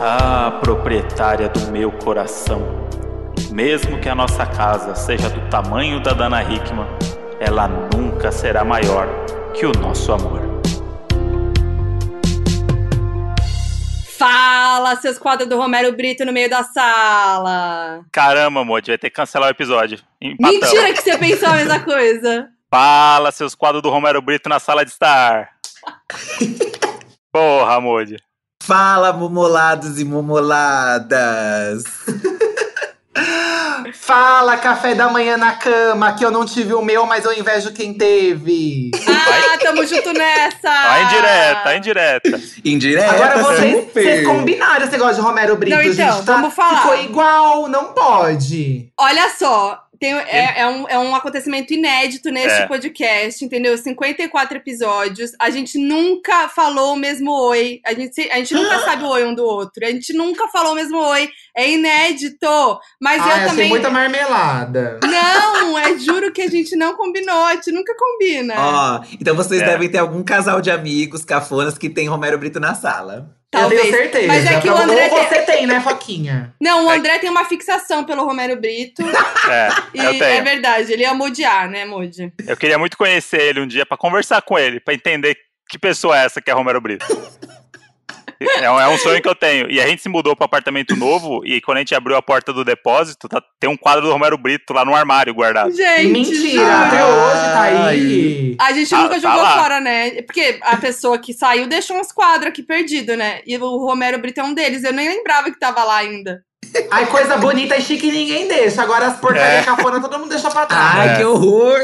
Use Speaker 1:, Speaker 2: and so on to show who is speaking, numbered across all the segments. Speaker 1: Ah, proprietária do meu coração. Mesmo que a nossa casa seja do tamanho da Dana Hickman, ela nunca será maior que o nosso amor.
Speaker 2: Fala, seus quadros do Romero Brito no meio da
Speaker 3: Ah,
Speaker 2: sala!
Speaker 1: Caramba, amor, vai ter que cancelar o episódio. Empatamos.
Speaker 2: Mentira que você pensou a mesma coisa!
Speaker 1: Fala, seus quadros do Romero Brito na sala de estar. Porra, Amode.
Speaker 4: Fala, momolados e momoladas! Fala, café da manhã na cama, que eu não tive o meu, mas eu invejo quem teve.
Speaker 2: Ah, tamo junto nessa!
Speaker 3: Tá
Speaker 1: Ó, Tá indireta, indireta.
Speaker 4: Indireta,
Speaker 3: Agora vocês,
Speaker 4: É, tá super.
Speaker 3: vocês combinaram esse negócio de Romero Brito,
Speaker 2: Não, então,
Speaker 3: gente. Tá,
Speaker 2: vamos falar.
Speaker 3: Ficou igual, não pode.
Speaker 2: Olha só, tem- é, é um, é um acontecimento inédito neste
Speaker 1: É.
Speaker 2: podcast, entendeu? 54 episódios. A gente nunca falou o mesmo oi. A gente, se- a gente
Speaker 3: Ah.
Speaker 2: nunca sabe o oi um do outro. A gente nunca falou o mesmo oi. É inédito. Mas
Speaker 3: Ai,
Speaker 2: eu
Speaker 3: achei
Speaker 2: também.
Speaker 3: Ah, é assim, muita marmelada.
Speaker 2: Não, é juro que a gente não combinou. A gente nunca combina.
Speaker 3: Ah,
Speaker 4: Ó, então vocês
Speaker 1: É.
Speaker 4: devem ter algum casal de amigos cafonas que tem Romero Brito na sala.
Speaker 2: Talvez.
Speaker 3: Eu tenho certeza.
Speaker 2: Mas é que o
Speaker 3: Ou
Speaker 2: André tem-
Speaker 3: você tem, né, Foquinha?
Speaker 2: Não, o André tem uma fixação pelo Romero Brito.
Speaker 1: É,
Speaker 2: e
Speaker 1: eu
Speaker 2: é
Speaker 1: tenho.
Speaker 2: verdade, ele ia modiar, né, Modi?
Speaker 1: Eu queria muito conhecer ele um dia pra conversar com ele, pra entender que pessoa é essa que é Romero Brito. É um, é um sonho que eu tenho. E a gente se mudou para apartamento novo e quando a gente abriu a porta do depósito, tá- tem um quadro do Romero Brito lá no armário guardado.
Speaker 2: Gente.
Speaker 3: Mentira,
Speaker 2: juro.
Speaker 3: até hoje tá aí.
Speaker 2: A gente
Speaker 1: Tá-
Speaker 2: nunca
Speaker 1: tá
Speaker 2: jogou
Speaker 1: lá.
Speaker 2: fora, né? Porque a pessoa que saiu deixou uns quadros aqui perdido, né? E o Romero Brito é um deles. Eu nem lembrava que tava lá ainda.
Speaker 3: Ai, coisa bonita e chique ninguém deixa. Agora as porcarias
Speaker 1: É.
Speaker 3: cafona todo mundo deixa pra trás.
Speaker 4: Ai,
Speaker 1: É.
Speaker 4: que horror!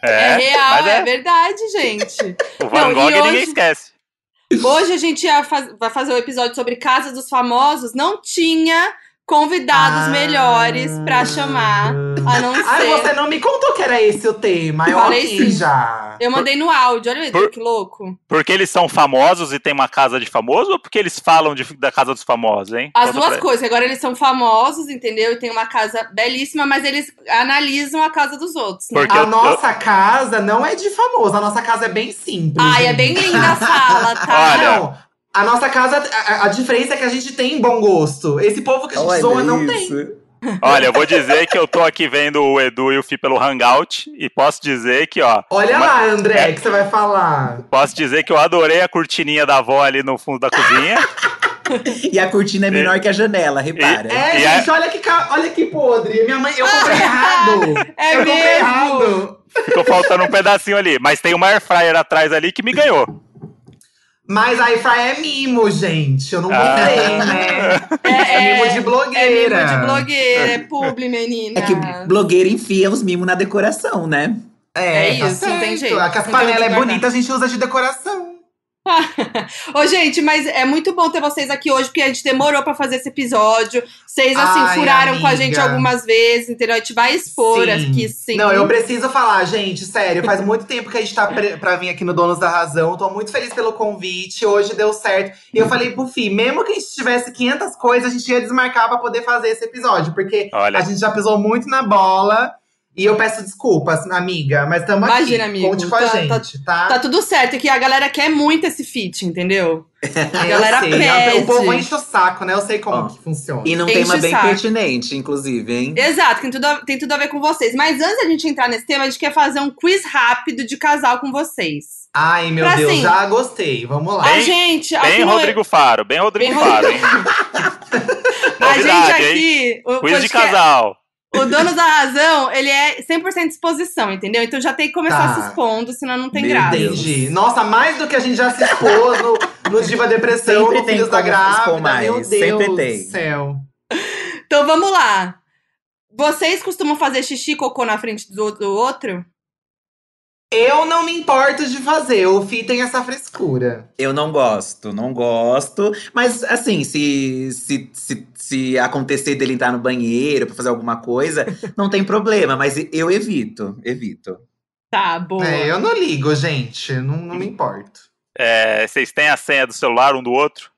Speaker 2: É,
Speaker 1: mas
Speaker 2: real, é.
Speaker 1: é.
Speaker 2: verdade, gente.
Speaker 1: O Van
Speaker 2: Não,
Speaker 1: Gogh
Speaker 2: e
Speaker 1: ninguém
Speaker 2: hoje-
Speaker 1: esquece.
Speaker 2: Hoje a gente ia faz- vai fazer o episódio sobre Casa dos Famosos. Não tinha convidados
Speaker 4: Ah.
Speaker 2: melhores pra chamar, a não ser.
Speaker 3: Ai, você não me contou que era esse o tema. Eu
Speaker 2: Falei sim.
Speaker 3: aqui já.
Speaker 2: Eu mandei no áudio, olha
Speaker 1: Por-
Speaker 2: que louco.
Speaker 1: Porque eles são famosos e tem uma casa de famoso ou porque eles falam de- da casa dos famosos, hein?
Speaker 2: As
Speaker 1: Conta
Speaker 2: duas
Speaker 1: pra-
Speaker 2: coisas. Agora eles são famosos, entendeu? E tem uma casa belíssima, mas eles analisam a casa dos outros. Né?
Speaker 1: Porque
Speaker 3: a
Speaker 1: eu- eu-
Speaker 3: nossa casa não é de famoso, a nossa casa é bem simples.
Speaker 2: Ai, é
Speaker 3: gente.
Speaker 2: bem linda a sala, tá?
Speaker 1: Olha.
Speaker 3: Não, a nossa casa, a, a diferença é que a gente tem bom gosto. Esse povo que a gente zoa não tem.
Speaker 1: Olha, eu vou dizer que eu tô aqui vendo o Edu e o Fi pelo Hangout e posso dizer que, ó,
Speaker 3: Olha
Speaker 1: Uma-
Speaker 3: lá, André,
Speaker 1: É.
Speaker 3: que você vai falar.
Speaker 1: posso dizer que eu adorei a cortininha da avó ali no fundo da cozinha.
Speaker 4: E a cortina é menor que a janela, repara.
Speaker 3: É,
Speaker 1: E a-
Speaker 3: gente, olha que, ca- olha que podre. Minha mãe, eu comprei errado.
Speaker 2: É
Speaker 3: eu comprei
Speaker 2: mesmo.
Speaker 3: errado.
Speaker 1: Ficou faltando um pedacinho ali, mas tem uma air fryer atrás ali que me ganhou.
Speaker 3: Mas a iFry é mimo, gente. Eu não
Speaker 1: Ah.
Speaker 3: comprei, né? É, mimo de
Speaker 2: É
Speaker 3: blogueira.
Speaker 2: mimo de blogueira, é publi, menina.
Speaker 4: É que blogueira enfia os mimos na decoração, né?
Speaker 2: É
Speaker 3: tá
Speaker 2: isso, não tem
Speaker 3: certo.
Speaker 2: jeito,
Speaker 3: A que as
Speaker 2: não tem
Speaker 3: panelas
Speaker 2: onde
Speaker 3: é
Speaker 2: guardar.
Speaker 3: bonita, a gente usa de decoração.
Speaker 2: Ô, gente, mas é muito bom ter vocês aqui hoje, porque a gente demorou pra fazer esse episódio. Vocês, assim,
Speaker 3: Ai,
Speaker 2: furaram com a
Speaker 3: amiga.
Speaker 2: gente algumas vezes, entendeu? A gente vai expor
Speaker 3: Sim.
Speaker 2: aqui, sim.
Speaker 3: Não, eu preciso falar, gente, sério. Faz muito tempo que a gente tá pre- pra vir aqui no Donos da Razão. Tô muito feliz pelo convite. Hoje deu certo. E eu falei pro Fih, mesmo que a gente tivesse 500 coisas, a gente ia desmarcar pra poder fazer esse episódio. Porque
Speaker 1: Olha.
Speaker 3: a gente já pisou muito na bola. E eu peço desculpas, amiga. Mas tamo aqui.
Speaker 2: Imagina, amigo,
Speaker 3: Conte com a
Speaker 2: tá-
Speaker 3: gente, tá?
Speaker 2: Tá tudo certo, é que a galera quer muito esse feat, entendeu?
Speaker 3: É, eu
Speaker 2: galera
Speaker 3: sei.
Speaker 2: pede.
Speaker 3: O povo enche o saco, né? Eu sei como
Speaker 4: Ó.
Speaker 3: que funciona.
Speaker 4: E num
Speaker 2: Enche
Speaker 4: tema
Speaker 2: o
Speaker 4: bem
Speaker 2: saco.
Speaker 4: pertinente, inclusive, hein?
Speaker 2: Exato, tem tudo, a, tem tudo a ver com vocês. Mas antes da gente entrar nesse tema, a gente quer fazer um quiz rápido de casal com vocês.
Speaker 3: Ai, meu
Speaker 2: Pra
Speaker 3: Deus,
Speaker 2: assim-
Speaker 3: já gostei. Vamos lá.
Speaker 2: a
Speaker 1: Bem-
Speaker 2: gente. é- aqui
Speaker 1: Bem
Speaker 2: no-
Speaker 1: Rodrigo Faro, bem Rodrigo
Speaker 2: Bem
Speaker 1: Faro, hein?
Speaker 2: a gente
Speaker 1: Novidade, hein?
Speaker 2: aqui. O,
Speaker 1: Quiz de
Speaker 2: podcast-
Speaker 1: casal.
Speaker 2: o dono da razão, ele é 100% exposição, entendeu? Então já tem que começar
Speaker 3: Tá.
Speaker 2: se expondo, senão não tem
Speaker 4: Meu
Speaker 2: graça.
Speaker 4: Deus.
Speaker 3: Entendi. Nossa, mais do que a gente já se expôs no, no Diva Depressão,
Speaker 4: Sempre
Speaker 3: no
Speaker 4: tem
Speaker 3: Filhos da
Speaker 4: como se expor
Speaker 3: Grávida.
Speaker 4: mais,
Speaker 3: Meu Deus
Speaker 4: sempre tem.
Speaker 3: do céu.
Speaker 2: Então vamos lá. Vocês costumam fazer xixi e cocô na frente do, do outro?
Speaker 3: Eu não me importo de fazer, o Fi tem essa frescura.
Speaker 4: Eu não gosto, não gosto. Mas assim, se, se, se, se acontecer dele entrar no banheiro pra fazer alguma coisa, não tem problema. Mas eu evito, evito.
Speaker 2: Tá, boa.
Speaker 3: É, eu não ligo, gente, não, não me importo.
Speaker 1: É, vocês têm a senha do celular um do outro?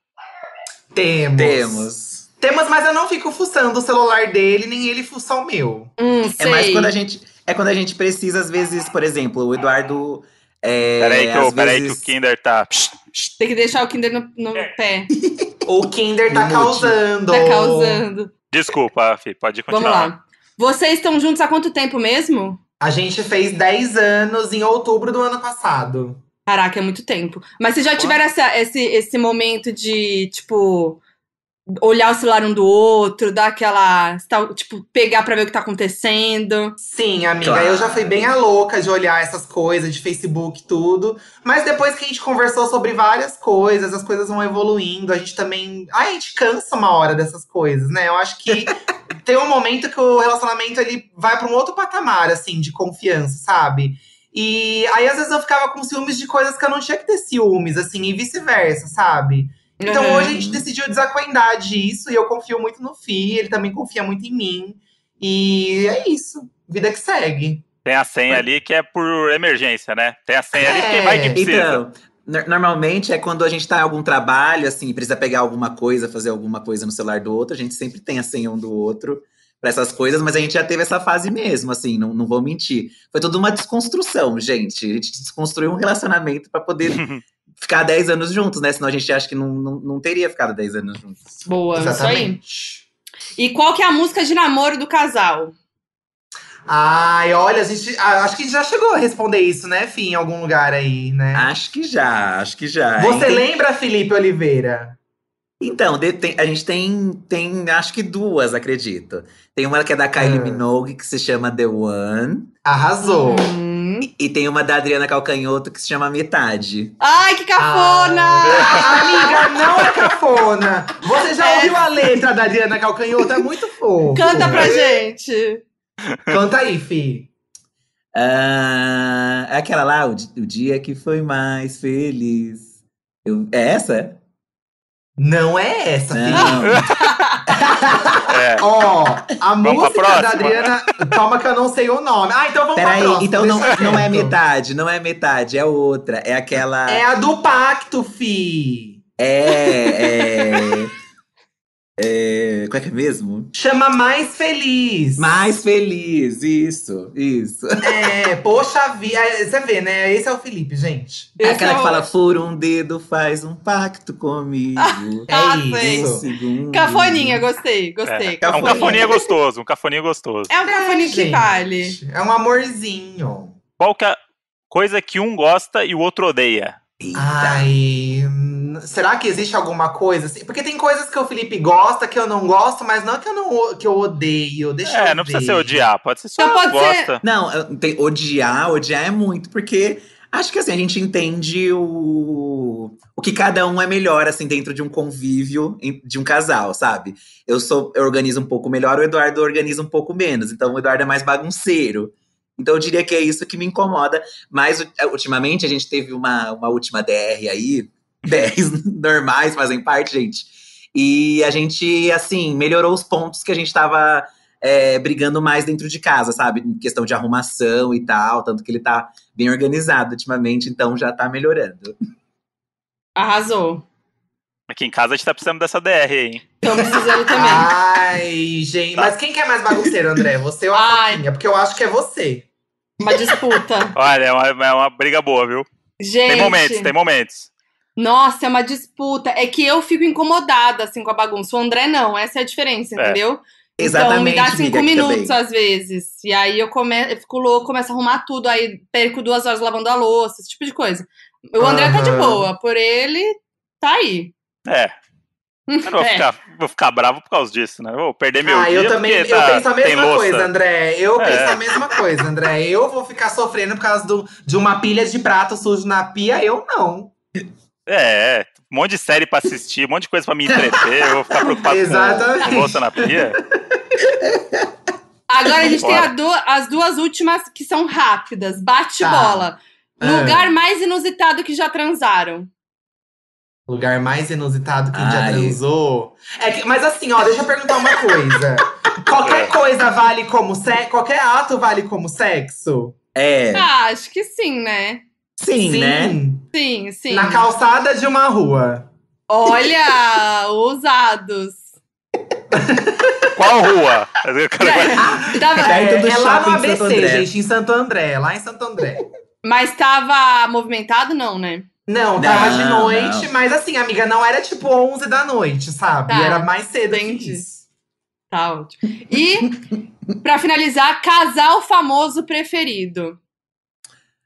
Speaker 3: Temos.
Speaker 4: Temos.
Speaker 3: Temos, mas eu não fico fuçando o celular dele, nem ele fuça o meu.
Speaker 2: Hum,
Speaker 4: É
Speaker 2: sei.
Speaker 4: mais quando a gente. É quando a gente precisa, às vezes, por exemplo, o Eduardo. É,
Speaker 1: Peraí que,
Speaker 4: às
Speaker 1: o- peraí que
Speaker 4: vezes-
Speaker 1: o Kinder tá. É.
Speaker 2: Tem que deixar o Kinder no, no pé.
Speaker 3: O Kinder tá
Speaker 4: Mute.
Speaker 3: causando.
Speaker 2: Tá causando.
Speaker 1: Desculpa, Fih, pode
Speaker 2: Vamos
Speaker 1: continuar.
Speaker 2: lá. Vocês estão juntos há quanto tempo mesmo?
Speaker 3: A gente fez 10 anos em outubro do ano passado.
Speaker 2: Caraca, é muito tempo. Mas vocês já tiveram essa- esse, esse momento de, tipo, olhar o celular um do outro, dar aquela. tal- Tipo, pegar pra ver o que tá acontecendo.
Speaker 3: Sim, amiga,
Speaker 4: Claro.
Speaker 3: eu já fui bem a louca de olhar essas coisas de Facebook e tudo. Mas depois que a gente conversou sobre várias coisas, as coisas vão evoluindo. A gente também. Ai, a gente cansa uma hora dessas coisas, né? Eu acho que tem um momento que o relacionamento ele vai pra um outro patamar, assim, de confiança, sabe? E aí, às vezes, eu ficava com ciúmes de coisas que eu não tinha que ter ciúmes, assim, e vice-versa, sabe? Então
Speaker 2: Uhum.
Speaker 3: hoje a gente decidiu desacoendar disso e eu confio muito no Fi, ele também confia muito em mim. E é isso. Vida que segue.
Speaker 1: Tem a senha ali que é por emergência, né? Tem a senha ali que quem vai que
Speaker 3: É.
Speaker 1: precisa.
Speaker 4: Então, no- normalmente é quando a gente tá em algum trabalho, assim, precisa pegar alguma coisa, fazer alguma coisa no celular do outro, a gente sempre tem a senha um do outro para essas coisas, mas a gente já teve essa fase mesmo, assim, não, não vou mentir. Foi toda uma desconstrução, gente. A gente desconstruiu um relacionamento para poder ficar 10 anos juntos, né? Senão a gente acha que não, não, não teria ficado 10 anos juntos.
Speaker 2: Boa, isso aí.
Speaker 3: Exatamente.
Speaker 2: E qual que é a música de namoro do casal?
Speaker 3: Ai, olha, a gente. a- Acho que a gente já chegou a responder isso, né, Fi, em algum lugar aí, né?
Speaker 4: Acho que já, acho que
Speaker 2: Ah,
Speaker 4: já.
Speaker 3: Você
Speaker 4: hein?
Speaker 3: lembra, Felipe Oliveira?
Speaker 4: Então, de- tem- a gente tem, tem, acho que duas, acredito. Tem uma que é da Kylie
Speaker 3: Ah.
Speaker 4: Minogue, que se chama The One.
Speaker 3: Arrasou.
Speaker 2: Hum.
Speaker 4: E tem uma da Adriana Calcanhoto que se chama Metade.
Speaker 2: Ai, que cafona!
Speaker 3: Amiga, não é cafona. Você já
Speaker 2: Ah. É.
Speaker 3: ouviu a letra da Diana Calcanhoto? É muito
Speaker 1: Ah.
Speaker 3: fofo.
Speaker 2: Canta pra gente.
Speaker 3: Canta aí, Fi.
Speaker 4: Ah, é aquela lá, o, di- o dia que foi mais feliz. Eu- é essa?
Speaker 3: Não é essa, Fi.
Speaker 4: Não. Então.
Speaker 1: É.
Speaker 3: Ó, a
Speaker 1: Vamos pra
Speaker 3: música da
Speaker 1: próxima.
Speaker 3: Adriana. Calma que eu não sei o nome. Ah, então vamos pra
Speaker 4: Peraí,
Speaker 3: próxima,
Speaker 4: então não,
Speaker 3: deixa
Speaker 4: não é
Speaker 3: quieto.
Speaker 4: metade, não é metade, é outra. É aquela.
Speaker 3: É a do pacto, fi.
Speaker 4: É, é. é. Qual é que é mesmo?
Speaker 3: Chama Mais Feliz.
Speaker 4: Mais feliz, isso, isso.
Speaker 3: É, poxa vida. É, Você vê, né? Esse é o Felipe, gente.
Speaker 4: É
Speaker 2: Esse
Speaker 4: aquela
Speaker 2: é
Speaker 4: que
Speaker 2: o-
Speaker 4: fala, fura um dedo, faz um pacto comigo.
Speaker 3: É
Speaker 2: Ah, sei.
Speaker 4: Um
Speaker 3: isso.
Speaker 4: segundo.
Speaker 2: Cafoninha, gostei, gostei.
Speaker 1: É um
Speaker 4: Cafoninha.
Speaker 1: cafoninha gostoso, um cafoninha gostoso.
Speaker 2: É um cafoninho que
Speaker 3: gente,
Speaker 2: vale.
Speaker 3: É um amorzinho.
Speaker 1: Qual que é a coisa que um gosta e o outro odeia?
Speaker 4: Eita.
Speaker 2: Ah,
Speaker 3: Ai. hum, Será que existe alguma coisa assim? Porque tem coisas que o Felipe gosta, que eu não gosto, mas não é que eu não que eu odeio. Deixa eu
Speaker 1: é, não precisa ser
Speaker 3: ver.
Speaker 1: odiar, pode ser só
Speaker 2: Então pode ser-
Speaker 1: gosta.
Speaker 4: Não, eu- tem, odiar, odiar é muito, porque acho que assim, a gente entende o, o que cada um é melhor, assim, dentro de um convívio em- de um casal, sabe? Eu sou, eu organizo um pouco melhor, o Eduardo organiza um pouco menos, então o Eduardo é mais bagunceiro. Então eu diria que é isso que me incomoda. Mas u- é, ultimamente a gente teve uma, uma última DR aí, DRs normais fazem parte, gente. E a gente, assim, melhorou os pontos que a gente tava é, brigando mais dentro de casa, sabe? Em questão de arrumação e tal. Tanto que ele tá bem organizado ultimamente, então já tá melhorando.
Speaker 2: Arrasou.
Speaker 1: Aqui em casa a gente tá precisando dessa DR, hein?
Speaker 2: Tô precisando também.
Speaker 3: Ai, gente. Mas quem que é mais bagunceiro, André? Você ou a
Speaker 2: Ai.
Speaker 3: Foquinha? Porque eu acho que é você.
Speaker 2: Uma disputa.
Speaker 1: Olha, é uma, é uma briga boa, viu?
Speaker 2: Gente.
Speaker 1: Tem momentos, tem momentos.
Speaker 2: Nossa, é uma disputa. É que eu fico incomodada, assim, com a bagunça. O André não, essa é a diferença,
Speaker 1: É.
Speaker 2: entendeu? então, me
Speaker 4: Exatamente,
Speaker 2: dá cinco
Speaker 4: amiga, aqui
Speaker 2: minutos, às vezes. E aí eu, come... eu fico louco, começo a arrumar tudo. Aí perco duas horas lavando a louça, esse tipo de coisa. O André tá de
Speaker 3: Aham.
Speaker 2: boa, por ele, tá aí.
Speaker 1: É. Eu não vou,
Speaker 2: É.
Speaker 1: ficar, vou ficar bravo por causa disso, né? Eu Vou perder meu
Speaker 3: ah,
Speaker 1: dia
Speaker 3: eu também.
Speaker 1: porque
Speaker 3: Eu
Speaker 1: tá-
Speaker 3: penso a
Speaker 1: tem
Speaker 3: mesma
Speaker 1: louça.
Speaker 3: coisa, André. Eu
Speaker 1: É.
Speaker 3: penso a mesma coisa, André. Eu vou ficar sofrendo por causa do, de uma pilha de prato sujo na pia? Eu não.
Speaker 1: É, é. Um monte de série pra assistir, um monte de coisa pra me entreter. eu vou ficar preocupado com,
Speaker 3: Exatamente.
Speaker 1: com louça na pia.
Speaker 2: Agora a gente tem
Speaker 1: Bora.
Speaker 2: a du- as duas últimas que são rápidas. Bate
Speaker 3: Tá.
Speaker 2: bola.
Speaker 3: É.
Speaker 2: Lugar mais inusitado que já transaram.
Speaker 3: Lugar mais inusitado que a gente já
Speaker 4: Ai.
Speaker 3: transou. É que- mas assim, ó, deixa eu perguntar uma coisa. Qualquer
Speaker 1: É.
Speaker 3: coisa vale como sexo? Qualquer ato vale como sexo?
Speaker 4: É.
Speaker 2: Ah, acho que sim, né?
Speaker 4: Sim, né?
Speaker 2: Sim, sim.
Speaker 3: Na calçada de uma rua.
Speaker 2: Olha, ousados.
Speaker 1: Qual rua? Eu quero-
Speaker 2: É, tava-
Speaker 4: Perto do
Speaker 3: é lá no
Speaker 4: shopping de Santo
Speaker 3: ABC,
Speaker 4: André.
Speaker 3: gente, em Santo André. Lá em Santo André.
Speaker 2: mas tava movimentado, não, né?
Speaker 3: Não, tava
Speaker 4: Não,
Speaker 3: de noite,
Speaker 4: não.
Speaker 3: mas assim, amiga, não era tipo 11 da noite, sabe?
Speaker 2: Tá,
Speaker 3: Era mais cedo que
Speaker 2: entendi.
Speaker 3: isso.
Speaker 2: Tá ótimo. E, pra finalizar, casal famoso preferido.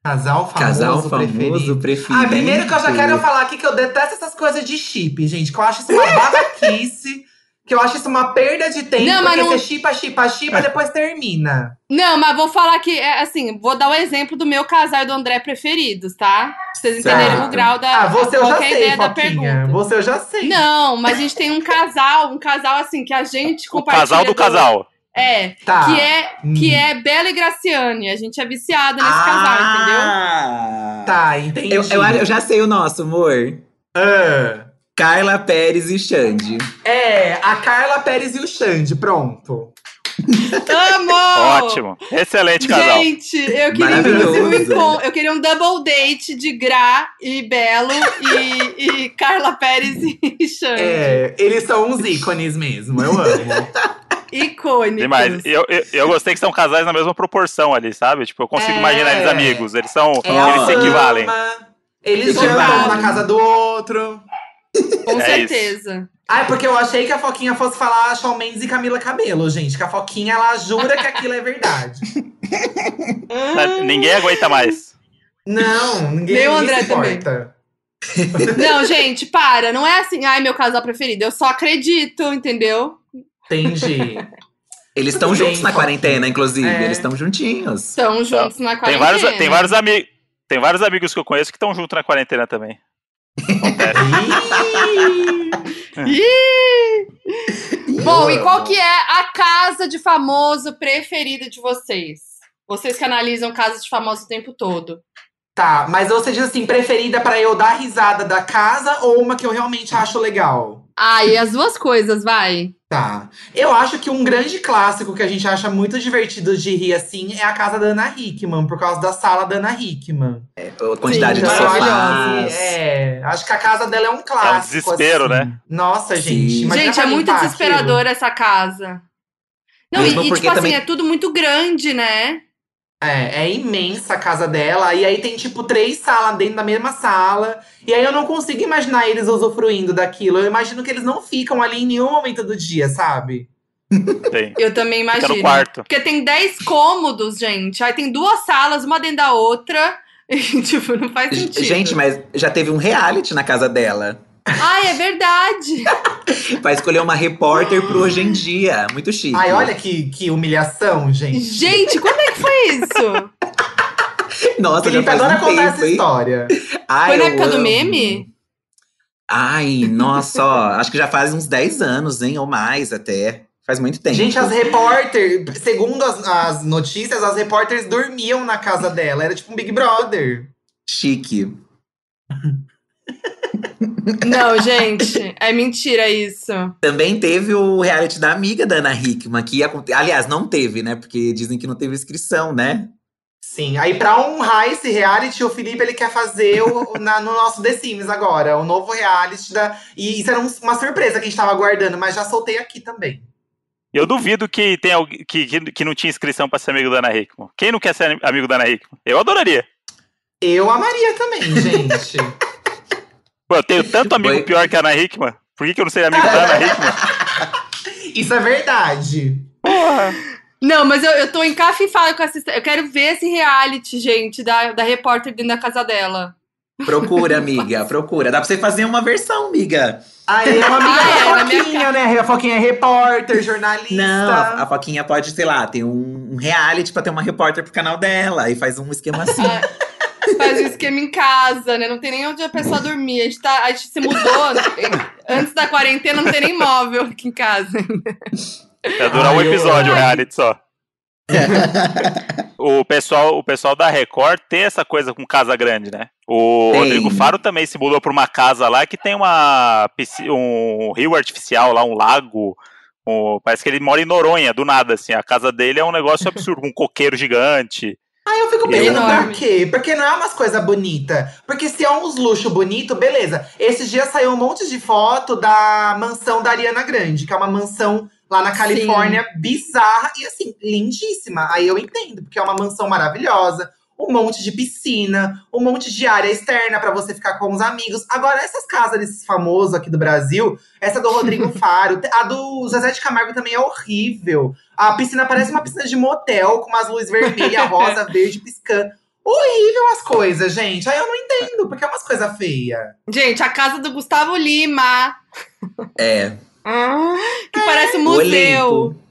Speaker 3: Casal famoso
Speaker 4: Casal
Speaker 3: preferido.
Speaker 4: famoso preferido.
Speaker 3: Ah, primeiro que eu já quero falar aqui que eu detesto essas coisas de chip, gente. Que eu acho isso uma babaquice. que eu acho isso uma perda de tempo.
Speaker 2: Não, mas
Speaker 3: porque
Speaker 2: não-
Speaker 3: você chipa, chipa,
Speaker 4: É.
Speaker 3: chipa, depois termina.
Speaker 2: Não, mas vou falar que, é, assim, vou dar o exemplo do meu casal e do André preferidos, tá? Pra vocês
Speaker 4: Certo.
Speaker 2: entenderem o grau da.
Speaker 3: Ah, você eu
Speaker 2: qual
Speaker 3: já
Speaker 2: que é a
Speaker 3: sei,
Speaker 2: ideia da
Speaker 3: Foquinha.
Speaker 2: pergunta.
Speaker 3: Você eu já sei.
Speaker 2: Não, mas a gente tem um casal, um casal assim, que a gente
Speaker 1: O
Speaker 2: compartilha.
Speaker 1: casal do casal.
Speaker 2: É,
Speaker 3: Tá.
Speaker 2: que é, que
Speaker 3: Hum.
Speaker 2: é Bela e Graciane. A gente é viciada nesse
Speaker 3: Ah.
Speaker 2: casal, entendeu?
Speaker 4: ah,
Speaker 3: Tá, entendi.
Speaker 4: Eu, eu, acho- eu já sei o nosso, amor.
Speaker 3: Ah.
Speaker 4: Carla Pérez e Xande.
Speaker 3: É, a Carla Pérez e o Xande, pronto.
Speaker 2: Amo!
Speaker 3: Oh.
Speaker 1: Ótimo. Excelente Tipo, casal.
Speaker 2: Gente, eu queria
Speaker 4: Maravilhoso.
Speaker 2: inclusive um encontro. Eu queria um double date de Gra e Belo e, e Carla Pérez e Xande.
Speaker 3: É, eles são uns ícones mesmo, eu amo.
Speaker 2: Icônicos.
Speaker 1: Demais. E Eu, eu, eu gostei que são casais na mesma proporção ali, sabe? Tipo, eu consigo
Speaker 2: É.
Speaker 1: imaginar eles amigos. Eles são.
Speaker 4: É,
Speaker 1: eles se
Speaker 4: ama.
Speaker 1: equivalem.
Speaker 3: Eles
Speaker 2: Equivalem.
Speaker 3: jantam um na casa do outro.
Speaker 2: Com
Speaker 1: É isso.
Speaker 2: certeza.
Speaker 3: Ah, é porque eu achei que a Foquinha fosse falar Shawn Mendes e Camila Cabelo, gente. Que a Foquinha, ela jura que aquilo é verdade.
Speaker 1: Tá, Ninguém aguenta mais.
Speaker 3: Não, ninguém
Speaker 2: Nem o
Speaker 3: ninguém
Speaker 2: André
Speaker 3: se
Speaker 2: também.
Speaker 3: importa.
Speaker 2: Não, gente, para. Não é assim, ai, meu casal preferido. Eu só acredito, entendeu?
Speaker 3: Entendi.
Speaker 4: Eles estão
Speaker 3: Tudo bem,
Speaker 4: juntos na
Speaker 3: Foquinha.
Speaker 4: quarentena, inclusive.
Speaker 3: É.
Speaker 4: Eles estão juntinhos.
Speaker 2: Estão juntos na
Speaker 1: Tá. Tem
Speaker 2: quarentena.
Speaker 1: vários, tem, vários ami- tem vários amigos que eu conheço que estão juntos na quarentena também. Acontece.
Speaker 2: Ih! Bom, e qual que é a casa de famoso preferida de vocês? Vocês que analisam casas de famoso o tempo todo.
Speaker 3: tá, mas você diz assim, preferida pra eu dar risada da casa ou uma que eu realmente acho legal?
Speaker 2: Ah, e as duas coisas, vai.
Speaker 3: Tá. Eu acho que um grande clássico que a gente acha muito divertido de rir assim é a casa da Ana Hickman, por causa da sala da Ana Hickman.
Speaker 4: A quantidade
Speaker 2: Sim,
Speaker 4: de
Speaker 3: eu acho
Speaker 4: sofás.
Speaker 3: que, é, acho que a casa dela é um clássico.
Speaker 1: desespero,
Speaker 3: assim.
Speaker 1: né?
Speaker 3: Nossa, gente.
Speaker 4: Sim.
Speaker 3: imagina
Speaker 2: Gente,
Speaker 3: pra
Speaker 2: é muito
Speaker 3: limpar
Speaker 2: desesperadora essa casa. Não, e,
Speaker 4: Mesmo
Speaker 2: e,
Speaker 4: porque
Speaker 2: tipo assim,
Speaker 4: também-
Speaker 2: é tudo muito grande, né?
Speaker 3: É, é imensa a casa dela. E aí tem, tipo, três salas dentro da mesma sala. E aí eu não consigo imaginar eles usufruindo daquilo. Eu imagino que eles não ficam ali em nenhum momento do dia, sabe?
Speaker 1: Tem.
Speaker 2: Eu também
Speaker 1: Fica
Speaker 2: imagino.
Speaker 1: no quarto.
Speaker 2: Porque tem 10 cômodos, gente. Aí tem duas salas, uma dentro da outra. E, tipo, não faz
Speaker 4: G-
Speaker 2: sentido.
Speaker 4: Gente, mas já teve um reality na casa dela.
Speaker 2: Ai, é verdade.
Speaker 4: Vai escolher uma repórter pro hoje em dia. Muito chique.
Speaker 3: Ai, olha que, que humilhação, gente.
Speaker 2: gente, quando é que foi isso?
Speaker 4: Nossa, já
Speaker 3: Felipe
Speaker 4: faz
Speaker 3: adora
Speaker 4: um
Speaker 3: contar
Speaker 4: tempo,
Speaker 3: essa
Speaker 4: hein?
Speaker 3: história.
Speaker 4: Ai,
Speaker 2: Foi na
Speaker 4: eu
Speaker 2: época do
Speaker 4: amo.
Speaker 2: meme?
Speaker 4: Ai, nossa, ó, acho que já faz uns 10 anos, hein? Ou mais até. Faz muito tempo.
Speaker 3: Gente, as repórteres, segundo as, as notícias, as repórteres dormiam na casa dela. Era tipo um Big Brother.
Speaker 4: Chique.
Speaker 2: Não, gente, é mentira isso.
Speaker 4: Também teve o reality da amiga da Ana Hickman, que aconte- aliás, não teve, né? Porque dizem que não teve inscrição, né?
Speaker 3: Sim. Aí, pra honrar esse reality, o Felipe ele quer fazer o- o- na- no nosso The Sims agora, o novo reality da. E isso era um- uma surpresa que a gente tava aguardando, mas já soltei aqui também.
Speaker 1: Eu duvido que tenha alguém que, que, que não tinha inscrição pra ser amigo da Ana Hickman. Quem não quer ser amigo da Ana Hickman? Eu adoraria.
Speaker 3: Eu amaria também, gente.
Speaker 1: Pô, eu tenho tanto amigo
Speaker 4: Foi.
Speaker 1: pior que a Ana Hickman. Por que, que eu não seria amigo da Ana Hickman?
Speaker 3: isso é verdade.
Speaker 2: Não, mas eu, eu tô encafifada com essa história. Eu quero ver esse reality, gente, da, da repórter dentro da casa dela.
Speaker 4: Procura, amiga, procura. Dá pra você fazer uma versão, amiga.
Speaker 3: Aí é uma amiga
Speaker 2: Ah, é, na
Speaker 3: da
Speaker 2: minha
Speaker 3: Foquinha, né? A Foquinha é repórter, jornalista.
Speaker 4: Não, a a Foquinha pode, sei lá, ter um um reality pra ter uma repórter pro canal dela e faz um esquema assim.
Speaker 2: Faz um esquema em casa, né? Não tem nem onde a pessoa dormir. A gente, tá, a gente se mudou. né? Antes da quarentena, não tem nem móvel aqui em casa.
Speaker 1: Ia durar um
Speaker 3: Ai, eu-
Speaker 1: episódio o
Speaker 2: ai.
Speaker 1: reality só. o, pessoal, o pessoal da Record tem essa coisa com casa grande, né? O
Speaker 4: Tem.
Speaker 1: Rodrigo Faro também se mudou pra uma casa lá que tem uma pisci- um rio artificial lá, um lago. Um- parece que ele mora em Noronha, do nada, assim. A casa dele é um negócio absurdo, um coqueiro gigante.
Speaker 3: Aí eu fico
Speaker 1: É
Speaker 3: pensando, pra
Speaker 2: enorme.
Speaker 3: quê? Porque não é umas coisas bonitas. Porque se é uns luxo bonito, beleza. Esses dias saiu um monte de foto da mansão da Ariana Grande, que é uma mansão lá na Califórnia bizarra e assim, lindíssima. Aí eu entendo, porque é uma mansão maravilhosa. um monte de piscina, um monte de área externa pra você ficar com os amigos. Agora, essas casas desses famosos aqui do Brasil, essa do Rodrigo Faro, a do Zezé de Camargo também é horrível. A piscina parece uma piscina de motel, com umas luzes vermelha, rosa, verde, piscando. Horrível as coisas, gente. Aí eu não entendo, porque é umas coisas feias.
Speaker 2: Gente, a casa do Gustavo Lima,
Speaker 4: É.
Speaker 2: que parece um museu.
Speaker 4: Olimpo.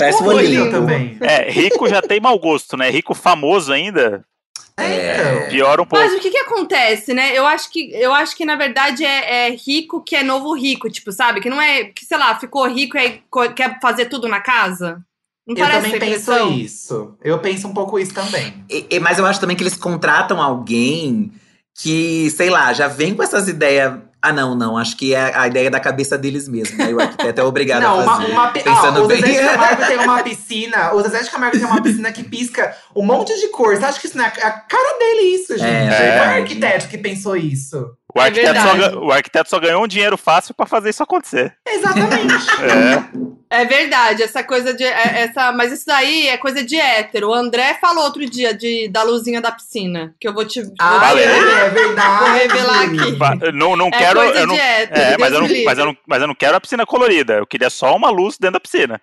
Speaker 4: Parece um
Speaker 3: Horrível
Speaker 4: Olimpo.
Speaker 3: também.
Speaker 1: É, rico já tem mau gosto, né? Rico famoso ainda,
Speaker 3: É, então.
Speaker 1: piora um pouco.
Speaker 2: Mas o que que acontece, né? Eu acho que, eu acho que na verdade, é, é rico que é novo rico, tipo, sabe? Que não é, que sei lá, ficou rico e aí co- quer fazer tudo na casa. Não
Speaker 3: Eu
Speaker 2: parece
Speaker 3: também penso
Speaker 2: regressão?
Speaker 3: isso. Eu penso um pouco isso também.
Speaker 4: E- e- mas eu acho também que eles contratam alguém que, sei lá, já vem com essas ideias. Ah, não, não. Acho que é a ideia da cabeça deles mesmo. Aí o arquiteto é obrigado
Speaker 3: Não,
Speaker 4: a
Speaker 3: uma,
Speaker 4: fazer.
Speaker 3: uma pi-
Speaker 4: Pensando
Speaker 3: ó, o Zezé
Speaker 4: bem.
Speaker 3: de Camargo tem uma piscina. O Zezé de Camargo tem uma piscina que pisca um monte de cor. Você acha que isso não é a cara dele, isso, gente?
Speaker 4: é
Speaker 3: Foi o
Speaker 4: verdade.
Speaker 3: arquiteto que pensou isso.
Speaker 1: O arquiteto, só,
Speaker 2: é verdade.
Speaker 1: ga- o arquiteto só ganhou um dinheiro fácil pra fazer isso acontecer.
Speaker 3: Exatamente.
Speaker 1: É,
Speaker 2: É verdade, essa coisa de. é- essa, mas isso daí é coisa de hétero. O André falou outro dia de, da luzinha da piscina, que eu vou te.
Speaker 3: Ah,
Speaker 2: vou,
Speaker 1: Valeu.
Speaker 3: é verdade.
Speaker 2: vou revelar aqui.
Speaker 1: fa- não, não
Speaker 2: É
Speaker 1: quero.
Speaker 2: coisa
Speaker 1: Eu não,
Speaker 2: de hétero.
Speaker 1: é,
Speaker 2: Deus
Speaker 1: mas eu,
Speaker 2: me
Speaker 1: não, mas, eu não, mas eu não quero a piscina colorida. Eu queria só uma luz dentro da piscina.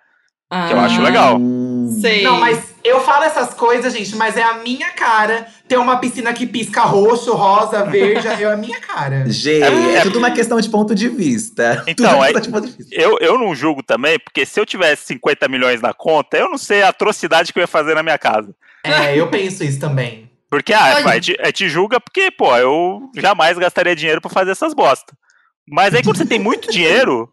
Speaker 2: livre.
Speaker 1: que eu acho
Speaker 2: Ah,
Speaker 1: legal.
Speaker 4: Hum.
Speaker 2: Sei.
Speaker 3: Não, mas eu falo essas coisas, gente, mas é a minha cara ter uma piscina que pisca roxo, rosa, verde. é a minha cara.
Speaker 4: Gê,
Speaker 1: É-
Speaker 4: é,
Speaker 1: é-
Speaker 4: tudo uma questão de ponto de vista.
Speaker 1: Então,
Speaker 4: tudo uma
Speaker 1: é-
Speaker 4: questão de ponto de vista.
Speaker 1: Eu, eu não julgo também, porque se eu tivesse 50 milhões na conta, eu não sei a atrocidade que eu ia fazer na minha casa.
Speaker 3: É, eu penso isso também.
Speaker 1: Porque, ah,
Speaker 2: Olha.
Speaker 1: pai, te, é, te julga porque, pô, eu jamais gastaria dinheiro pra fazer essas bostas. Mas aí quando você tem muito dinheiro,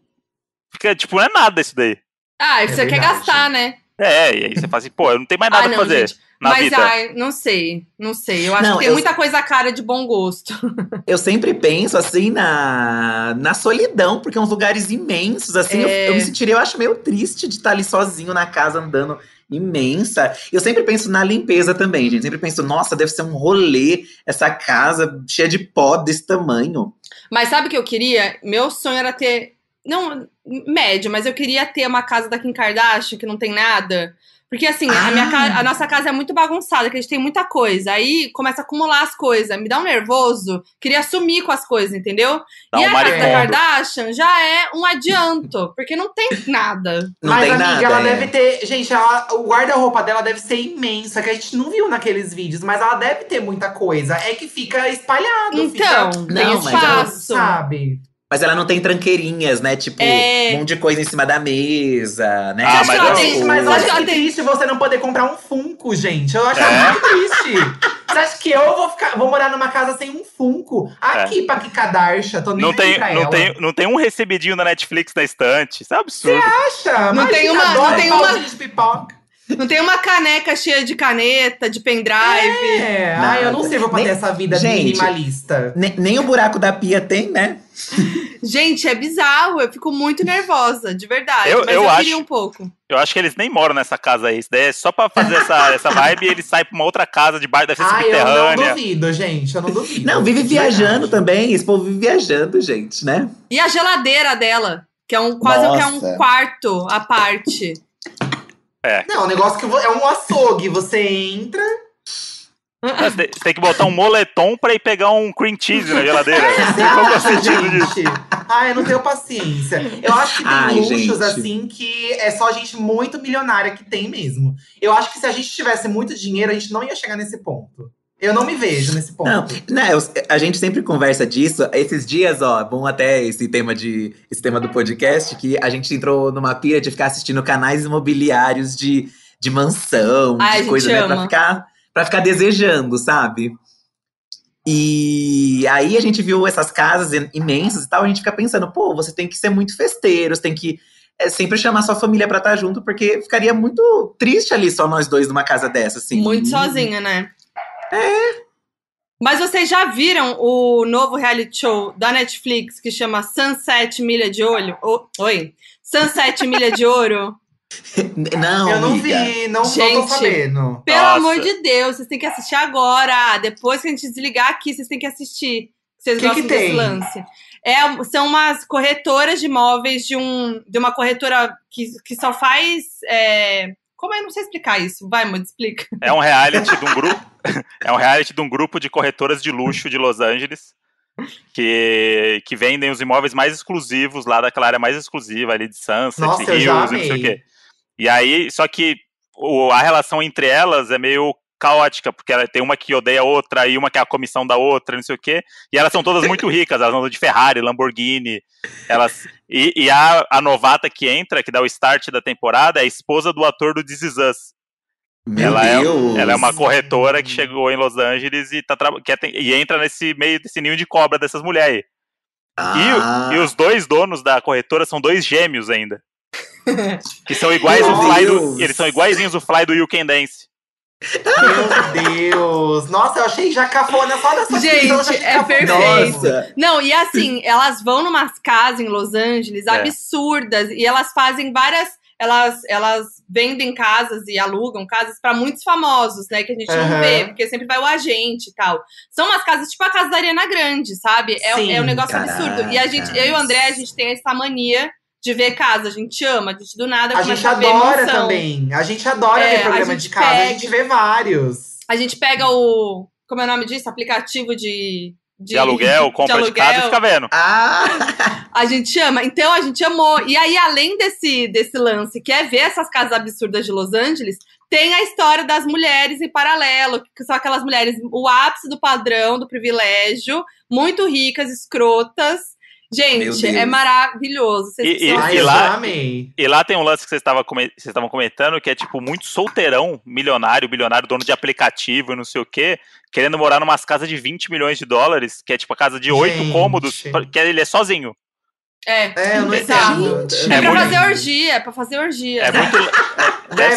Speaker 1: fica, tipo, não é nada isso daí.
Speaker 2: Ah, você quer
Speaker 3: é verdade.
Speaker 2: gastar, né?
Speaker 1: É, e aí você fala assim, pô, eu não tenho mais nada
Speaker 2: ah, não,
Speaker 1: pra fazer
Speaker 2: gente.
Speaker 1: na
Speaker 2: mas
Speaker 1: vida.
Speaker 2: ai, não sei, não sei. Eu acho
Speaker 4: Não,
Speaker 2: que tem
Speaker 4: eu-
Speaker 2: muita coisa à cara de bom gosto.
Speaker 4: Eu sempre penso, assim, na, na solidão, porque é uns lugares imensos, assim. eu-
Speaker 2: É.
Speaker 4: Eu, me sentiria, eu acho meio triste de estar ali sozinho na casa, andando imensa. Eu sempre penso na limpeza também, gente. Sempre penso, nossa, deve ser um rolê essa casa cheia de pó desse tamanho.
Speaker 2: Mas sabe o que eu queria? Meu sonho era ter. Não, médio, mas eu queria ter uma casa da Kim Kardashian que não tem nada. Porque assim, a,
Speaker 4: Ah.
Speaker 2: minha ca- a nossa casa é muito bagunçada, que a gente tem muita coisa. Aí começa a acumular as coisas. Me dá um nervoso. Queria sumir com as coisas, entendeu?
Speaker 1: Dá
Speaker 2: e
Speaker 1: um
Speaker 2: a casa da
Speaker 1: maricondo.
Speaker 2: Kardashian já é um adianto, porque não tem nada.
Speaker 4: Não
Speaker 3: Mas,
Speaker 4: tem
Speaker 3: amiga,
Speaker 4: nada.
Speaker 3: ela
Speaker 4: é.
Speaker 3: deve ter. Gente, ela- o guarda-roupa dela deve ser imensa, que a gente não viu naqueles vídeos, mas ela deve ter muita coisa. É que fica espalhado.
Speaker 2: Então,
Speaker 3: fica,
Speaker 2: tem
Speaker 4: Não, mas ela-
Speaker 2: espaço.
Speaker 3: Sabe?
Speaker 4: Mas ela não tem tranqueirinhas, né? Tipo,
Speaker 2: É.
Speaker 4: um monte de coisa em cima da mesa, né?
Speaker 1: Ah,
Speaker 4: Tipo,
Speaker 1: mas eu-
Speaker 3: Gente, mas
Speaker 2: eu acho
Speaker 3: olha
Speaker 2: que
Speaker 3: que
Speaker 2: ela tem-
Speaker 3: triste você não poder comprar um Funko, gente. Eu acho
Speaker 1: É.
Speaker 3: muito triste. Você acha que eu vou, ficar, vou morar numa casa sem um Funko? Aqui,
Speaker 4: É.
Speaker 3: pra que cadarcha, tô nem
Speaker 1: Não
Speaker 3: aqui
Speaker 1: tem,
Speaker 3: pra
Speaker 1: não,
Speaker 3: ela.
Speaker 1: tem, não tem um recebidinho da Netflix na estante. Isso é um absurdo.
Speaker 3: Acha?
Speaker 2: Não tem uma- não
Speaker 3: dólar,
Speaker 2: tem uma-
Speaker 3: pauzinho de pipoca.
Speaker 2: Não tem uma caneca cheia de caneta, de pendrive.
Speaker 3: É,
Speaker 4: Nada.
Speaker 3: ai, eu não sirvo pra
Speaker 4: Nem-
Speaker 3: ter essa vida
Speaker 4: Gente.
Speaker 3: minimalista.
Speaker 4: ne- nem o buraco da pia tem, né?
Speaker 2: Gente, é bizarro. Eu fico muito nervosa, de verdade.
Speaker 1: Eu- eu
Speaker 2: mas eu,
Speaker 1: acho-
Speaker 2: queria um pouco.
Speaker 1: Eu acho que eles nem moram nessa casa aí. Isso daí é só pra fazer essa, essa vibe e eles saem pra uma outra casa debaixo da
Speaker 3: Ah, eu não
Speaker 1: subterrânea.
Speaker 3: duvido, gente. Eu não duvido.
Speaker 4: Não, vive
Speaker 3: De
Speaker 4: viajando
Speaker 3: verdade.
Speaker 4: também. Esse povo vive viajando, gente, né?
Speaker 2: E a geladeira dela, que é um quase que é um
Speaker 4: Nossa.
Speaker 2: quarto à parte.
Speaker 3: Não, o negócio que vo- é um açougue. Você entra.
Speaker 1: Você tem- você tem que botar um moletom pra ir pegar um cream cheese na geladeira. Qual que é o sentido disso?
Speaker 3: gente. Ai, eu não tenho paciência. Eu acho que tem
Speaker 4: Ai,
Speaker 3: luxos,
Speaker 4: gente.
Speaker 3: assim, que é só gente muito milionária que tem mesmo. Eu acho que se a gente tivesse muito dinheiro, a gente não ia chegar nesse ponto. Eu não me vejo nesse ponto.
Speaker 4: Não, né, eu- a gente sempre conversa disso. Esses dias, ó, bom até esse tema de esse tema do podcast que a gente entrou numa pira de ficar assistindo canais imobiliários de, de mansão,
Speaker 2: Ai, a gente
Speaker 4: de coisa, né,
Speaker 2: ama.
Speaker 4: para ficar para ficar desejando, sabe? E aí a gente viu essas casas im- imensas e tal, a gente fica pensando, pô, você tem que ser muito festeiro, você tem que é, sempre chamar sua família pra estar junto, porque ficaria muito triste ali só nós dois numa casa dessa, assim.
Speaker 2: Muito sozinha, né? É. Mas vocês já viram o novo reality show da Netflix que chama Sunset Milha de Olho? O- Oi. Sunset Milha de Ouro?
Speaker 4: Não,
Speaker 3: eu não
Speaker 4: amiga.
Speaker 3: vi, não, não
Speaker 2: Gente.
Speaker 3: tô sabendo.
Speaker 2: Pelo
Speaker 1: Nossa.
Speaker 2: amor de Deus, vocês têm que assistir agora. Depois que a gente desligar aqui, vocês têm que assistir. Vocês
Speaker 3: Que que
Speaker 2: gostam desse
Speaker 3: tem?
Speaker 2: lance. É, são umas corretoras de imóveis de, um, de uma corretora que, que só faz. é, Como é? Não sei explicar isso. Vai, Mude, explica.
Speaker 1: É um reality de um grupo. é um reality de um grupo de corretoras de luxo de Los Angeles. Que, que vendem os imóveis mais exclusivos lá daquela área mais exclusiva ali de Sunset,
Speaker 3: Nossa, eu
Speaker 1: Hills,
Speaker 3: já
Speaker 1: e não sei o
Speaker 3: amei.
Speaker 1: quê. E aí, só que o- a relação entre elas é meio caótica, porque ela tem uma que odeia a outra e uma que é a comissão da outra, não sei o quê. E elas são todas muito ricas, elas andam de Ferrari, Lamborghini. Elas, e e a, a novata que entra, que dá o start da temporada, é a esposa do ator do This Is Us.
Speaker 4: Meu
Speaker 1: Ela é-
Speaker 4: Deus.
Speaker 1: Ela é uma corretora que chegou em Los Angeles e, tá traba- quer ter- e entra nesse meio desse ninho de cobra dessas mulheres. E, o-
Speaker 4: Ah,
Speaker 1: e os dois donos da corretora são dois gêmeos ainda. Que são iguais o
Speaker 3: Meu
Speaker 1: Fly do,
Speaker 4: Deus.
Speaker 1: Eles são iguaizinhos o Fly do You Can Dance.
Speaker 3: Meu Deus! Nossa, eu achei já cafona só dessa
Speaker 2: Gente,
Speaker 3: descrição, eu já achei
Speaker 2: é
Speaker 3: cafona.
Speaker 2: perfeito.
Speaker 4: Ah, Nossa.
Speaker 2: Não, e assim, elas vão numas casas em Los Angeles
Speaker 1: É.
Speaker 2: absurdas e elas fazem várias. Elas, elas vendem casas e alugam casas pra muitos famosos, né? Que a gente não
Speaker 3: Aham.
Speaker 2: vê, porque sempre vai o agente e tal. São umas casas tipo a casa da Ariana Grande, sabe? É,
Speaker 3: Sim,
Speaker 2: é um negócio
Speaker 4: caracas.
Speaker 2: absurdo. E a gente, eu e o André, a gente tem essa mania de ver casa. A gente ama, a gente do nada
Speaker 3: A
Speaker 2: começa
Speaker 3: gente
Speaker 2: ver
Speaker 3: adora
Speaker 2: mansão.
Speaker 3: também. A gente adora
Speaker 2: É,
Speaker 3: ver
Speaker 2: a
Speaker 3: programa
Speaker 2: gente
Speaker 3: de casa. A
Speaker 2: pega.
Speaker 3: gente vê vários.
Speaker 2: A gente pega o. Como é o nome disso? Aplicativo de.
Speaker 1: De aluguel, compra de, casa e fica vendo.
Speaker 4: Ah,
Speaker 2: A gente ama, então a gente amou. E aí, além desse, desse lance, que é ver essas casas absurdas de Los Angeles, tem a história das mulheres em paralelo, que são aquelas mulheres, o ápice do padrão, do privilégio, muito ricas, escrotas.
Speaker 4: Meu
Speaker 2: Gente,
Speaker 4: Deus.
Speaker 2: é maravilhoso. Vocês
Speaker 1: E-
Speaker 2: precisam
Speaker 3: Ai,
Speaker 1: e
Speaker 3: eu
Speaker 1: lá-
Speaker 3: já amei.
Speaker 1: E lá tem um lance que vocês estavam come- vocês estavam comentando que é tipo muito solteirão, milionário, bilionário, dono de aplicativo e não sei o quê, querendo morar numas casas de 20 milhões de dólares, que é tipo a casa de oito
Speaker 3: Gente.
Speaker 1: cômodos, pra- que ele é sozinho.
Speaker 2: É.
Speaker 3: É, eu não
Speaker 2: Bizarro.
Speaker 3: entendo.
Speaker 4: Gente.
Speaker 2: É,
Speaker 1: É
Speaker 2: pra
Speaker 1: muito-
Speaker 2: fazer orgia, é pra fazer orgia.
Speaker 1: É muito.
Speaker 3: Deve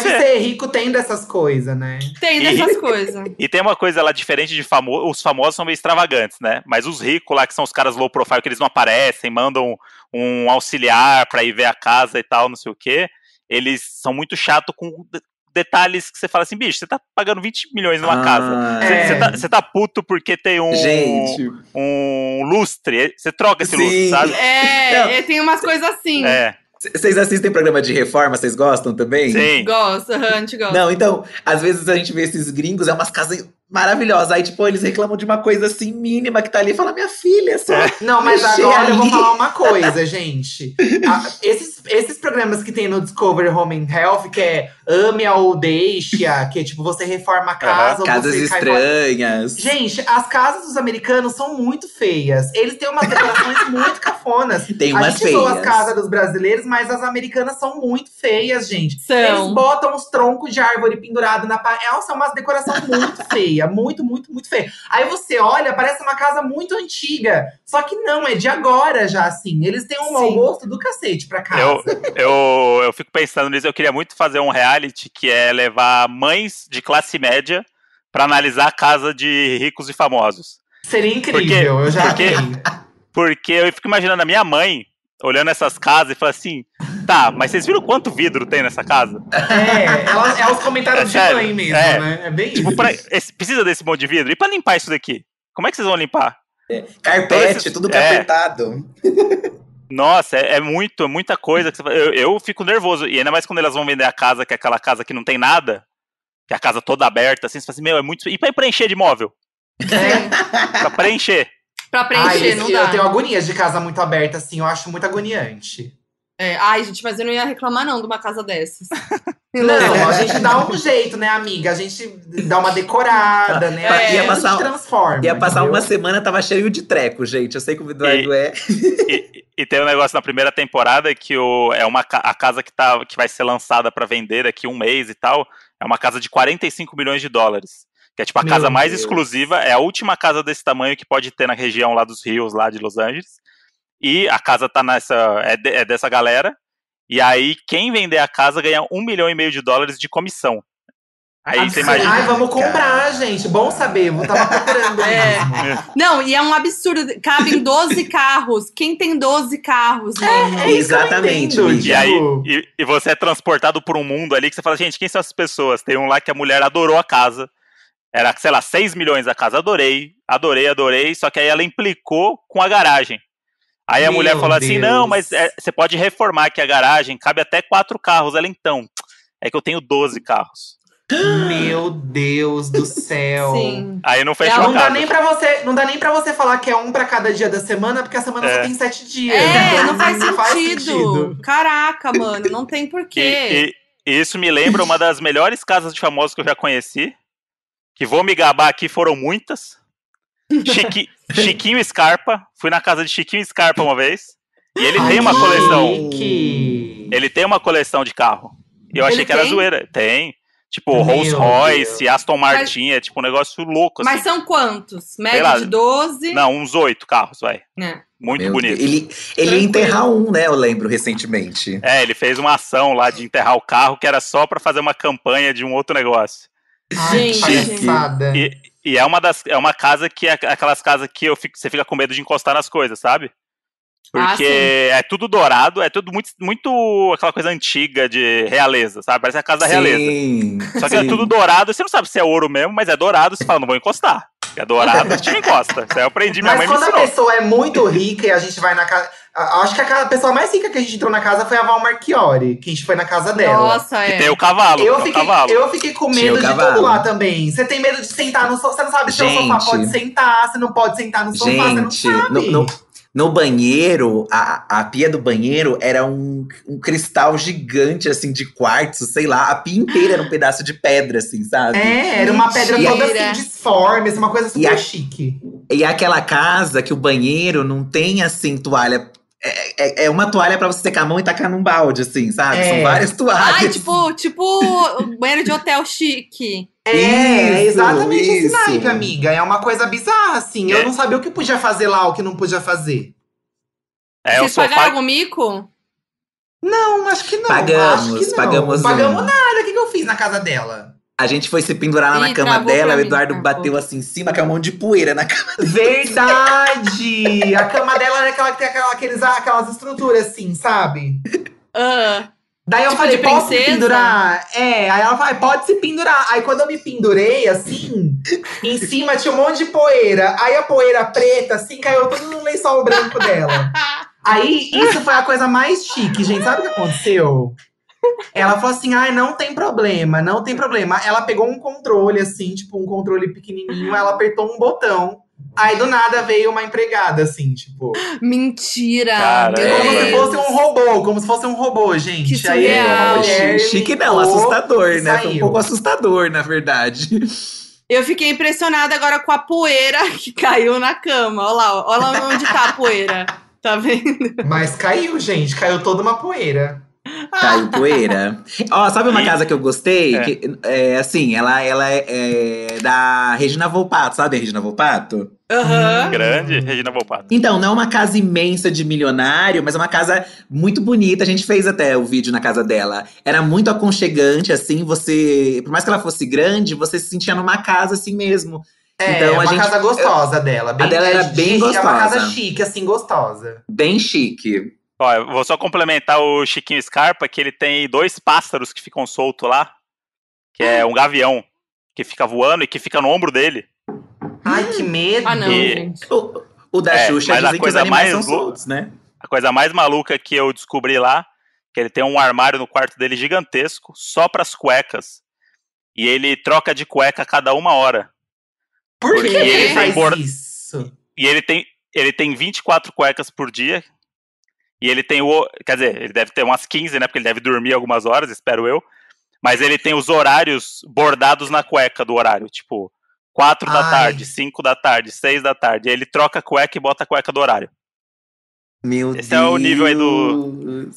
Speaker 1: Deve ser.
Speaker 3: ser rico, tem dessas coisas, né?
Speaker 2: Tem dessas coisas.
Speaker 1: E tem uma coisa lá diferente de famoso. Os famosos são meio extravagantes, né? Mas os ricos lá, que são os caras low profile, que eles não aparecem, mandam um auxiliar pra ir ver a casa e tal, não sei o quê. Eles são muito chato com de- detalhes que você fala assim, bicho, você tá pagando 20 milhões numa casa.
Speaker 4: ah, é.
Speaker 3: É.
Speaker 1: Você tá, você tá puto porque tem um,
Speaker 4: Gente,
Speaker 1: um lustre. Você troca esse
Speaker 4: Sim.
Speaker 1: lustre, sabe?
Speaker 2: É,
Speaker 4: Não.
Speaker 2: é, tem umas coisas assim.
Speaker 1: É,
Speaker 4: c- vocês assistem programa de reforma? Vocês gostam também?
Speaker 1: sim.
Speaker 2: Gosto, aham, a gente gosta.
Speaker 4: Não, então, às vezes a gente vê esses gringos, é umas casas maravilhosas. Aí, tipo, eles reclamam de uma coisa assim mínima que tá ali e fala, minha filha,
Speaker 1: É.
Speaker 4: só.
Speaker 3: Não, mas
Speaker 4: Mexer
Speaker 3: agora eu vou
Speaker 4: ali.
Speaker 3: falar uma coisa, gente. A- esses, esses programas que tem no Discover Home and Health, que é ame a ou deixe-a, que é tipo, você reforma a casa, ou
Speaker 4: Casas
Speaker 3: você cai fora.
Speaker 4: estranhas.
Speaker 3: Gente, as casas dos americanos são muito feias. Eles têm umas decorações muito cafonas.
Speaker 4: Tem
Speaker 3: a
Speaker 4: umas
Speaker 3: gente zoa as
Speaker 4: feias.
Speaker 3: casas dos brasileiros, mas as americanas são muito feias, gente. Eles
Speaker 2: São.
Speaker 3: botam uns troncos de árvore pendurado na parede. Nossa, é uma decoração muito feia. Muito, muito, muito feia. Aí você olha, parece uma casa muito antiga. Só que não, é de agora já, assim. Eles têm um mau
Speaker 2: Sim.
Speaker 3: gosto do cacete pra casa.
Speaker 1: Eu, eu, eu fico pensando nisso. Eu queria muito fazer um reality que é levar mães de classe média pra analisar a casa de ricos e famosos.
Speaker 3: Seria incrível,
Speaker 1: Porque-
Speaker 3: eu já
Speaker 1: porque-
Speaker 3: amei.
Speaker 1: Porque eu fico imaginando a minha mãe olhando essas casas e falando assim: tá, mas vocês viram quanto vidro tem nessa casa?
Speaker 3: É, ela- é os comentários
Speaker 1: É
Speaker 3: de
Speaker 1: sério,
Speaker 3: mãe mesmo,
Speaker 1: é.
Speaker 3: né? É bem
Speaker 1: Tipo,
Speaker 3: isso.
Speaker 1: pra- esse- precisa desse monte de vidro? E pra limpar isso daqui? Como é que vocês vão limpar?
Speaker 4: Carpete,
Speaker 1: Então, esses-
Speaker 4: tudo
Speaker 1: é.
Speaker 4: carpetado.
Speaker 1: Nossa, é, é muito, é muita coisa. Que você fala. Eu, eu fico nervoso. E ainda mais quando elas vão vender a casa, que é aquela casa que não tem nada, que é a casa toda aberta, assim, você fala assim, meu, é muito. E pra preencher de móvel?
Speaker 2: Sim.
Speaker 1: Pra preencher.
Speaker 2: Pra
Speaker 3: Ai,
Speaker 2: preencher,
Speaker 3: esse-
Speaker 2: não
Speaker 3: eu
Speaker 2: dá.
Speaker 3: tenho agonia de casa muito aberta, assim. Eu acho muito agoniante.
Speaker 2: É, ai, gente, mas eu não ia reclamar, não, de uma casa dessas.
Speaker 3: Não, a gente dá um jeito, né, amiga? A gente dá uma decorada, né?
Speaker 2: É. Ia
Speaker 3: A gente
Speaker 4: passar-
Speaker 3: transforma.
Speaker 4: Ia passar
Speaker 3: entendeu?
Speaker 4: uma semana, tava cheio de treco, gente. Eu sei que o Eduardo é.
Speaker 1: E, e tem um negócio na primeira temporada que o, é uma ca- a casa que, tá, que vai ser lançada pra vender daqui um mês e tal. É uma casa de 45 milhões de dólares. Que é tipo a
Speaker 3: Meu
Speaker 1: casa mais
Speaker 3: Deus.
Speaker 1: exclusiva, é a última casa desse tamanho que pode ter na região lá dos rios, lá de Los Angeles. E a casa tá nessa. É, de- é dessa galera. E aí, quem vender a casa ganha um milhão e meio de dólares de comissão. Aí você
Speaker 4: Absurdo.
Speaker 1: imagina.
Speaker 3: Ai, vamos comprar, gente. Bom saber, vou tava procurando
Speaker 2: É.
Speaker 3: mesmo.
Speaker 2: Não, e é um absurdo. Cabem 12 carros. Quem tem 12 carros, mano?
Speaker 3: É isso que eu não
Speaker 4: Exatamente,
Speaker 3: entendo,
Speaker 4: Lídia.
Speaker 1: E aí,
Speaker 3: tipo,
Speaker 1: e, e você é transportado por um mundo ali que você fala, gente, quem são essas pessoas? Tem um lá que a mulher adorou a casa. Era, sei lá, 6 milhões a casa. Adorei, adorei, adorei. Só que aí ela implicou com a garagem. Aí a
Speaker 3: Meu
Speaker 1: mulher falou assim:
Speaker 3: Deus.
Speaker 1: não, mas é, você pode reformar aqui a garagem, cabe até quatro carros. Ela então. é que eu tenho 12 carros.
Speaker 3: Meu Deus do céu.
Speaker 2: Sim.
Speaker 1: Aí não fecha
Speaker 2: Ela
Speaker 1: uma
Speaker 3: Não dá,
Speaker 1: casa.
Speaker 3: nem pra você, não dá nem pra você falar que é um pra cada dia da semana, porque a semana
Speaker 1: É.
Speaker 3: só tem sete dias.
Speaker 2: É,
Speaker 3: Então,
Speaker 2: não faz sentido. Caraca, mano, não tem
Speaker 1: E,
Speaker 2: porquê.
Speaker 1: e- e isso me lembra uma das melhores casas de famosos que eu já conheci. Que vou me gabar aqui, foram muitas. Chiqui- Chiquinho Scarpa. Fui na casa de Chiquinho Scarpa uma vez. E ele tem uma
Speaker 3: Ai,
Speaker 1: coleção.
Speaker 3: que-
Speaker 1: Ele tem uma coleção de carro. E eu
Speaker 2: Ele
Speaker 1: achei que era
Speaker 2: tem?
Speaker 1: zoeira. Tem. Tipo,
Speaker 3: Meu
Speaker 1: Rolls Royce, Aston Martin, é tipo um negócio louco,
Speaker 2: Mas
Speaker 1: assim.
Speaker 2: são quantos? Média
Speaker 1: Sei lá.
Speaker 2: de 12?
Speaker 1: Não, uns oito carros, vai.
Speaker 2: É.
Speaker 1: Muito
Speaker 4: Meu
Speaker 1: bonito.
Speaker 4: Deus. Ele, ele ia
Speaker 2: Tranquilo.
Speaker 4: enterrar um, né? Eu lembro recentemente.
Speaker 1: É, ele fez uma ação lá de enterrar o carro que era só pra fazer uma campanha de um outro negócio.
Speaker 3: Ai, que
Speaker 2: Gente.
Speaker 3: palhaçada.
Speaker 1: E é uma das é uma casa que é aquelas casas que eu fico- você fica com medo de encostar nas coisas, sabe?
Speaker 2: Ah,
Speaker 1: Porque é tudo dourado, é tudo muito, muito aquela coisa antiga de realeza, sabe? Parece a casa da realeza.
Speaker 4: Sim.
Speaker 1: Só que é
Speaker 4: sim.
Speaker 1: tudo dourado, você não sabe se é ouro mesmo, mas é dourado, você fala, não vou encostar. É dourado, a gente não encosta. Isso aí eu aprendi, minha
Speaker 3: Mas
Speaker 1: mãe me
Speaker 3: quando a
Speaker 1: ensinou.
Speaker 3: pessoa é muito rica e a gente vai na casa. a- Acho que a, ca- a pessoa mais rica que a gente entrou na casa foi a Val Marchiori, que a gente foi na casa dela.
Speaker 2: Nossa,
Speaker 1: E
Speaker 2: é.
Speaker 1: tem o cavalo,
Speaker 3: Eu
Speaker 1: tem o
Speaker 3: fiquei,
Speaker 1: cavalo.
Speaker 3: eu fiquei com
Speaker 4: Tinha o
Speaker 3: medo de
Speaker 4: cavalo.
Speaker 3: tudo lá também. Você tem medo de sentar no sofá. Você não sabe se o
Speaker 4: Gente.
Speaker 3: sofá pode sentar, se não pode sentar no sofá,
Speaker 4: Gente,
Speaker 3: você não sabe.
Speaker 4: no, no, no banheiro, a, a pia do banheiro era um, um cristal gigante, assim, de quartzo, sei lá. A pia inteira era um pedaço de pedra, assim, sabe?
Speaker 3: É, era uma pedra
Speaker 4: Mentira.
Speaker 3: toda assim, disforme, assim, uma coisa super
Speaker 4: E a-
Speaker 3: chique.
Speaker 4: E é aquela casa que o banheiro não tem, assim, toalha. É, é- é uma toalha pra você secar a mão e tacar num balde, assim, sabe?
Speaker 3: É.
Speaker 4: São várias toalhas.
Speaker 2: Ai, tipo, tipo banheiro de hotel chique.
Speaker 3: É,
Speaker 4: Isso,
Speaker 3: exatamente esse
Speaker 4: isso.
Speaker 3: naipe, amiga. É uma coisa bizarra, assim.
Speaker 1: É.
Speaker 3: Eu não sabia o que podia fazer lá, o que não podia fazer.
Speaker 1: É um
Speaker 2: Vocês pagaram
Speaker 1: sofá.
Speaker 2: algum mico?
Speaker 3: Não, acho que não.
Speaker 4: Pagamos,
Speaker 3: acho que não.
Speaker 4: pagamos um.
Speaker 3: Pagamos nada. O que, que eu fiz na casa dela?
Speaker 4: A gente foi se pendurar lá
Speaker 2: Ih,
Speaker 4: na cama
Speaker 2: travou
Speaker 4: dela,
Speaker 2: pra
Speaker 4: o
Speaker 2: mim,
Speaker 4: Eduardo
Speaker 2: travou.
Speaker 4: bateu assim em cima, com a mão de poeira na cama.
Speaker 3: Verdade! a cama dela é aquela que tem aquela- aqueles, aquelas estruturas, assim, sabe?
Speaker 2: Ah,
Speaker 3: Daí eu
Speaker 2: Tipo
Speaker 3: falei,
Speaker 2: de
Speaker 3: posso me
Speaker 2: princesa?
Speaker 3: pendurar? É, aí ela falou, pode se pendurar. Aí quando eu me pendurei, assim, em cima tinha um monte de poeira. Aí a poeira preta, assim, caiu tudo no lençol branco dela. Aí, isso foi a coisa mais chique, gente. Sabe o que aconteceu? Ela falou assim, ai, não tem problema, não tem problema. Ela pegou um controle, assim, tipo, um controle pequenininho. Ela apertou um botão. Aí, do nada, veio uma empregada, assim, tipo…
Speaker 2: mentira.
Speaker 1: Caramba.
Speaker 4: É
Speaker 2: meu
Speaker 3: Como se
Speaker 2: Deus.
Speaker 3: fosse um robô, como se fosse um robô, gente.
Speaker 2: Que
Speaker 3: Aí
Speaker 2: surreal.
Speaker 3: entrou uma mulher,
Speaker 4: Chique
Speaker 3: limpou.
Speaker 4: não, assustador, né? Foi um
Speaker 3: saiu.
Speaker 4: pouco assustador, na verdade.
Speaker 2: Eu fiquei impressionada agora com a poeira que caiu na cama. Olha lá, olha lá onde tá a poeira. Tá vendo?
Speaker 3: Mas caiu, gente. Caiu toda uma poeira.
Speaker 4: Caiu poeira. Ó, sabe uma
Speaker 1: Tá E-
Speaker 4: casa que eu gostei?
Speaker 1: É.
Speaker 4: Que, é, assim, ela, ela é, é da Regina Volpato, sabe a Regina Volpato?
Speaker 2: Aham.
Speaker 1: Grande, Regina Volpato.
Speaker 4: Então, não é uma casa imensa de milionário, mas é uma casa muito bonita. A gente fez até o vídeo na casa dela. Era muito aconchegante, assim, você. Por mais que ela fosse grande, você se sentia numa casa assim mesmo.
Speaker 3: É,
Speaker 4: Então, a
Speaker 3: uma
Speaker 4: gente-
Speaker 3: casa gostosa dela. Bem,
Speaker 4: dela era
Speaker 3: chique,
Speaker 4: bem
Speaker 3: É uma casa
Speaker 4: gostosa.
Speaker 3: chique, assim, gostosa.
Speaker 4: Bem chique.
Speaker 1: Ó, eu vou só complementar o Chiquinho Scarpa, que ele tem dois pássaros que ficam soltos lá. Que é um gavião, que fica voando e que fica no ombro dele.
Speaker 3: Ai, que medo.
Speaker 2: Ah, não,
Speaker 1: E-
Speaker 2: gente.
Speaker 4: O, o da
Speaker 1: É,
Speaker 4: Xuxa
Speaker 1: mas a
Speaker 4: dizem que os
Speaker 1: coisa
Speaker 4: animais
Speaker 1: mais
Speaker 4: são
Speaker 1: lou-
Speaker 4: soltos, né?
Speaker 1: A coisa mais maluca que eu descobri lá, que ele tem um armário no quarto dele gigantesco, só pras cuecas. E ele troca de cueca a cada uma hora.
Speaker 3: Por que
Speaker 1: Porque
Speaker 2: ele
Speaker 3: ele
Speaker 1: tem
Speaker 3: faz
Speaker 1: bor-
Speaker 3: isso?
Speaker 1: E ele tem, ele tem 24 cuecas por dia. E ele tem o. Quer dizer, ele deve ter umas 15, né? Porque ele deve dormir algumas horas, espero eu. Mas ele tem os horários bordados na cueca do horário. Tipo, 4 da
Speaker 3: Ai.
Speaker 1: tarde, 5 da tarde, 6 da tarde. E ele troca a cueca e bota a cueca do horário.
Speaker 4: Meu
Speaker 1: Esse é o nível aí do-
Speaker 4: Deus.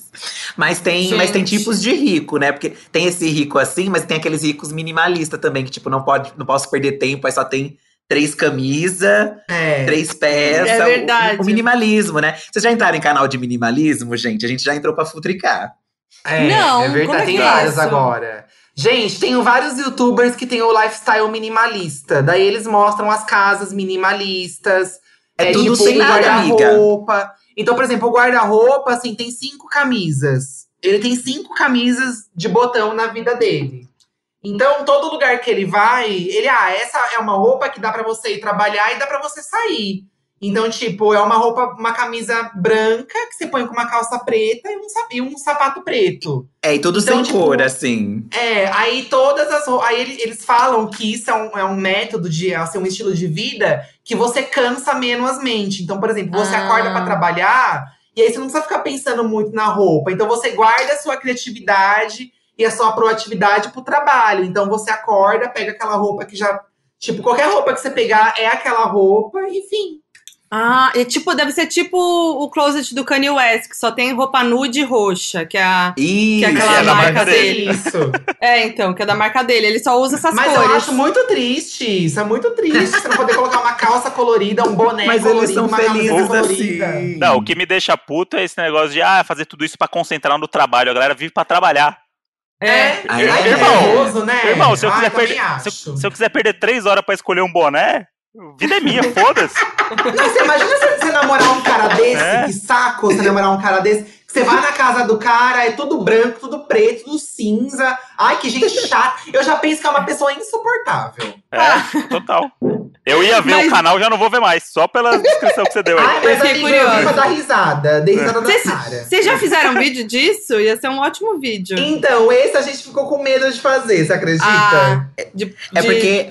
Speaker 4: Mas tem, mas tem
Speaker 2: Gente.
Speaker 4: tipos de rico, né? Porque tem esse rico assim, mas tem aqueles ricos minimalista também, que tipo, não pode, não posso perder tempo, aí só tem três camisas,
Speaker 3: É.
Speaker 4: três peças.
Speaker 2: É
Speaker 4: o-
Speaker 2: verdade.
Speaker 4: O, minimalismo, né? Vocês já entraram em canal de minimalismo, gente? A gente já entrou pra futricar.
Speaker 3: É,
Speaker 2: Não,
Speaker 3: é
Speaker 2: como é
Speaker 3: verdade,
Speaker 2: que
Speaker 3: tem
Speaker 2: é
Speaker 3: vários
Speaker 2: isso?
Speaker 3: agora. Gente, tem vários youtubers que tem o lifestyle minimalista. Daí eles mostram as casas minimalistas.
Speaker 4: É tudo
Speaker 3: tipo,
Speaker 4: sem
Speaker 3: o
Speaker 4: nada, amiga.
Speaker 3: guarda-roupa. Então, por exemplo, o guarda-roupa, assim, tem cinco camisas. Ele tem cinco camisas de botão na vida dele. Então, todo lugar que ele vai, ele, ah, essa é uma roupa que dá pra você ir trabalhar e dá pra você sair. Então, tipo, é uma roupa, uma camisa branca que você põe com uma calça preta e um, sa- e um sapato preto.
Speaker 4: É, e tudo
Speaker 3: Então,
Speaker 4: sem
Speaker 3: tipo,
Speaker 4: cor, assim.
Speaker 3: É, aí todas as roupas. Aí ele- eles falam que isso é um, é um método de assim, um estilo de vida que você cansa menosmente. Então, por exemplo, você
Speaker 2: Ah.
Speaker 3: acorda pra trabalhar e aí você não precisa ficar pensando muito na roupa. Então você guarda a sua criatividade e a sua proatividade pro trabalho. Então você acorda, pega aquela roupa que já. Tipo, qualquer roupa que você pegar é aquela roupa, enfim.
Speaker 2: Ah, e tipo, deve ser tipo o closet do Kanye West, que só tem roupa nude e roxa, que é a.
Speaker 4: Isso,
Speaker 2: Que é aquela
Speaker 1: é da
Speaker 2: marca,
Speaker 1: marca
Speaker 2: dele.
Speaker 3: Isso.
Speaker 2: É, então, que é da marca dele. Ele só usa essas
Speaker 3: Mas
Speaker 2: cores.
Speaker 3: eu acho muito triste isso. É muito triste você não poder colocar uma calça colorida, um boné
Speaker 4: mas
Speaker 3: colorido,
Speaker 4: eles são
Speaker 3: uma camisa
Speaker 4: felizes
Speaker 3: colorida.
Speaker 4: assim.
Speaker 1: Não, o que me deixa puto é esse negócio de ah, fazer tudo isso pra concentrar no trabalho. A galera vive pra trabalhar.
Speaker 2: É.
Speaker 4: Aí,
Speaker 3: Ai, que
Speaker 1: Irmão,
Speaker 3: nervoso, né?
Speaker 1: Irmão, se eu,
Speaker 3: Ai,
Speaker 1: quiser
Speaker 3: também
Speaker 1: perder, se,
Speaker 3: acho.
Speaker 1: eu- se eu quiser perder três horas pra escolher um boné, vida é minha, foda-se.
Speaker 3: Não, você imagina você, você namorar um cara desse,
Speaker 1: É.
Speaker 3: que saco você namorar um cara desse. que Você vai na casa do cara, é tudo branco, tudo preto, tudo cinza. Ai, que gente chata. Eu já penso que é uma pessoa insuportável.
Speaker 1: É, total. Eu ia ver
Speaker 2: Ah. Mas-
Speaker 1: o canal, já não vou ver mais, só pela descrição que você deu aí.
Speaker 3: Ai, mas
Speaker 2: fiquei
Speaker 3: amiga,
Speaker 2: curiosa.
Speaker 3: eu vi pra dar risada. Dei risada na
Speaker 2: Vocês
Speaker 3: cara.
Speaker 2: vocês já fizeram um vídeo disso? Ia ser um ótimo vídeo.
Speaker 3: Então, esse a gente ficou com medo de fazer, você acredita?
Speaker 2: Ah, de-
Speaker 4: É
Speaker 2: de-
Speaker 4: porque.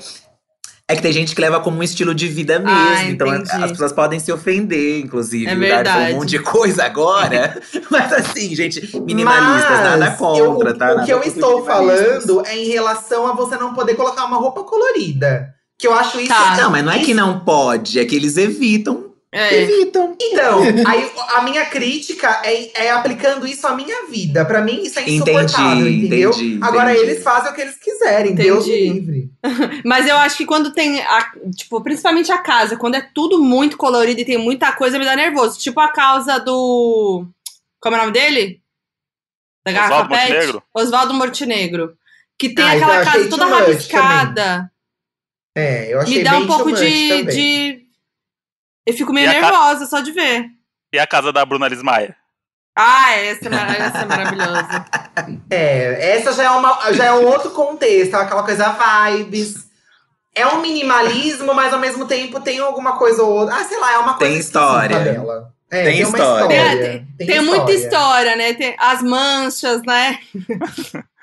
Speaker 4: É que tem gente que leva como um estilo de vida mesmo.
Speaker 2: Ah,
Speaker 4: então
Speaker 2: entendi.
Speaker 4: as pessoas podem se ofender, inclusive.
Speaker 2: É
Speaker 4: O Dário falou
Speaker 2: verdade.
Speaker 4: um monte de coisa agora. Mas assim, gente, minimalistas,
Speaker 3: Mas
Speaker 4: nada contra,
Speaker 3: eu-
Speaker 4: tá?
Speaker 3: O
Speaker 4: Nada
Speaker 3: que eu
Speaker 4: contra os
Speaker 3: estou
Speaker 4: minimalistas.
Speaker 3: falando é em relação a você não poder colocar uma roupa colorida. Que eu acho isso.
Speaker 2: Tá.
Speaker 4: Não, mas não é que não pode, é que eles evitam.
Speaker 2: É.
Speaker 4: Evitam.
Speaker 3: Então, aí a minha crítica é, é aplicando isso à minha vida. Pra mim, isso é
Speaker 4: Entendi,
Speaker 3: insuportável, entendeu?
Speaker 4: entendi,
Speaker 3: Agora
Speaker 4: entendi.
Speaker 3: eles fazem o que eles quiserem, Deus me
Speaker 2: Entendi.
Speaker 3: livre.
Speaker 2: Mas eu acho que quando tem, a- tipo, principalmente a casa, quando é tudo muito colorido e tem muita coisa, me dá nervoso. Tipo a causa do. Como é o nome dele? Da garrafa
Speaker 1: Oswaldo
Speaker 2: Pet?
Speaker 1: Montenegro?
Speaker 2: Oswaldo Montenegro. Que tem
Speaker 3: Ah, então
Speaker 2: aquela
Speaker 3: eu
Speaker 2: casa
Speaker 3: achei
Speaker 2: toda
Speaker 3: too much
Speaker 2: rabiscada.
Speaker 3: É, eu achei
Speaker 2: Me dá
Speaker 3: bem
Speaker 2: um pouco
Speaker 3: too much
Speaker 2: de,
Speaker 3: também.
Speaker 2: de- Eu fico meio
Speaker 1: E a ca-
Speaker 2: nervosa só de ver.
Speaker 1: E a casa da Bruna Lismaia?
Speaker 2: Ah, essa, é mara- essa é maravilhosa.
Speaker 3: É, essa já é, uma, já é um outro contexto, é aquela coisa vibes. É um minimalismo, mas ao mesmo tempo tem alguma coisa ou outra. Ah, sei lá, é uma coisa
Speaker 4: Tem
Speaker 3: esquisita
Speaker 4: história.
Speaker 3: dela. É,
Speaker 4: Tem
Speaker 3: uma
Speaker 4: história.
Speaker 2: Tem- Tem muita história, né? Tem as manchas, né?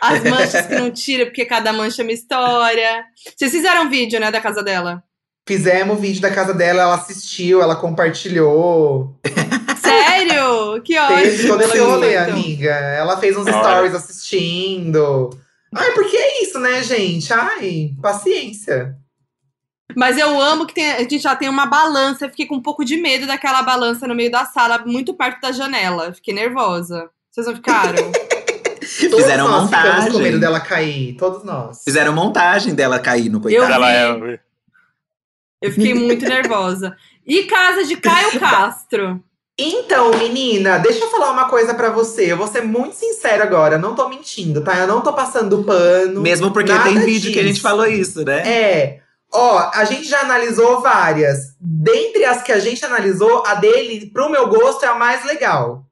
Speaker 2: As manchas que não tira, porque cada mancha é uma história. Vocês fizeram um vídeo, né, da casa dela?
Speaker 3: Fizemos o vídeo da casa dela, ela assistiu, ela compartilhou.
Speaker 2: Sério? Que
Speaker 3: Teve
Speaker 2: ótimo.
Speaker 3: todo esse
Speaker 2: Ela
Speaker 3: rolê,
Speaker 2: gostou, então.
Speaker 3: amiga. Ela fez uns
Speaker 1: Olha.
Speaker 3: stories assistindo. Ai, porque é isso, né, gente? Ai, paciência.
Speaker 2: Mas eu amo que tem, a gente já tem uma balança. Eu fiquei com um pouco de medo daquela balança no meio da sala, muito perto da janela. Eu Fiquei nervosa. Vocês não ficaram?
Speaker 3: Todos
Speaker 4: Fizeram
Speaker 3: nós ficamos com
Speaker 4: montagem.
Speaker 3: medo dela cair, todos nós.
Speaker 4: Fizeram montagem dela cair no coitado.
Speaker 1: Ela
Speaker 2: vi.
Speaker 1: é-
Speaker 2: Eu fiquei muito nervosa. E casa de Caio Castro.
Speaker 3: Então, menina, deixa eu falar uma coisa pra você. Eu vou ser muito sincera agora, não tô mentindo, tá? Eu não tô passando pano.
Speaker 4: Mesmo porque
Speaker 3: Nada
Speaker 4: tem vídeo que a gente
Speaker 3: disso.
Speaker 4: falou isso, né?
Speaker 3: É. Ó, a gente já analisou várias. Dentre as que a gente analisou, a dele, pro meu gosto, é a mais legal.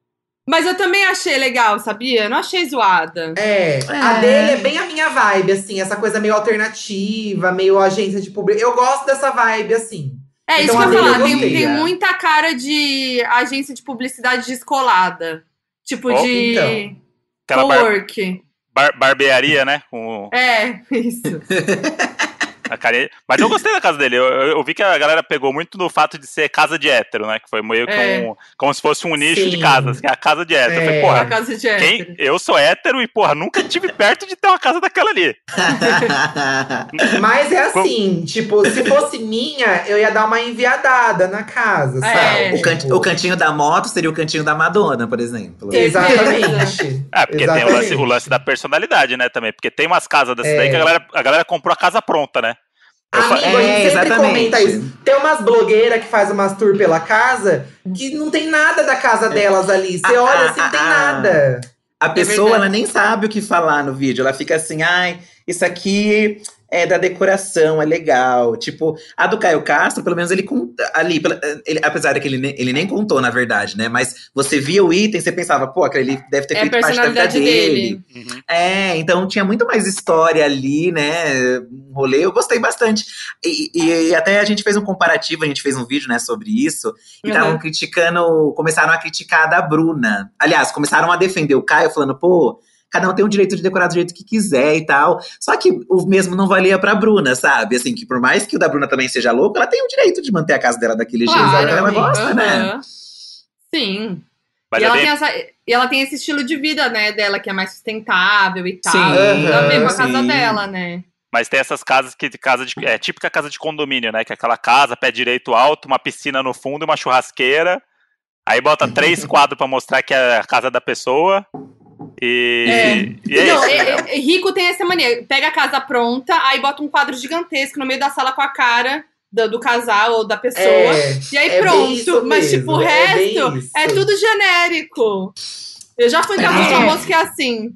Speaker 2: Mas eu também achei legal, sabia? Não achei zoada.
Speaker 3: É, a dele é bem a minha vibe, assim, essa coisa meio alternativa, meio agência de publicidade. Eu gosto dessa vibe, assim.
Speaker 2: É
Speaker 3: Então,
Speaker 2: isso que eu ia
Speaker 3: assim,
Speaker 2: falar.
Speaker 3: eu
Speaker 2: Tem,
Speaker 3: gostei,
Speaker 2: tem
Speaker 3: né?
Speaker 2: muita cara de agência de publicidade descolada. Tipo
Speaker 1: Oh,
Speaker 2: de
Speaker 3: então.
Speaker 1: Aquela bar-
Speaker 2: co-work.
Speaker 1: bar- barbearia, né? Com
Speaker 2: É, isso.
Speaker 1: a carinha. Mas eu gostei da casa dele. Eu, eu- eu vi que a galera pegou muito no fato de ser casa de hétero, né? Que foi meio que
Speaker 2: É.
Speaker 1: um. Como se fosse um nicho de
Speaker 3: Sim.
Speaker 1: casas, que é a casa de hétero. Eu falei,
Speaker 3: É.
Speaker 2: A
Speaker 1: porra,
Speaker 2: casa de
Speaker 1: quem?
Speaker 2: hétero.
Speaker 1: Eu sou hétero e, porra, nunca tive perto de ter uma casa daquela ali.
Speaker 3: Mas é assim, tipo, se fosse minha, eu ia dar uma enviadada na casa, sabe? Tipo,
Speaker 2: É.
Speaker 4: o, can- o cantinho da moto seria o cantinho da Madonna, por exemplo.
Speaker 2: Sim.
Speaker 3: Exatamente.
Speaker 1: É, porque tem o lance, o
Speaker 3: Exatamente.
Speaker 1: lance da personalidade, né, também. Porque tem umas casas dessa
Speaker 3: É.
Speaker 1: daí que a galera, a galera comprou a casa pronta, né?
Speaker 2: Ah,
Speaker 1: Eu fa-
Speaker 2: é.
Speaker 3: Amigo, a gente
Speaker 4: É,
Speaker 3: sempre comenta isso. Tem umas blogueiras que faz umas tour pela casa que não tem nada da casa delas ali. Você
Speaker 4: Ah,
Speaker 3: olha
Speaker 4: ah,
Speaker 3: assim, não tem
Speaker 4: ah,
Speaker 3: nada.
Speaker 4: A pessoa,
Speaker 2: É verdade.
Speaker 4: ela nem sabe o que falar no vídeo. Ela fica assim, ai, isso aqui é da decoração, é legal. Tipo, a do Caio Castro, pelo menos ele conta ali, pela- ele- apesar de que ele, ne- ele nem contou, na verdade, né? Mas você via o item, você pensava, pô, aquele deve ter
Speaker 2: É a
Speaker 4: feito parte da vida
Speaker 2: personalidade
Speaker 4: dele.
Speaker 2: dele.
Speaker 1: Uhum.
Speaker 4: É, então tinha muito mais história ali, né? Um rolê, eu gostei bastante. E, e- e até a gente fez um comparativo, a gente fez um vídeo, né, sobre isso. E estavam
Speaker 2: Uhum.
Speaker 4: criticando, começaram a criticar a da Bruna. Aliás, começaram a defender o Caio, falando, pô, cada um tem o direito de decorar do jeito que quiser e tal. Só que o mesmo não valia pra Bruna, sabe? Assim, que por mais que o da Bruna também seja louco, ela tem o direito de manter a casa dela daquele jeito.
Speaker 2: Claro,
Speaker 4: Ela
Speaker 2: amigo,
Speaker 4: gosta, né?
Speaker 2: aham. Sim.
Speaker 1: Mas
Speaker 2: e,
Speaker 1: é
Speaker 2: ela
Speaker 1: bem-
Speaker 2: tem essa- e ela tem esse estilo de vida, né, dela, que é mais sustentável e tal.
Speaker 4: Sim,
Speaker 2: Tudo a ver com a
Speaker 4: sim.
Speaker 2: casa dela, né?
Speaker 1: Mas tem essas casas que casa de, é típica casa de condomínio, né? Que é aquela casa, pé direito alto, uma piscina no fundo, uma churrasqueira. Aí bota três quadros pra mostrar que é a casa da pessoa. E e é,
Speaker 2: Não,
Speaker 1: isso.
Speaker 2: é- é- é- rico tem essa mania. Pega a casa pronta, aí bota um quadro gigantesco no meio da sala com a cara do, do casal ou da pessoa. e aí
Speaker 3: é bem isso
Speaker 2: pronto. Mas,
Speaker 3: mesmo,
Speaker 2: tipo, o
Speaker 3: é bem
Speaker 2: resto
Speaker 3: isso.
Speaker 2: é, tudo genérico. Eu já fui em casa de
Speaker 3: É.
Speaker 2: famoso que é assim.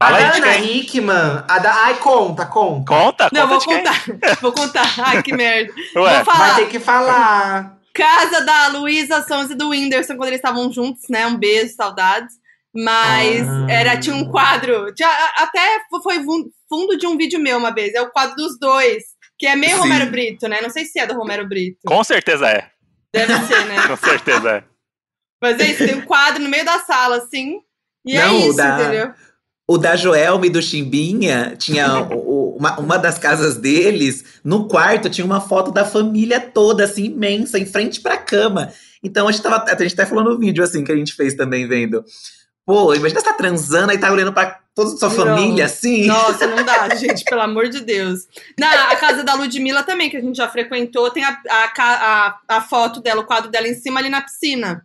Speaker 3: A
Speaker 1: Fala
Speaker 3: da
Speaker 1: aí de
Speaker 3: Ana
Speaker 1: quem.
Speaker 3: Hickman. A da... Ai, conta, conta.
Speaker 1: Tá Conta, conta
Speaker 2: é Não, vou
Speaker 1: de quem. é.
Speaker 2: contar. Vou contar. Ai, que merda.
Speaker 1: Ué,
Speaker 2: Vou falar.
Speaker 3: Vai ter que falar.
Speaker 2: Casa da Luísa Sons e do Whindersson, quando eles estavam juntos, né? Um beijo, saudades. Mas
Speaker 3: Ah.
Speaker 2: era, tinha um quadro. tinha- a- até fo- foi vun- fundo de um vídeo meu uma vez. É o quadro dos dois. Que é meio
Speaker 4: Sim.
Speaker 2: Romero Brito, né? Não sei se é do Romero Brito.
Speaker 1: com certeza é.
Speaker 2: Deve ser, né?
Speaker 1: Com certeza é.
Speaker 2: Mas é isso, tem um quadro no meio da sala, assim. E
Speaker 4: Não,
Speaker 2: é
Speaker 4: o
Speaker 2: isso,
Speaker 4: da-
Speaker 2: entendeu?
Speaker 4: O da Joelma e do Chimbinha tinha o- o- uma, uma das casas deles, no quarto tinha uma foto da família toda, assim, imensa, em frente pra cama. Então a gente tava. A gente até falou no vídeo assim que a gente fez também vendo. Pô, imagina você tá transando e tá olhando pra toda a sua
Speaker 2: Não.
Speaker 4: família, assim.
Speaker 2: Nossa, não dá, gente, pelo amor de Deus. Na a casa da Ludmilla também, que a gente já frequentou, tem a, a, ca- a, a foto dela, o quadro dela em cima ali na piscina.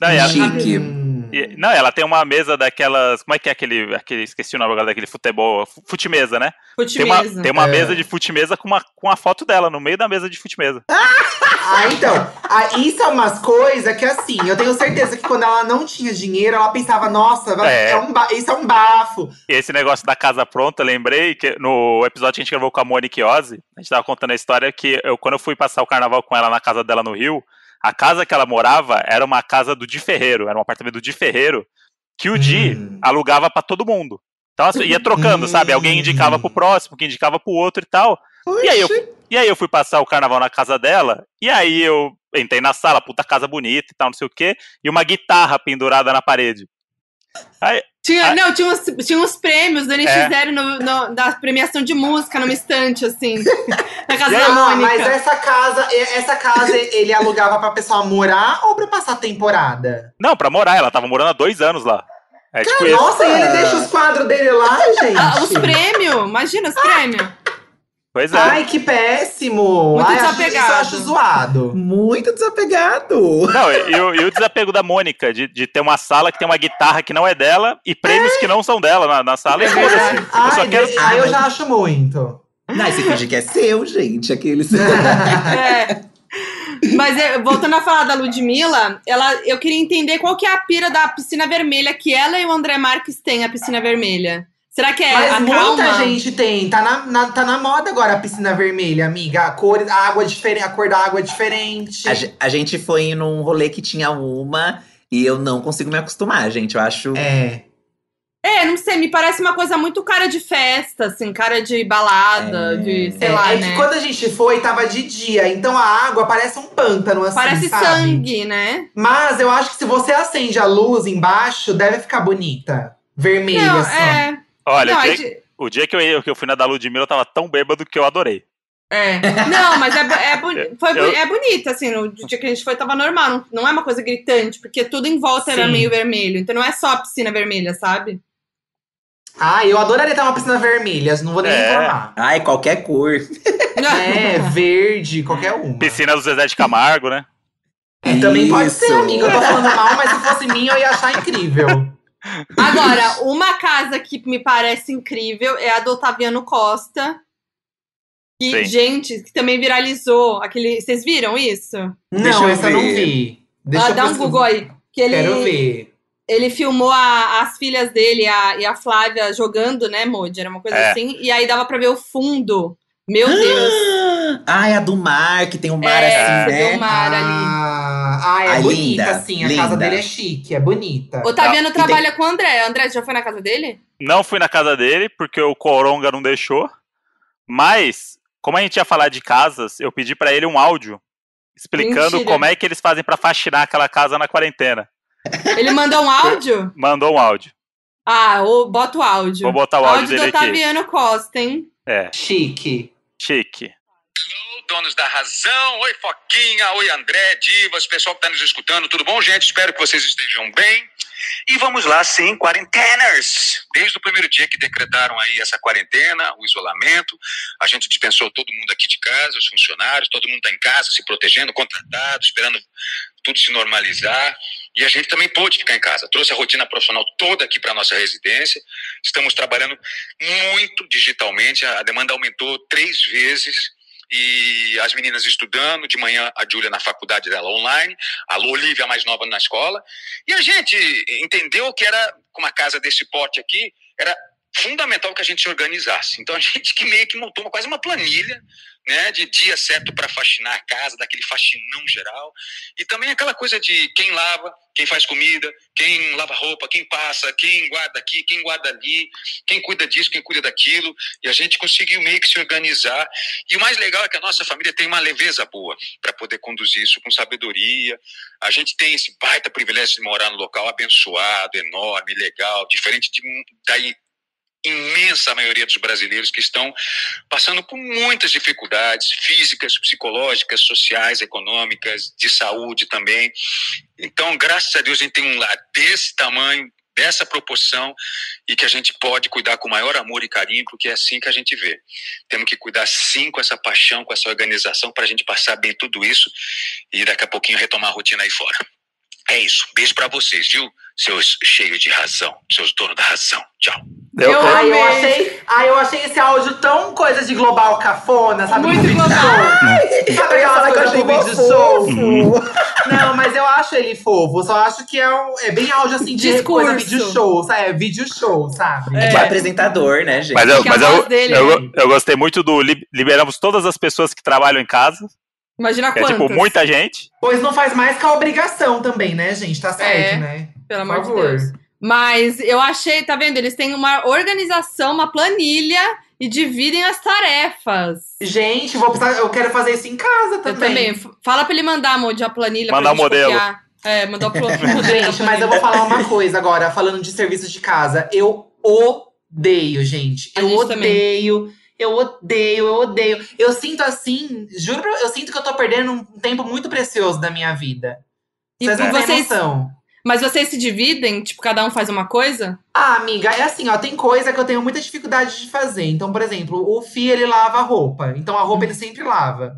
Speaker 1: Não, e a-
Speaker 4: Chique.
Speaker 3: Hum.
Speaker 1: e- não, ela tem uma mesa daquelas. Como é que é aquele. aquele esqueci o nome agora daquele futebol. fu- Futimesa, né? Tem uma,
Speaker 2: Futimesa.
Speaker 1: tem uma
Speaker 3: É.
Speaker 1: mesa de futimesa com, uma, com a foto dela no meio da mesa de futimesa.
Speaker 3: Ah, então. Ah, isso é umas coisas que, assim, eu tenho certeza que quando ela não tinha dinheiro, ela pensava, nossa, vai-
Speaker 1: É.
Speaker 3: é um ba- isso é um bafo.
Speaker 1: E esse negócio da casa pronta, lembrei que no episódio que a gente gravou com a Monique Ozzy, a gente tava contando a história que eu, quando eu fui passar o carnaval com ela na casa dela no Rio, a casa que ela morava era uma casa do Di Ferreiro, era um apartamento do Di Ferreiro, que o Di
Speaker 3: Hum.
Speaker 1: alugava pra todo mundo. Então assim, ia trocando, sabe? Alguém indicava pro próximo, que indicava pro outro e tal.
Speaker 3: Hum.
Speaker 1: E aí, eu, e aí eu fui passar o carnaval na casa dela, e aí eu entrei na sala, puta casa bonita e tal, não sei o quê, e uma guitarra pendurada na parede.
Speaker 2: Tinha,
Speaker 1: Ah.
Speaker 2: não, tinha uns, tinha uns prêmios do
Speaker 3: É.
Speaker 2: NX0 no- no- da premiação de música numa estante, assim. na casa da
Speaker 3: Ah,
Speaker 2: Mônica.
Speaker 3: mas essa casa, e- essa casa ele alugava pra pessoa morar ou pra passar temporada?
Speaker 1: Não, pra morar, ela tava morando há dois anos lá. É tipo isso.
Speaker 3: Ah, Nossa, e ele deixa os quadros dele lá,
Speaker 2: Ah, os
Speaker 3: gente.
Speaker 2: prêmios, imagina os prêmios.
Speaker 1: Pois é.
Speaker 3: Ai, que péssimo!
Speaker 2: Muito
Speaker 3: Ai, acho-
Speaker 2: desapegado.
Speaker 3: Isso eu acho zoado.
Speaker 4: Muito desapegado.
Speaker 1: Não, e, e o- e o desapego da Mônica de, de ter uma sala que tem uma guitarra que não é dela e prêmios que não são dela na, na sala. E
Speaker 2: assim,
Speaker 1: foda-se. Eu só
Speaker 3: Ai,
Speaker 1: quero.
Speaker 3: de- ai, eu já acho muito.
Speaker 4: Não, esse finge que é seu, gente. Aqueles.
Speaker 2: É. Mas é, voltando a falar da Ludmilla, ela, eu queria entender qual que é a pira da piscina vermelha que ela e o André Marques têm a piscina vermelha. Será que é a
Speaker 3: Mas muita
Speaker 2: calma?
Speaker 3: gente tem. Tá na, na- tá na moda agora a piscina vermelha, amiga. A cor, a água é diferente, a cor da água é diferente.
Speaker 4: A, ge- a gente foi num rolê que tinha uma e eu não consigo me acostumar, gente. Eu acho.
Speaker 3: É.
Speaker 2: É, não sei, me parece uma coisa muito cara de festa, assim, cara de balada,
Speaker 4: É.
Speaker 2: de sei
Speaker 3: é,
Speaker 2: lá,
Speaker 3: é
Speaker 2: né?
Speaker 3: que quando a gente foi, tava de dia. Então a água parece um pântano, assim,
Speaker 2: Parece
Speaker 3: sabe?
Speaker 2: sangue, né?
Speaker 3: Mas eu acho que se você acende a luz embaixo, deve ficar bonita. Vermelha,
Speaker 2: não,
Speaker 3: só.
Speaker 2: é.
Speaker 1: Olha,
Speaker 2: não,
Speaker 1: o
Speaker 2: é
Speaker 1: dia,
Speaker 2: de-
Speaker 1: o dia que, eu, que eu fui na da Ludmilla, eu tava tão bêbado que eu adorei.
Speaker 2: é. Não, mas é, bo- é, boni- foi, bo-
Speaker 1: Eu-
Speaker 2: é bonito, assim, no dia que a gente foi tava normal, não, não é uma coisa gritante, porque tudo em volta era
Speaker 3: Sim.
Speaker 2: meio vermelho, então não é só a piscina vermelha, sabe?
Speaker 3: Ah, eu adoraria ter uma piscina vermelha, não vou nem
Speaker 1: É.
Speaker 3: reclamar.
Speaker 4: Ai, qualquer cor.
Speaker 3: É, verde, qualquer uma.
Speaker 1: Piscina do Zezé de Camargo, né?
Speaker 3: Também pode ser,
Speaker 4: Isso.
Speaker 3: amiga. Eu tô falando mal, mas se fosse minha, eu ia achar incrível.
Speaker 2: Agora, uma casa que me parece incrível é a do Otaviano Costa. Que,
Speaker 1: Sim.
Speaker 2: gente, que também viralizou. Aquele, vocês viram isso?
Speaker 4: Deixa
Speaker 3: Não,
Speaker 4: eu
Speaker 3: essa eu não
Speaker 4: ver.
Speaker 3: vi.
Speaker 2: Ah,
Speaker 3: Deixa eu
Speaker 2: dá um
Speaker 3: pesquisar.
Speaker 2: Google aí. Que ele,
Speaker 3: Quero ver.
Speaker 2: Ele filmou a- as filhas dele a- e a Flávia jogando, né, Moody? Era uma coisa
Speaker 1: É.
Speaker 2: assim. E aí dava pra ver o fundo. Meu
Speaker 3: Ah,
Speaker 2: Deus.
Speaker 4: Ai, a do mar, que tem o mar
Speaker 2: É,
Speaker 4: assim,
Speaker 2: você vê
Speaker 4: né?
Speaker 2: o mar ali.
Speaker 3: Ah, ah, é
Speaker 4: Ai,
Speaker 3: bonita,
Speaker 4: linda,
Speaker 3: sim. A
Speaker 4: linda.
Speaker 3: casa dele é chique, é bonita.
Speaker 2: Otaviano
Speaker 4: E tem-
Speaker 2: trabalha com o André. André, já foi na casa dele?
Speaker 1: Não fui na casa dele, porque o Coronga não deixou. Mas, como a gente ia falar de casas, eu pedi pra ele um áudio explicando
Speaker 2: Mentira.
Speaker 1: como é que eles fazem pra faxinar aquela casa na quarentena.
Speaker 2: Ele mandou um áudio?
Speaker 1: Mandou um áudio.
Speaker 2: Ah, ou bota o áudio.
Speaker 1: Vou botar o áudio,
Speaker 2: do
Speaker 1: dele aqui.
Speaker 2: Otaviano Costa, hein?
Speaker 1: É,
Speaker 3: Chique.
Speaker 1: chique.
Speaker 5: Donos da Razão, oi Foquinha, oi André, Divas, pessoal que está nos escutando, tudo bom, gente? Espero que vocês estejam bem. E vamos lá, sim, quarentenas. Desde o primeiro dia que decretaram aí essa quarentena, o isolamento, a gente dispensou todo mundo aqui de casa, os funcionários, todo mundo está em casa, se protegendo, contratado, esperando tudo se normalizar. E a gente também pôde ficar em casa. Trouxe a rotina profissional toda aqui para nossa residência. Estamos trabalhando muito digitalmente. A a demanda aumentou três vezes e as meninas estudando, de manhã a Júlia na faculdade dela online, a Lu Olivia mais nova na escola, e a gente entendeu que era, com uma casa desse porte aqui, era fundamental que a gente se organizasse. Então a gente que meio que montou uma- quase uma planilha, né, de dia certo para faxinar a casa, daquele faxinão geral, e também aquela coisa de quem lava, quem faz comida, quem lava roupa, quem passa, quem guarda aqui, quem guarda ali, quem cuida disso, quem cuida daquilo, e a gente conseguiu meio que se organizar e o mais legal é que a nossa família tem uma leveza boa para poder conduzir isso com sabedoria. A gente tem esse baita privilégio de morar num local abençoado, enorme, legal, diferente de, mu- da i- imensa maioria dos brasileiros que estão passando por muitas dificuldades físicas, psicológicas, sociais, econômicas, de saúde também. Então, graças a Deus, a gente tem um lar desse tamanho, dessa proporção, e que a gente pode cuidar com o maior amor e carinho, porque é assim que a gente vê temos que cuidar sim com essa paixão, com essa organização, para a gente passar bem tudo isso e daqui a pouquinho retomar a rotina aí fora. É isso. Beijo para vocês, viu? Seus cheios de razão, seus donos da razão. Tchau.
Speaker 1: Deu
Speaker 2: Eu
Speaker 1: pra-
Speaker 3: Ai, eu
Speaker 2: amei.
Speaker 3: achei, ai, eu achei esse áudio tão coisa de global cafona, sabe?
Speaker 2: Muito
Speaker 3: Vídeo
Speaker 2: global.
Speaker 3: show. Sabe
Speaker 4: Eu ia falar
Speaker 3: aquelas
Speaker 4: que eu
Speaker 3: coisas
Speaker 4: achei
Speaker 3: do vídeo
Speaker 4: fofo.
Speaker 3: show? Não, mas eu acho ele fofo. Só acho que é, um, é bem áudio assim de
Speaker 2: Discurso.
Speaker 3: coisa vídeo show, sabe? É vídeo show, sabe?
Speaker 4: É. Que é apresentador, né, gente?
Speaker 1: Mas, é eu,
Speaker 2: Que a
Speaker 1: mas
Speaker 2: voz
Speaker 1: eu,
Speaker 2: dele,
Speaker 1: eu,
Speaker 2: né?
Speaker 1: eu gostei muito do li- liberamos todas as pessoas que trabalham em casa.
Speaker 2: Imagina
Speaker 1: que É
Speaker 2: quantas.
Speaker 1: tipo muita gente.
Speaker 3: Pois não faz mais que a obrigação também, né, gente? Tá certo,
Speaker 2: É.
Speaker 3: né?
Speaker 2: Pelo
Speaker 3: Por
Speaker 2: amor de
Speaker 3: favor.
Speaker 2: Deus. Mas eu achei, tá vendo? Eles têm uma organização, uma planilha e dividem as tarefas.
Speaker 3: Gente, vou precisar, eu quero fazer isso em casa
Speaker 2: Eu
Speaker 3: também.
Speaker 2: também. F- Fala pra ele mandar, Moody, a planilha.
Speaker 1: Mandar
Speaker 2: pra gente
Speaker 1: o modelo.
Speaker 2: copiar. É, mandar o pro- pro modelo.
Speaker 3: Gente, mas eu vou falar uma coisa agora, falando de serviço de casa. Eu odeio, gente.
Speaker 2: A
Speaker 3: Eu
Speaker 2: gente também.
Speaker 3: odeio. Eu odeio, eu odeio. Eu sinto assim, juro, pra, eu sinto que eu tô perdendo um tempo muito precioso da minha vida.
Speaker 2: E
Speaker 3: Vocês não têm
Speaker 2: vocês-
Speaker 3: noção.
Speaker 2: Mas vocês se dividem? Tipo, cada um faz uma coisa?
Speaker 3: Ah, amiga, é assim, ó, tem coisa que eu tenho muita dificuldade de fazer. Então, por exemplo, o Fi, ele lava a roupa. Então, a roupa ele sempre lava.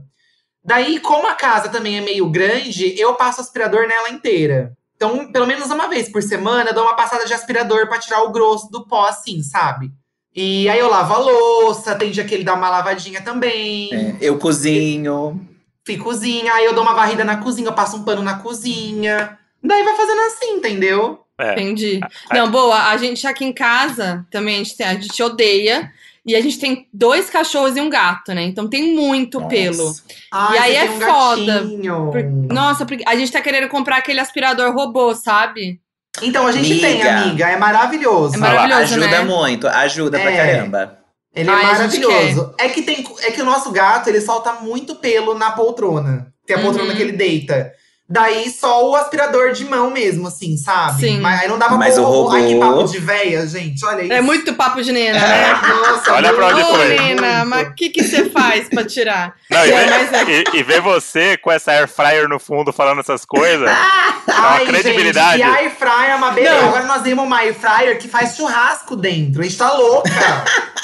Speaker 3: Daí, como a casa também é meio grande, eu passo aspirador nela inteira. Então, pelo menos uma vez por semana, eu dou uma passada de aspirador pra tirar o grosso do pó, assim, sabe? E aí eu lavo a louça, tem dia que ele dá uma lavadinha também.
Speaker 4: É, eu cozinho.
Speaker 3: Fui cozinha, aí eu dou uma varrida na cozinha, eu passo um pano na cozinha. Daí vai fazendo assim, entendeu?
Speaker 1: É.
Speaker 2: Entendi. Não, boa, a gente aqui em casa também, a gente, tem- a gente odeia. E a gente tem dois cachorros e um gato, né? Então tem muito
Speaker 4: Nossa.
Speaker 2: pelo.
Speaker 3: Ai,
Speaker 2: E aí
Speaker 3: você
Speaker 2: é
Speaker 3: tem um
Speaker 2: foda,
Speaker 3: gatinho.
Speaker 2: Por- Nossa, porque a gente tá querendo comprar aquele aspirador robô, sabe?
Speaker 3: Então a gente tem,
Speaker 4: Amiga.
Speaker 3: amiga. É maravilhoso.
Speaker 2: É maravilhoso,
Speaker 4: ajuda
Speaker 2: né?
Speaker 4: muito, ajuda pra
Speaker 3: É.
Speaker 4: caramba.
Speaker 3: Ele é
Speaker 2: Ai, a gente
Speaker 3: maravilhoso. É que, tem, é que o nosso gato, ele solta muito pelo na poltrona. Que é a poltrona
Speaker 2: Uhum.
Speaker 3: que ele deita. Daí só o aspirador de mão mesmo, assim, sabe?
Speaker 2: Sim.
Speaker 3: Mas aí não dava
Speaker 4: Mas
Speaker 3: pra
Speaker 4: o robô-
Speaker 3: Ai, que papo de véia, gente. Olha isso.
Speaker 2: É muito papo de nena, né?
Speaker 3: É, nossa,
Speaker 1: Olha pra onde
Speaker 2: Ô,
Speaker 1: foi.
Speaker 2: nena, mas o que que você faz pra tirar?
Speaker 1: Não, e,
Speaker 2: É,
Speaker 1: ver,
Speaker 2: mas é.
Speaker 1: e- e ver você com essa air fryer no fundo falando essas coisas. uma
Speaker 3: Ai,
Speaker 1: credibilidade.
Speaker 3: Gente, e air fryer é uma beleza.
Speaker 2: Não.
Speaker 3: Agora nós temos uma air fryer que faz churrasco dentro. A gente tá louca.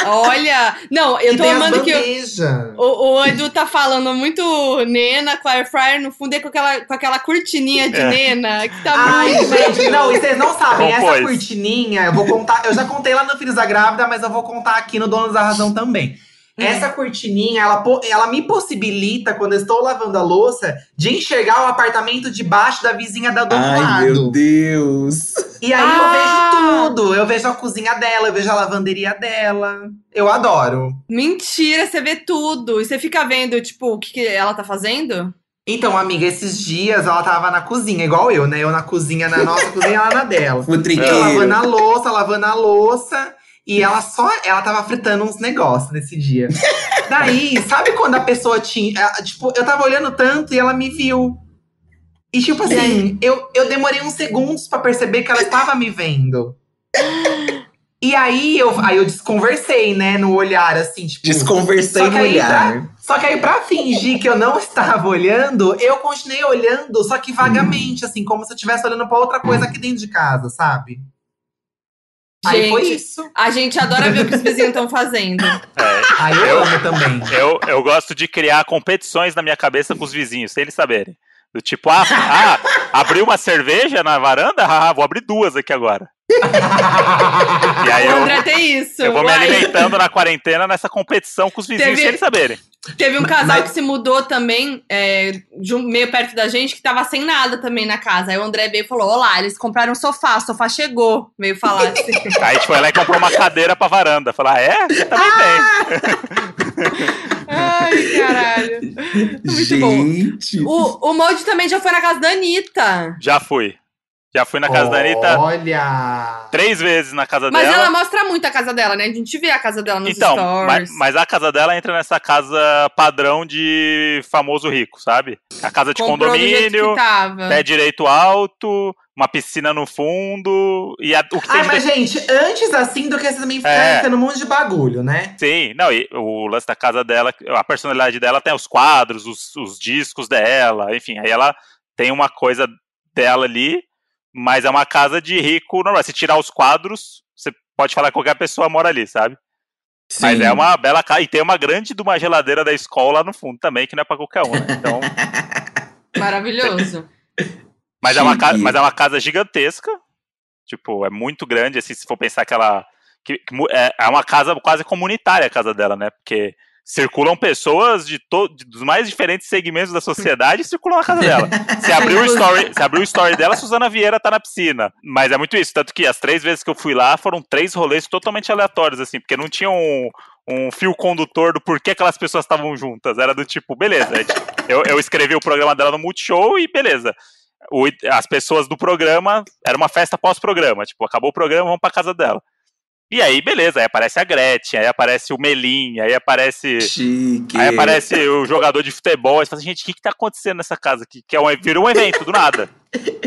Speaker 2: Olha, não, eu
Speaker 3: E
Speaker 2: tô
Speaker 3: tem as
Speaker 2: amando que o,
Speaker 3: bandejas.
Speaker 2: o, o Edu tá falando muito nena com a air fryer no fundo e com aquela, com aquela cortininha de
Speaker 1: É.
Speaker 2: nena que tá
Speaker 3: Ai,
Speaker 2: muito.
Speaker 3: gente, não, e vocês não sabem,
Speaker 1: Compôs.
Speaker 3: essa cortininha, eu vou contar, eu já contei lá no Filhos da Grávida, mas eu vou contar aqui no Donos da Razão também. Essa cortininha, ela, po- ela me possibilita, quando eu estou lavando a louça, de enxergar o apartamento de baixo da vizinha da do outro
Speaker 4: Ai,
Speaker 3: lado.
Speaker 4: meu Deus.
Speaker 3: E aí
Speaker 2: Ah!
Speaker 3: eu vejo tudo. Eu vejo a cozinha dela, eu vejo a lavanderia dela. Eu adoro.
Speaker 2: Mentira, você vê tudo. E você fica vendo, tipo, o que, que ela tá fazendo?
Speaker 3: Então, amiga, esses dias ela tava na cozinha, igual eu, né? Eu na cozinha, na nossa cozinha, ela na dela.
Speaker 4: O
Speaker 3: Eu né? lavando
Speaker 4: trigueiro.
Speaker 3: a louça, lavando a louça. E ela só. Ela tava fritando uns negócios nesse dia. Daí, sabe quando a pessoa tinha. a- Tipo, eu tava olhando tanto e ela me viu. E tipo assim, eu, eu demorei uns segundos pra perceber que ela estava me vendo. E aí eu, aí eu desconversei, né, no olhar, assim, tipo.
Speaker 4: Desconversei
Speaker 3: Só que
Speaker 4: no
Speaker 3: aí
Speaker 4: olhar.
Speaker 3: Só que aí, pra fingir que eu não estava olhando, eu continuei olhando, só que vagamente, assim, como se eu estivesse olhando pra outra coisa aqui dentro de casa, sabe? aí foi
Speaker 2: Gente,
Speaker 3: isso.
Speaker 2: a gente adora ver o que os vizinhos estão fazendo.
Speaker 3: Aí eu amo também.
Speaker 1: é, Eu, eu gosto de criar competições na minha cabeça com os vizinhos, sem eles saberem. Do tipo, ah, ah abriu uma cerveja na varanda? Ah, vou abrir duas aqui agora. E aí
Speaker 2: o
Speaker 1: eu,
Speaker 2: André tem isso.
Speaker 1: eu vou me
Speaker 2: Uai,
Speaker 1: alimentando na quarentena nessa competição com os vizinhos,
Speaker 2: Teve-
Speaker 1: sem eles saberem.
Speaker 2: Teve um casal
Speaker 4: Mas-
Speaker 2: que se mudou também, é, de um- meio perto da gente, que tava sem nada também na casa. Aí o André veio e falou: Olá, eles compraram um sofá, o sofá chegou. Veio falar assim.
Speaker 1: Aí a gente foi lá e comprou uma cadeira pra varanda. Falar, ah, é? Você também tem.
Speaker 2: Ai, caralho. Muito bom.
Speaker 4: Gente.
Speaker 2: O, o Mold também já foi na casa da Anitta.
Speaker 1: Já fui. Já fui na casa da Anitta
Speaker 3: Olha!
Speaker 1: três vezes na casa
Speaker 2: Mas
Speaker 1: dela.
Speaker 2: ela mostra muito a casa dela, né? A gente vê a casa dela nos
Speaker 1: Então, mas,
Speaker 2: stories.
Speaker 1: mas a casa dela entra nessa casa padrão de famoso rico, sabe? A casa de
Speaker 2: Comprou do jeito
Speaker 1: condomínio.
Speaker 2: que tá. tava.
Speaker 1: pé direito alto, uma piscina no fundo e a-
Speaker 2: Ah,
Speaker 1: o que tem
Speaker 3: Ai,
Speaker 1: de
Speaker 3: mas, gente, antes assim do que vocês também ficarem
Speaker 1: É.
Speaker 3: tendo um monte de bagulho, né?
Speaker 1: Sim, não, e o lance da casa dela, a personalidade dela tem os quadros, os, os discos dela, enfim, aí ela tem uma coisa dela ali, mas é uma casa de rico normal. Se tirar os quadros, você pode falar que qualquer pessoa mora ali, sabe? Mas
Speaker 4: Sim.
Speaker 1: é uma bela casa. E tem uma grande de uma geladeira da escola lá no fundo também, que não é pra qualquer um, né? Então,
Speaker 2: Maravilhoso.
Speaker 1: Mas é, uma
Speaker 4: Chique.
Speaker 1: casa, mas é uma casa gigantesca. Tipo, é muito grande, assim, se for pensar que ela. que- que mu- é, é uma casa quase comunitária a casa dela, né? Porque circulam pessoas de to, de- dos mais diferentes segmentos da sociedade e circulam na casa dela. Se abriu o story, se abriu o story dela, Suzana Vieira tá na piscina. Mas é muito isso. Tanto que as três vezes que eu fui lá foram três rolês totalmente aleatórios, assim, porque não tinha um, um fio condutor do porquê aquelas pessoas estavam juntas. Era do tipo, beleza, a gente- eu, eu escrevi o programa dela no Multishow e beleza. O- as pessoas do programa, era uma festa pós-programa, tipo, acabou o programa, vamos pra casa dela. E aí, beleza, aí aparece a Gretchen, aí aparece o Melim, aí aparece.
Speaker 4: Chique.
Speaker 1: Aí aparece o jogador de futebol, aí você fala assim, gente, o que, que tá acontecendo nessa casa aqui? Que é um, vira um evento do nada.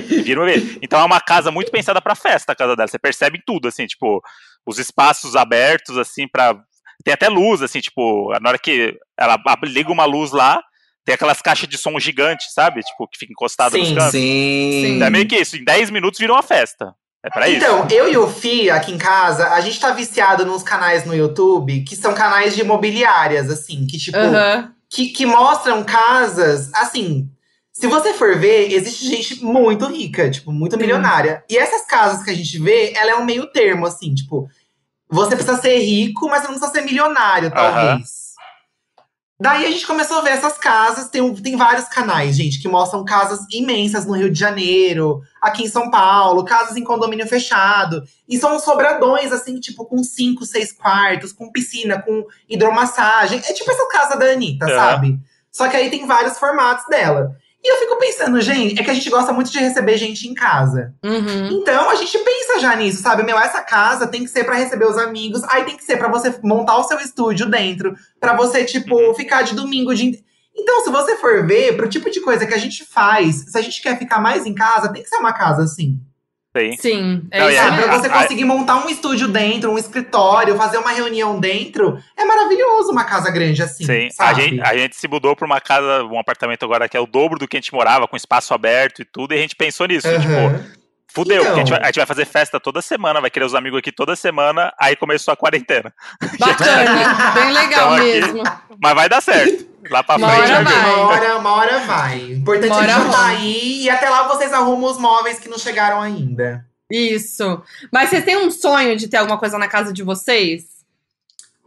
Speaker 1: Vira um evento. Então é uma casa muito pensada pra festa, a casa dela. Você percebe em tudo, assim, tipo, os espaços abertos, assim, pra. Tem até luz, assim, tipo, na hora que ela ab- liga uma luz lá, tem aquelas caixas de som gigantes, sabe? Tipo, que fica encostada nos
Speaker 3: Sim,
Speaker 1: cantos.
Speaker 4: Sim.
Speaker 1: Então é meio que isso, em 10 minutos virou uma festa. É pra isso.
Speaker 3: Então, eu e o Fi, aqui em casa, a gente tá viciado nos canais no YouTube que são canais de imobiliárias, assim, que tipo.
Speaker 2: Aham.
Speaker 3: que, que mostram casas, assim. Se você for ver, existe gente muito rica, tipo, muito milionária. E essas casas que a gente vê, ela é um meio termo, assim, tipo, você precisa ser rico, mas você não precisa ser milionário, talvez. Daí a gente começou a ver essas casas, tem, um- tem vários canais, gente, que mostram casas imensas no Rio de Janeiro, aqui em São Paulo, casas em condomínio fechado. E são sobradões, assim, tipo, com cinco, seis quartos, com piscina, com hidromassagem. É tipo essa casa da Anitta,
Speaker 1: Aham.
Speaker 3: sabe? Só que aí tem vários formatos dela. E eu fico pensando, gente, é que a gente gosta muito de receber gente em casa.
Speaker 2: Uhum.
Speaker 3: Então a gente pensa já nisso, sabe? Meu, essa casa tem que ser pra receber os amigos, aí tem que ser pra você montar o seu estúdio dentro, pra você,
Speaker 1: Uhum.
Speaker 3: tipo, ficar de domingo de. Então, se você for ver, pro tipo de coisa que a gente faz, se a gente quer ficar mais em casa, tem que ser uma casa assim.
Speaker 1: Sim.
Speaker 2: Sim. É
Speaker 1: Não, e
Speaker 2: isso
Speaker 1: a-
Speaker 3: Sabe? Pra
Speaker 2: mesmo.
Speaker 3: você
Speaker 1: a-
Speaker 3: conseguir montar um estúdio dentro, um escritório, fazer uma reunião dentro, é maravilhoso uma casa grande assim.
Speaker 1: Sim, a
Speaker 3: sabe?
Speaker 1: gente, a gente se mudou pra uma casa, um apartamento agora que é o dobro do que a gente morava, com espaço aberto e tudo, e a gente pensou nisso, tipo,
Speaker 3: Aham.
Speaker 1: fudeu, porque a gente,
Speaker 3: Então.
Speaker 1: vai, a gente vai fazer festa toda semana, vai querer os amigos aqui toda semana, aí começou a quarentena.
Speaker 2: Bacana. Bem legal
Speaker 1: Então, aqui-
Speaker 2: mesmo.
Speaker 1: Mas vai dar certo. Lá pra
Speaker 2: Uma
Speaker 1: frente vai
Speaker 2: hora vai.
Speaker 1: ver.
Speaker 3: Uma hora, uma hora vai. O Importante
Speaker 2: Uma
Speaker 3: é
Speaker 2: hora
Speaker 3: que já tá
Speaker 2: rola.
Speaker 3: aí e até lá vocês arrumam os móveis que não chegaram ainda.
Speaker 2: Isso. Mas vocês têm um sonho de ter alguma coisa na casa de vocês?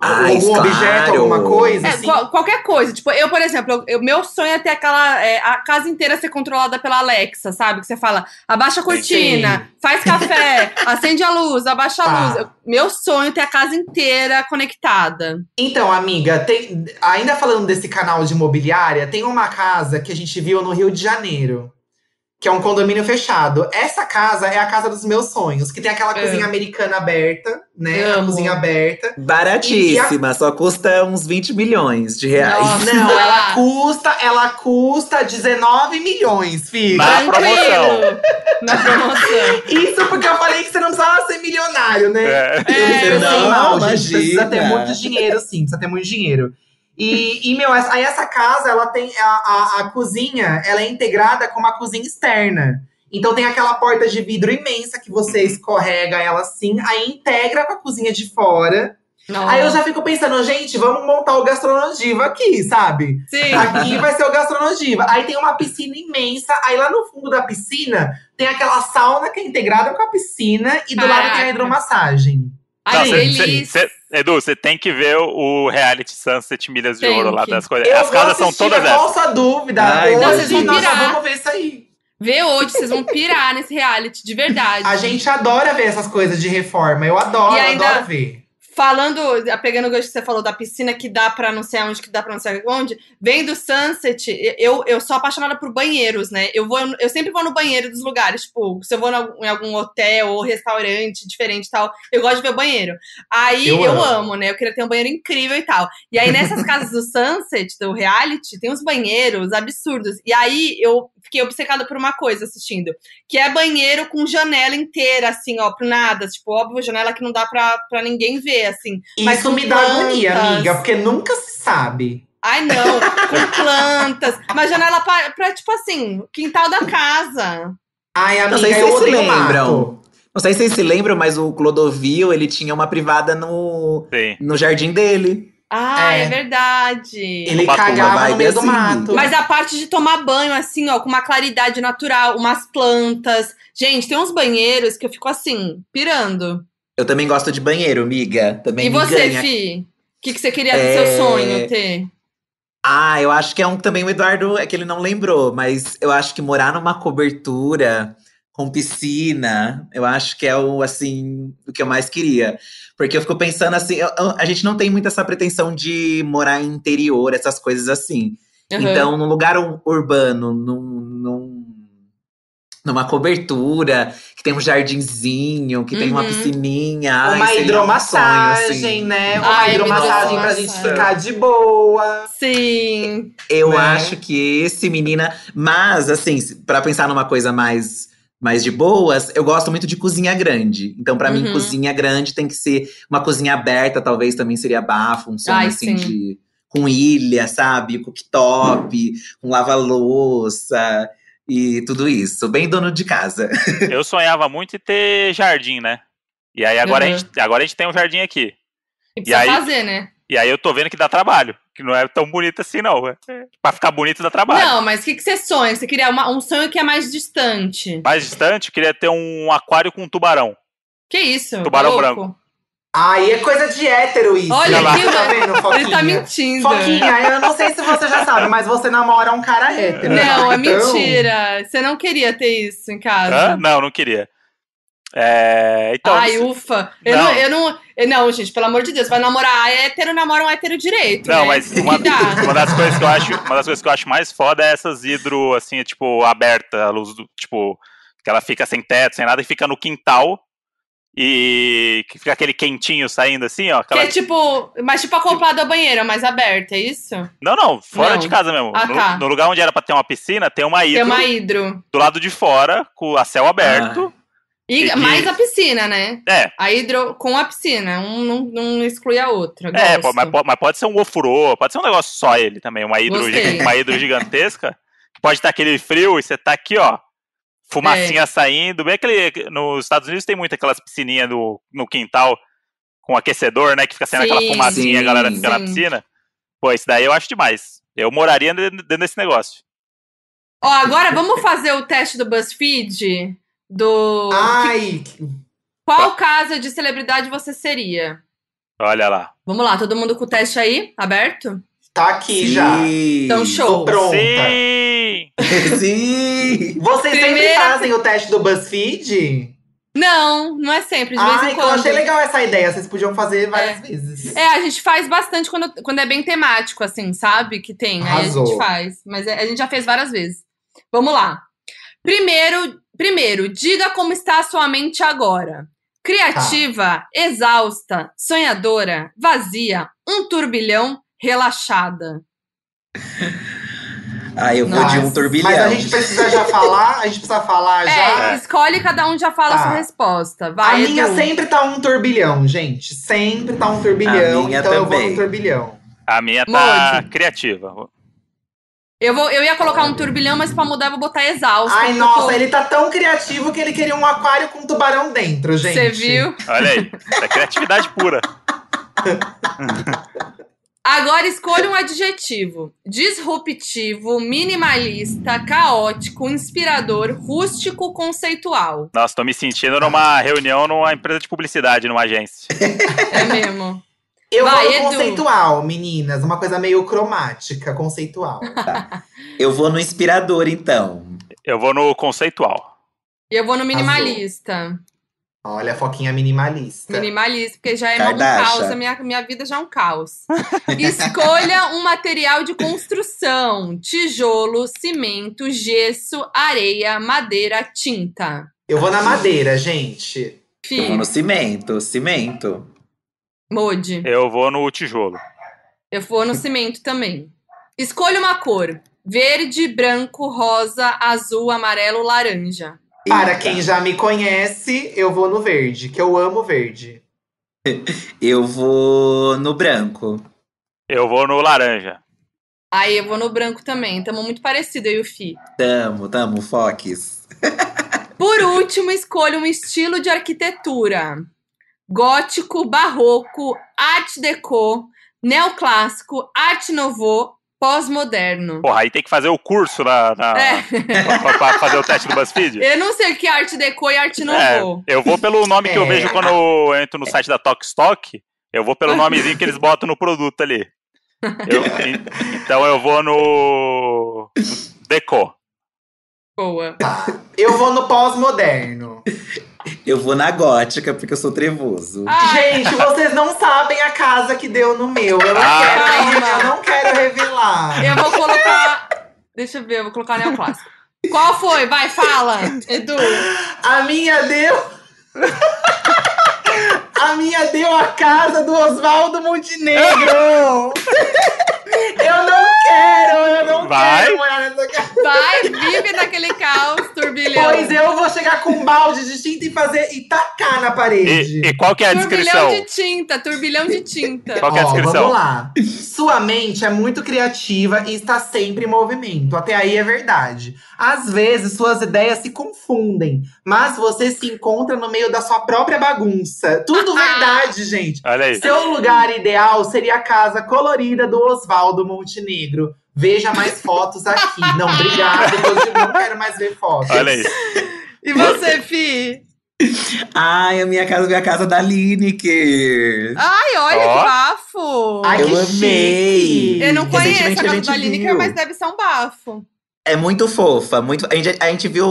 Speaker 4: Ah,
Speaker 3: Algum
Speaker 4: claro.
Speaker 3: objeto, alguma coisa,
Speaker 2: É,
Speaker 3: assim.
Speaker 2: qual- qualquer coisa. Tipo, eu, por exemplo, eu- eu- meu sonho é ter aquela. é, a casa inteira ser controlada pela Alexa, sabe? Que você fala, abaixa a cortina, faz café, Acende a luz, abaixa a
Speaker 3: Tá.
Speaker 2: luz. Eu- Meu sonho é ter a casa inteira conectada.
Speaker 3: Então, amiga, tem- ainda falando desse canal de imobiliária, tem uma casa que a gente viu no Rio de Janeiro, que é um condomínio fechado. Essa casa é a casa dos meus sonhos, que tem aquela
Speaker 2: É.
Speaker 3: cozinha americana aberta, né? A
Speaker 2: Amo.
Speaker 3: cozinha aberta.
Speaker 4: Baratíssima, só custa uns 20 milhões de reais.
Speaker 2: Nossa.
Speaker 3: Não,
Speaker 2: Ah.
Speaker 3: ela custa, ela custa 19 milhões, filho.
Speaker 1: Na promoção.
Speaker 2: Na promoção.
Speaker 3: Isso porque eu falei que você não precisava ser milionário, né?
Speaker 1: É.
Speaker 3: Eu me
Speaker 2: É,
Speaker 3: expressei
Speaker 4: não,
Speaker 3: mal, gente.
Speaker 4: imagina.
Speaker 3: Precisa ter muito dinheiro, sim. Precisa ter muito dinheiro. E, e, meu, essa- aí essa casa, ela tem… A, a, a cozinha, ela é integrada com uma cozinha externa. Então tem aquela porta de vidro imensa que você escorrega ela assim. Aí integra com a cozinha de fora.
Speaker 2: não.
Speaker 3: Aí eu já fico pensando, gente, vamos montar o Gastronodiva aqui, sabe?
Speaker 2: Sim.
Speaker 3: Aqui vai ser o Gastronodiva. Aí tem uma piscina imensa. Aí lá no fundo da piscina tem aquela sauna que é integrada com a piscina e do lado tem
Speaker 2: Caraca.
Speaker 3: a hidromassagem.
Speaker 2: Ai,
Speaker 1: Não, cê-
Speaker 2: delícia.
Speaker 1: cê- cê- Edu, você tem que ver o o reality Sunset Milhas de
Speaker 2: Tem
Speaker 1: Ouro lá
Speaker 2: que.
Speaker 1: das coisas.
Speaker 3: Eu
Speaker 1: As
Speaker 3: vou
Speaker 1: casas são
Speaker 3: assistir
Speaker 1: todas
Speaker 3: a
Speaker 1: essas.
Speaker 3: falsa dúvida.
Speaker 4: Ai,
Speaker 3: Hoje,
Speaker 4: não,
Speaker 2: vocês vão
Speaker 3: nós
Speaker 2: pirar.
Speaker 3: vamos ver isso aí.
Speaker 2: Vê hoje, vocês vão pirar nesse reality, de verdade.
Speaker 3: A gente adora ver essas coisas de reforma. Eu adoro,
Speaker 2: E ainda-
Speaker 3: adoro ver.
Speaker 2: Falando, pegando o gancho que você falou da piscina que dá pra não sei aonde, que dá pra não sei onde, vem do Sunset, eu, eu sou apaixonada por banheiros, né? Eu, vou, eu sempre vou no banheiro dos lugares, tipo, se eu vou na- em algum hotel ou restaurante diferente e tal, eu gosto de ver o banheiro. Aí eu,
Speaker 3: Eu
Speaker 2: amo.
Speaker 3: amo.
Speaker 2: né? Eu queria ter um banheiro incrível e tal. E aí nessas casas do Sunset, do reality, tem uns banheiros absurdos. E aí eu fiquei obcecada por uma coisa assistindo que é banheiro com janela inteira, assim, ó, pro nada. Tipo, óbvio, janela que não dá pra, pra ninguém ver, assim. Mas
Speaker 3: Isso
Speaker 2: com
Speaker 3: me dá agonia,
Speaker 2: plantas.
Speaker 3: amiga, porque nunca se sabe.
Speaker 2: Ai, não, com plantas. Mas janela pra, pra, tipo assim, quintal da casa.
Speaker 3: Ai,
Speaker 4: Não
Speaker 3: amiga,
Speaker 4: sei se
Speaker 3: eu
Speaker 4: vocês se
Speaker 3: odeio
Speaker 4: lembram.
Speaker 3: mato.
Speaker 4: Não sei se vocês se lembram, mas o Clodovil, ele tinha uma privada no,
Speaker 1: Sim.
Speaker 4: no jardim dele.
Speaker 2: Ah, é,
Speaker 3: É.
Speaker 2: verdade.
Speaker 4: é
Speaker 3: Ele
Speaker 1: Uma
Speaker 3: cagava
Speaker 4: vibe
Speaker 3: no meio do
Speaker 4: assim.
Speaker 3: mato.
Speaker 2: Mas a parte de tomar banho, assim, ó, com uma claridade natural, umas plantas. Gente, tem uns banheiros que eu fico assim, pirando.
Speaker 4: Eu também gosto de banheiro, miga. Também é-
Speaker 2: e
Speaker 4: me
Speaker 2: você,
Speaker 4: ganha.
Speaker 2: Fi? O que, que você queria do
Speaker 4: É.
Speaker 2: seu sonho ter?
Speaker 4: Ah, eu acho que é um também o Eduardo, é que ele não lembrou, mas eu acho que morar numa cobertura com piscina, eu acho que é o assim, o que eu mais queria. Porque eu fico pensando assim, eu- eu- a gente não tem muito essa pretensão de morar em interior, essas coisas assim.
Speaker 2: Uhum.
Speaker 4: Então, num lugar ur- urbano, num, num- numa cobertura, que tem um jardinzinho, que tem uma
Speaker 2: Uhum.
Speaker 4: piscininha. ai,
Speaker 3: Uma
Speaker 4: seria um
Speaker 3: hidromassagem,
Speaker 4: sonho, assim.
Speaker 3: né? Uma
Speaker 2: Ai,
Speaker 3: hidromassagem pra
Speaker 2: nossa.
Speaker 3: gente ficar de boa.
Speaker 2: Sim.
Speaker 4: Eu
Speaker 3: né?
Speaker 4: acho que esse menina. Mas, assim, se- pra pensar numa coisa mais. mais de boas, eu gosto muito de cozinha grande. Então, pra mim,
Speaker 2: Uhum.
Speaker 4: cozinha grande tem que ser uma cozinha aberta, talvez também seria bafo, um sonho
Speaker 2: Ai,
Speaker 4: assim
Speaker 2: sim.
Speaker 4: de. com ilha, sabe? Cooktop, com lava-louça e tudo isso. Bem dono de casa.
Speaker 1: Eu sonhava muito em ter jardim, né? E aí agora,
Speaker 2: Uhum.
Speaker 1: a, gente, agora a gente tem um jardim aqui.
Speaker 2: E precisa
Speaker 1: aí-
Speaker 2: fazer, né?
Speaker 1: E aí eu tô vendo que dá trabalho. Que não é tão bonito assim, não. É- Pra ficar bonito dá trabalho.
Speaker 2: Não, mas o que, que você sonha? Você queria uma- um sonho que é mais distante.
Speaker 1: Mais distante, eu queria ter um aquário com tubarão.
Speaker 2: Que isso?
Speaker 1: Tubarão
Speaker 2: tá louco?
Speaker 1: branco.
Speaker 3: Aí é coisa de hétero isso.
Speaker 2: Olha
Speaker 1: lá.
Speaker 3: Você tá vendo,
Speaker 2: Ele tá
Speaker 3: Foquinha?
Speaker 2: mentindo.
Speaker 3: Foquinha, eu não sei se você já sabe, mas você namora um cara hétero.
Speaker 2: Não, é
Speaker 3: Então-
Speaker 2: mentira. Você não queria ter isso em
Speaker 1: Hã?
Speaker 2: casa.
Speaker 1: Não, não queria. É, então,
Speaker 2: Ai,
Speaker 1: não,
Speaker 2: ufa. Eu
Speaker 1: Não.
Speaker 2: não. eu não. eu não, gente, pelo amor de Deus. Vai namorar hétero, namora um hétero direito.
Speaker 1: não,
Speaker 2: né?
Speaker 1: mas
Speaker 2: Que
Speaker 1: uma,
Speaker 2: dá.
Speaker 1: uma das coisas que eu acho, uma das coisas que eu acho mais foda é essas hidro assim, tipo aberta, a luz do, tipo que ela fica sem teto, sem nada e fica no quintal e que fica aquele quentinho saindo assim, ó.
Speaker 2: Que
Speaker 1: aquela-
Speaker 2: é tipo. Mas tipo acoplado à banheira, mais aberta, é isso?
Speaker 1: Não, não, fora
Speaker 2: Não.
Speaker 1: de casa mesmo.
Speaker 2: Ah,
Speaker 1: no,
Speaker 2: tá.
Speaker 1: no lugar onde era pra ter uma piscina, tem uma hidro
Speaker 2: Tem uma hidro.
Speaker 1: do lado de fora, com a céu aberto.
Speaker 2: E,
Speaker 1: E que-
Speaker 2: mais a piscina, né?
Speaker 1: É,
Speaker 2: A hidro com a piscina. Um não, não exclui a outra.
Speaker 1: É,
Speaker 2: Gosto.
Speaker 1: pô, mas, po- mas pode ser um ofurô, pode ser um negócio só ele também, uma hidro,
Speaker 2: Gostei.
Speaker 1: uma hidro gigantesca, que pode estar aquele frio e você tá aqui, ó,
Speaker 2: É.
Speaker 1: fumacinha saindo, bem aquele, nos Estados Unidos tem muito aquelas piscininhas no, no quintal com aquecedor, né, que fica saindo aquela
Speaker 2: Sim.
Speaker 1: fumacinha e a galera fica na
Speaker 2: Sim.
Speaker 1: piscina. Pô, isso daí eu acho demais. Eu moraria dentro dentro desse negócio.
Speaker 2: Ó, agora vamos fazer o teste do BuzzFeed? Do.
Speaker 3: Ai,
Speaker 2: Qual casa de celebridade você seria?
Speaker 1: Olha lá.
Speaker 2: Vamos lá, todo mundo com o teste aí, aberto?
Speaker 3: tá aqui já.
Speaker 2: Então, show.
Speaker 3: Tô pronta.
Speaker 1: Sim!
Speaker 4: Sim!
Speaker 3: Vocês sempre
Speaker 2: Primeira-
Speaker 3: fazem o teste do BuzzFeed?
Speaker 2: Não, não é sempre, de vez
Speaker 3: Ai,
Speaker 2: em
Speaker 3: que Ah, então eu
Speaker 2: quando.
Speaker 3: achei legal essa ideia. Vocês podiam fazer várias vezes.
Speaker 2: É, a gente faz bastante quando, quando é bem temático, assim, sabe? Que tem. Aí a gente
Speaker 3: Arrasou.
Speaker 2: faz. Mas é- a gente já fez várias vezes. Vamos lá. Primeiro, primeiro, diga como está a sua mente agora. Criativa, exausta, sonhadora, vazia, um turbilhão, relaxada.
Speaker 4: Aí eu vou
Speaker 3: Nossa,
Speaker 4: de um turbilhão.
Speaker 3: Mas a gente precisa já falar, a gente precisa falar já.
Speaker 2: É, escolhe e cada um já fala a
Speaker 3: Tá.
Speaker 2: sua resposta.
Speaker 3: A
Speaker 2: Vai,
Speaker 3: minha
Speaker 2: Edu.
Speaker 3: sempre tá um turbilhão, gente. Sempre tá um turbilhão.
Speaker 4: A minha
Speaker 3: então eu vou
Speaker 4: também.
Speaker 3: no turbilhão.
Speaker 1: A minha tá
Speaker 2: Mode.
Speaker 1: criativa.
Speaker 2: Eu, vou, eu ia colocar um turbilhão, mas pra mudar eu vou botar exausta.
Speaker 3: Ai,
Speaker 2: porque
Speaker 3: nossa,
Speaker 2: eu
Speaker 3: ele tá tão criativo que ele queria um aquário com tubarão dentro,
Speaker 2: tô-
Speaker 3: gente.
Speaker 2: Você viu?
Speaker 1: Olha aí, é criatividade pura.
Speaker 2: Agora escolha um adjetivo: disruptivo, minimalista, caótico, inspirador, rústico, conceitual.
Speaker 1: Nossa, tô me sentindo numa reunião numa empresa de publicidade, numa agência.
Speaker 2: É mesmo.
Speaker 3: Eu
Speaker 2: Vai,
Speaker 3: vou no
Speaker 2: Edu.
Speaker 3: conceitual, meninas. Uma coisa meio cromática, conceitual.
Speaker 4: Eu vou no inspirador, então.
Speaker 1: Eu vou no conceitual.
Speaker 2: E Eu vou no minimalista.
Speaker 3: Olha, a foquinha minimalista.
Speaker 2: Minimalista, porque já é um
Speaker 4: Tá. Kardashian.
Speaker 2: caos. A minha, minha vida já é um caos. Escolha um material de construção: tijolo, cimento, gesso, areia, madeira, tinta.
Speaker 3: Eu vou na madeira, gente.
Speaker 4: Eu vou
Speaker 2: Fih,
Speaker 4: no cimento, cimento.
Speaker 2: Modi.
Speaker 1: Eu vou no tijolo.
Speaker 2: Eu vou no cimento também. Escolha uma cor: verde, branco, rosa, azul, amarelo, laranja.
Speaker 3: Para
Speaker 4: Eita.
Speaker 3: quem já me conhece, eu vou no verde, que eu amo verde.
Speaker 4: Eu vou no branco.
Speaker 1: Eu vou no laranja.
Speaker 2: Aí eu vou no branco também. Tamo muito parecido, eu e o Fi.
Speaker 4: Tamo, tamo, Fox.
Speaker 2: Por último, escolha um estilo de arquitetura: gótico, barroco, art deco, neoclássico, art nouveau, pós-moderno.
Speaker 1: Porra, aí tem que fazer o curso na, na-
Speaker 2: É,
Speaker 1: pra, pra fazer o teste do BuzzFeed.
Speaker 2: eu não sei o que é art deco e art
Speaker 1: É,
Speaker 2: nouveau.
Speaker 1: eu vou pelo nome que eu
Speaker 3: É.
Speaker 1: vejo quando eu entro no site da Tokstok. Eu vou pelo nomezinho que eles botam no produto ali. Eu- en- então eu vou no. Deco.
Speaker 2: Boa.
Speaker 3: Eu vou no pós-moderno.
Speaker 4: Eu vou na gótica, porque eu sou trevoso.
Speaker 2: Ai,
Speaker 3: Gente, vocês não sabem a casa que deu no meu. Eu não,
Speaker 1: Ah.
Speaker 3: quero,
Speaker 2: Calma.
Speaker 3: eu não quero revelar.
Speaker 2: Eu vou colocar. Deixa eu ver, eu vou colocar neoclássico. Qual foi? Vai, fala, Edu.
Speaker 3: A minha deu. A minha deu a casa do Oswaldo Montenegro! Eu não quero, eu não
Speaker 1: Vai.
Speaker 3: quero morar nessa casa.
Speaker 2: Vai, vive naquele caos, turbilhão.
Speaker 3: Pois eu vou chegar com um balde de tinta e fazer e tacar na parede.
Speaker 1: E, e qual que é a
Speaker 2: Turbilhão
Speaker 1: descrição?
Speaker 2: de tinta, turbilhão de tinta.
Speaker 1: Qual que é a
Speaker 3: Ó,
Speaker 1: descrição?
Speaker 3: Vamos lá. Sua mente é muito criativa e está sempre em movimento. Até aí é verdade. Às vezes suas ideias se confundem, mas você se encontra no meio da sua própria bagunça. Tudo verdade, gente.
Speaker 1: Olha aí.
Speaker 3: Seu lugar ideal seria a casa colorida do Oswaldo Montenegro. Veja mais fotos aqui. Não, obrigada. Eu não quero mais ver fotos.
Speaker 1: Olha aí.
Speaker 2: E você, Fi?
Speaker 4: Ai, a minha casa, minha casa da Lineker.
Speaker 2: Ai, olha
Speaker 1: Ó.
Speaker 2: que bafo.
Speaker 3: Ai,
Speaker 4: Eu
Speaker 3: que
Speaker 4: amei.
Speaker 3: chique.
Speaker 2: eu não conheço a
Speaker 4: recentemente a
Speaker 2: casa
Speaker 4: gente
Speaker 2: da Lineker,
Speaker 4: viu.
Speaker 2: mas deve ser um bafo.
Speaker 4: É muito fofa, muito. A gente, a gente viu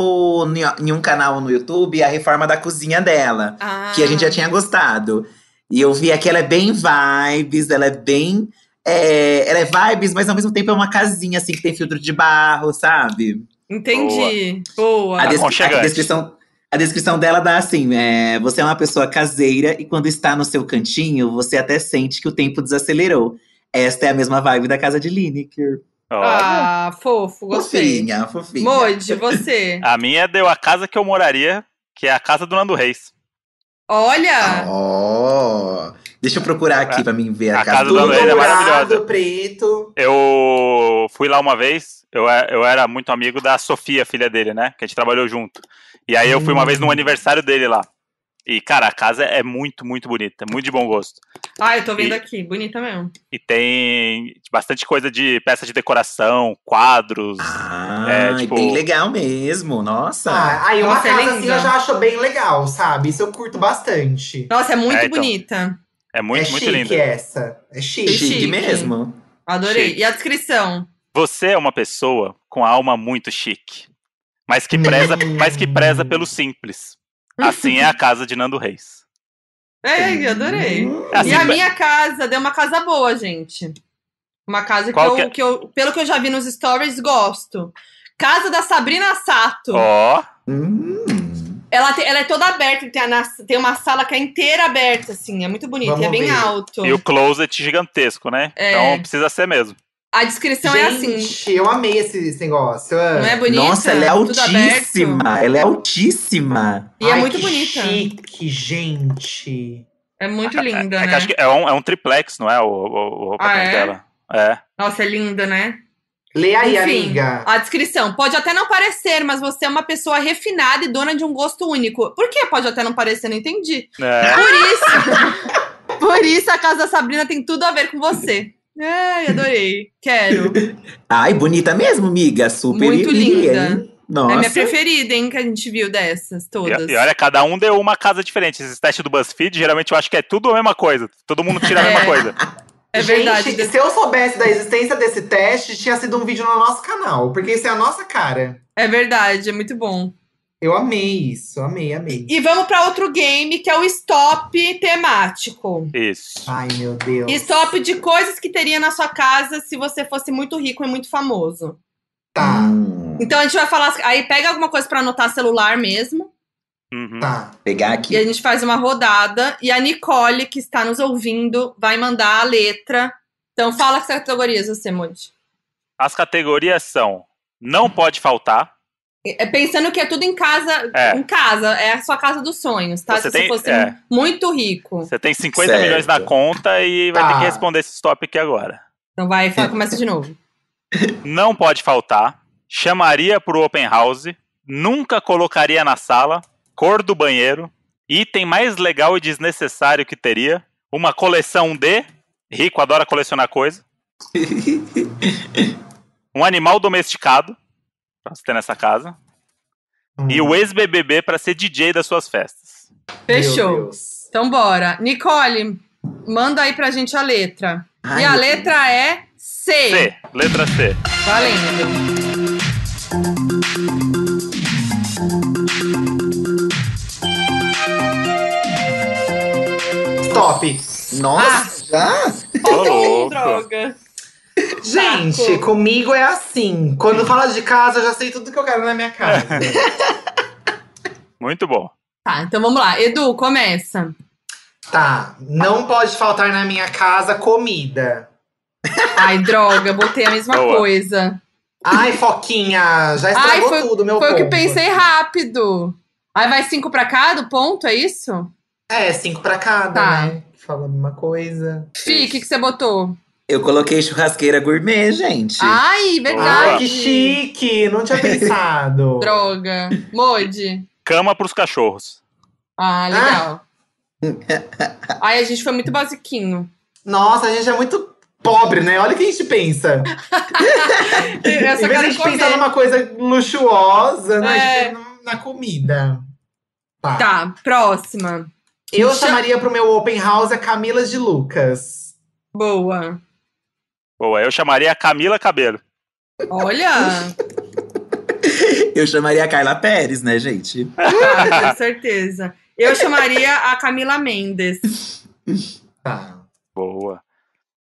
Speaker 4: em em um canal no YouTube a reforma da cozinha dela,
Speaker 2: Ah.
Speaker 4: que a gente já tinha gostado. E eu vi aqui, ela é bem vibes, ela é bem. é, ela é vibes, mas ao mesmo tempo é uma casinha assim que tem filtro de barro, sabe?
Speaker 2: Entendi. Boa.
Speaker 1: Ah,
Speaker 4: A, descri-
Speaker 1: Aconchegante.
Speaker 4: a descrição, a descrição dela dá assim: é, você é uma pessoa caseira e quando está no seu cantinho, você até sente que o tempo desacelerou. Esta é a mesma vibe da casa de Lineker.
Speaker 1: Ó.
Speaker 2: Ah, fofo, gostei.
Speaker 4: Fofinha, fofinha.
Speaker 2: Moide, você.
Speaker 1: A minha é deu a casa que eu moraria, que é a casa do Nando Reis.
Speaker 2: Olha.
Speaker 4: Ah, Ó, Oh, deixa eu procurar aqui pra mim ver a,
Speaker 1: a
Speaker 4: casa
Speaker 1: casa
Speaker 4: do
Speaker 1: da
Speaker 3: Tudo
Speaker 1: Ela é
Speaker 4: André.
Speaker 1: maravilhosa.
Speaker 3: dourado, preto.
Speaker 1: Eu fui lá uma vez, eu, é- eu era muito amigo da Sofia, filha dele, né? Que a gente trabalhou junto. E aí eu fui uma vez
Speaker 3: Hum.
Speaker 1: num aniversário dele lá. E, cara, a casa é muito, muito bonita, é muito de bom gosto.
Speaker 2: Ai, eu tô vendo
Speaker 1: E-
Speaker 2: aqui. Bonita mesmo.
Speaker 1: E tem bastante coisa de peça de decoração, quadros.
Speaker 4: Ah,
Speaker 1: É, tipo-
Speaker 4: bem legal mesmo, nossa.
Speaker 3: Ah, aí uma
Speaker 2: Nossa, é
Speaker 3: casa
Speaker 2: linda.
Speaker 3: assim eu já acho bem legal, sabe? Isso eu curto bastante.
Speaker 2: Nossa, é muito
Speaker 1: É, então.
Speaker 2: bonita.
Speaker 1: É muito,
Speaker 3: é
Speaker 1: muito
Speaker 3: chique
Speaker 1: linda.
Speaker 3: essa. É chique.
Speaker 4: chique,
Speaker 2: chique.
Speaker 4: mesmo.
Speaker 2: Adorei.
Speaker 1: Chique.
Speaker 2: E a descrição?
Speaker 1: Você é uma
Speaker 3: Né?
Speaker 1: pessoa com a alma muito chique, mas que preza, mas que preza pelo simples. Assim é a casa de Nando Reis.
Speaker 2: Ei, adorei.
Speaker 4: Hum.
Speaker 1: É assim,
Speaker 2: e a
Speaker 1: bem-
Speaker 2: minha casa deu uma casa boa, gente. Uma casa que
Speaker 1: Qual
Speaker 2: eu,
Speaker 1: que é?
Speaker 2: que eu, pelo que eu já vi nos stories, gosto. Casa da Sabrina Sato.
Speaker 1: Ó,
Speaker 4: Hum.
Speaker 2: Ela, te- ela é toda aberta, tem, a na- tem uma sala que é inteira aberta, assim, é muito bonita,
Speaker 3: Vamos
Speaker 2: e é bem
Speaker 3: ver.
Speaker 2: alto.
Speaker 1: e o closet gigantesco, né?
Speaker 2: É.
Speaker 1: Então precisa ser mesmo.
Speaker 2: A descrição é assim,
Speaker 3: Gente, eu amei esse, esse negócio.
Speaker 2: não é bonita?
Speaker 4: Nossa, ela é
Speaker 2: Tudo aberto.
Speaker 4: altíssima. Ela é altíssima.
Speaker 2: E é
Speaker 3: Ai,
Speaker 2: muito
Speaker 3: que
Speaker 2: bonita.
Speaker 3: Chique, gente.
Speaker 2: É muito linda,
Speaker 1: É
Speaker 2: né?
Speaker 1: que acho que é um, é um triplex, não é? O, o, o apartamento
Speaker 2: é?
Speaker 1: dela. É.
Speaker 2: Nossa, é linda, né?
Speaker 3: Lê aí,
Speaker 2: Enfim,
Speaker 3: amiga.
Speaker 2: A descrição. Pode até não parecer, mas você é uma pessoa refinada e dona de um gosto único. Por que pode até não parecer? Não entendi.
Speaker 1: É.
Speaker 2: Por isso. por isso a casa da Sabrina tem tudo a ver com você. Ai, adorei. Quero.
Speaker 4: Ai, bonita mesmo, miga. Super
Speaker 2: Muito
Speaker 4: iria,
Speaker 2: linda.
Speaker 4: hein? Nossa.
Speaker 2: É minha preferida, hein, que a gente viu dessas todas.
Speaker 1: E, e olha, cada um deu uma casa diferente. Esses testes do BuzzFeed, geralmente eu acho que é tudo a mesma coisa. Todo mundo tira a
Speaker 2: É.
Speaker 1: mesma coisa.
Speaker 2: é
Speaker 3: Gente,
Speaker 2: verdade.
Speaker 3: se eu soubesse da existência desse teste, tinha sido um vídeo no nosso canal. Porque isso é a nossa cara.
Speaker 2: É verdade, é muito bom.
Speaker 3: Eu amei isso, amei, amei.
Speaker 2: E vamos pra outro game, que é o stop temático.
Speaker 1: Isso.
Speaker 3: Ai, meu Deus.
Speaker 2: Stop de coisas que teria na sua casa se você fosse muito rico e muito famoso.
Speaker 3: Tá,
Speaker 4: Hum,
Speaker 2: Então a gente vai falar. Aí pega alguma coisa pra anotar celular mesmo.
Speaker 1: Uhum.
Speaker 3: tá.
Speaker 4: pegar
Speaker 2: E a
Speaker 4: aqui.
Speaker 2: gente faz uma rodada. E a Nicole, que está nos ouvindo, vai mandar a letra. Então fala que categorias você, Monte.
Speaker 1: As categorias são Não Pode Faltar.
Speaker 2: É pensando que é tudo em casa.
Speaker 1: É.
Speaker 2: Em casa. É a sua casa dos sonhos, tá?
Speaker 1: Você
Speaker 2: Se você
Speaker 1: tem-
Speaker 2: fosse
Speaker 1: é.
Speaker 2: muito rico.
Speaker 1: Você tem 50
Speaker 4: Certo.
Speaker 1: milhões na conta e vai ter
Speaker 3: Tá.
Speaker 1: que responder esse stop aqui agora.
Speaker 2: Então vai, fala- começa de novo.
Speaker 1: Não Pode Faltar. Chamaria pro Open House. Nunca colocaria na sala. Cor do banheiro. Item mais legal e desnecessário que teria. Uma coleção de. Rico adora colecionar coisa. um animal domesticado. Pra você ter nessa casa. E o ex-BBB pra ser DJ das suas festas.
Speaker 3: Meu
Speaker 2: Fechou.
Speaker 3: Deus.
Speaker 2: Então bora. Nicole, manda aí pra gente a letra.
Speaker 4: Ai,
Speaker 2: e a
Speaker 4: meu
Speaker 2: letra é C.
Speaker 1: C. Letra C.
Speaker 2: Valendo.
Speaker 3: Stop.
Speaker 2: Ah.
Speaker 4: Nossa, já?
Speaker 1: Ô, louco.
Speaker 2: Droga.
Speaker 3: Gente,
Speaker 2: Saco.
Speaker 3: comigo é assim. Quando fala de casa, eu já sei tudo que eu quero na minha casa.
Speaker 1: Muito bom.
Speaker 2: Tá, então vamos lá. Edu, começa.
Speaker 3: tá. Não pode faltar na minha casa comida.
Speaker 2: Ai, droga, botei a mesma
Speaker 1: Boa.
Speaker 2: coisa.
Speaker 3: Ai, Foquinha, já estragou
Speaker 2: foi-
Speaker 3: tudo, meu
Speaker 2: Foi o que
Speaker 3: ponto.
Speaker 2: pensei rápido. Aí vai cinco pra cada ponto, é isso?
Speaker 3: É, cinco pra cada,
Speaker 2: Tá.
Speaker 3: né? Fala a mesma coisa.
Speaker 2: Fi, o que, que você botou?
Speaker 4: Eu coloquei churrasqueira gourmet, gente.
Speaker 2: Ai, verdade.
Speaker 1: Boa.
Speaker 3: Ai, Ah, que chique! Não tinha pensado.
Speaker 2: Tá. Droga. Mode.
Speaker 1: Cama pros cachorros.
Speaker 2: Ah, legal.
Speaker 3: Ah.
Speaker 2: Ai, a gente foi muito basiquinho.
Speaker 3: Nossa, a gente é muito pobre, né? Olha o que a gente pensa.
Speaker 2: Eu só
Speaker 3: Em vez de a
Speaker 2: quero
Speaker 3: gente pensar
Speaker 2: comer.
Speaker 3: numa coisa luxuosa, né?
Speaker 2: É.
Speaker 3: a gente pensa na comida. Tá.
Speaker 2: Tá, próxima.
Speaker 3: Eu
Speaker 2: Chama-
Speaker 3: chamaria pro meu open house a Camila de Lucas.
Speaker 2: Boa.
Speaker 1: Boa, eu chamaria a Camila Cabelo.
Speaker 2: Olha,
Speaker 4: Eu chamaria a Carla Pérez, né, gente?
Speaker 2: ah, com certeza. Eu chamaria a Camila Mendes.
Speaker 3: Tá.
Speaker 1: Boa.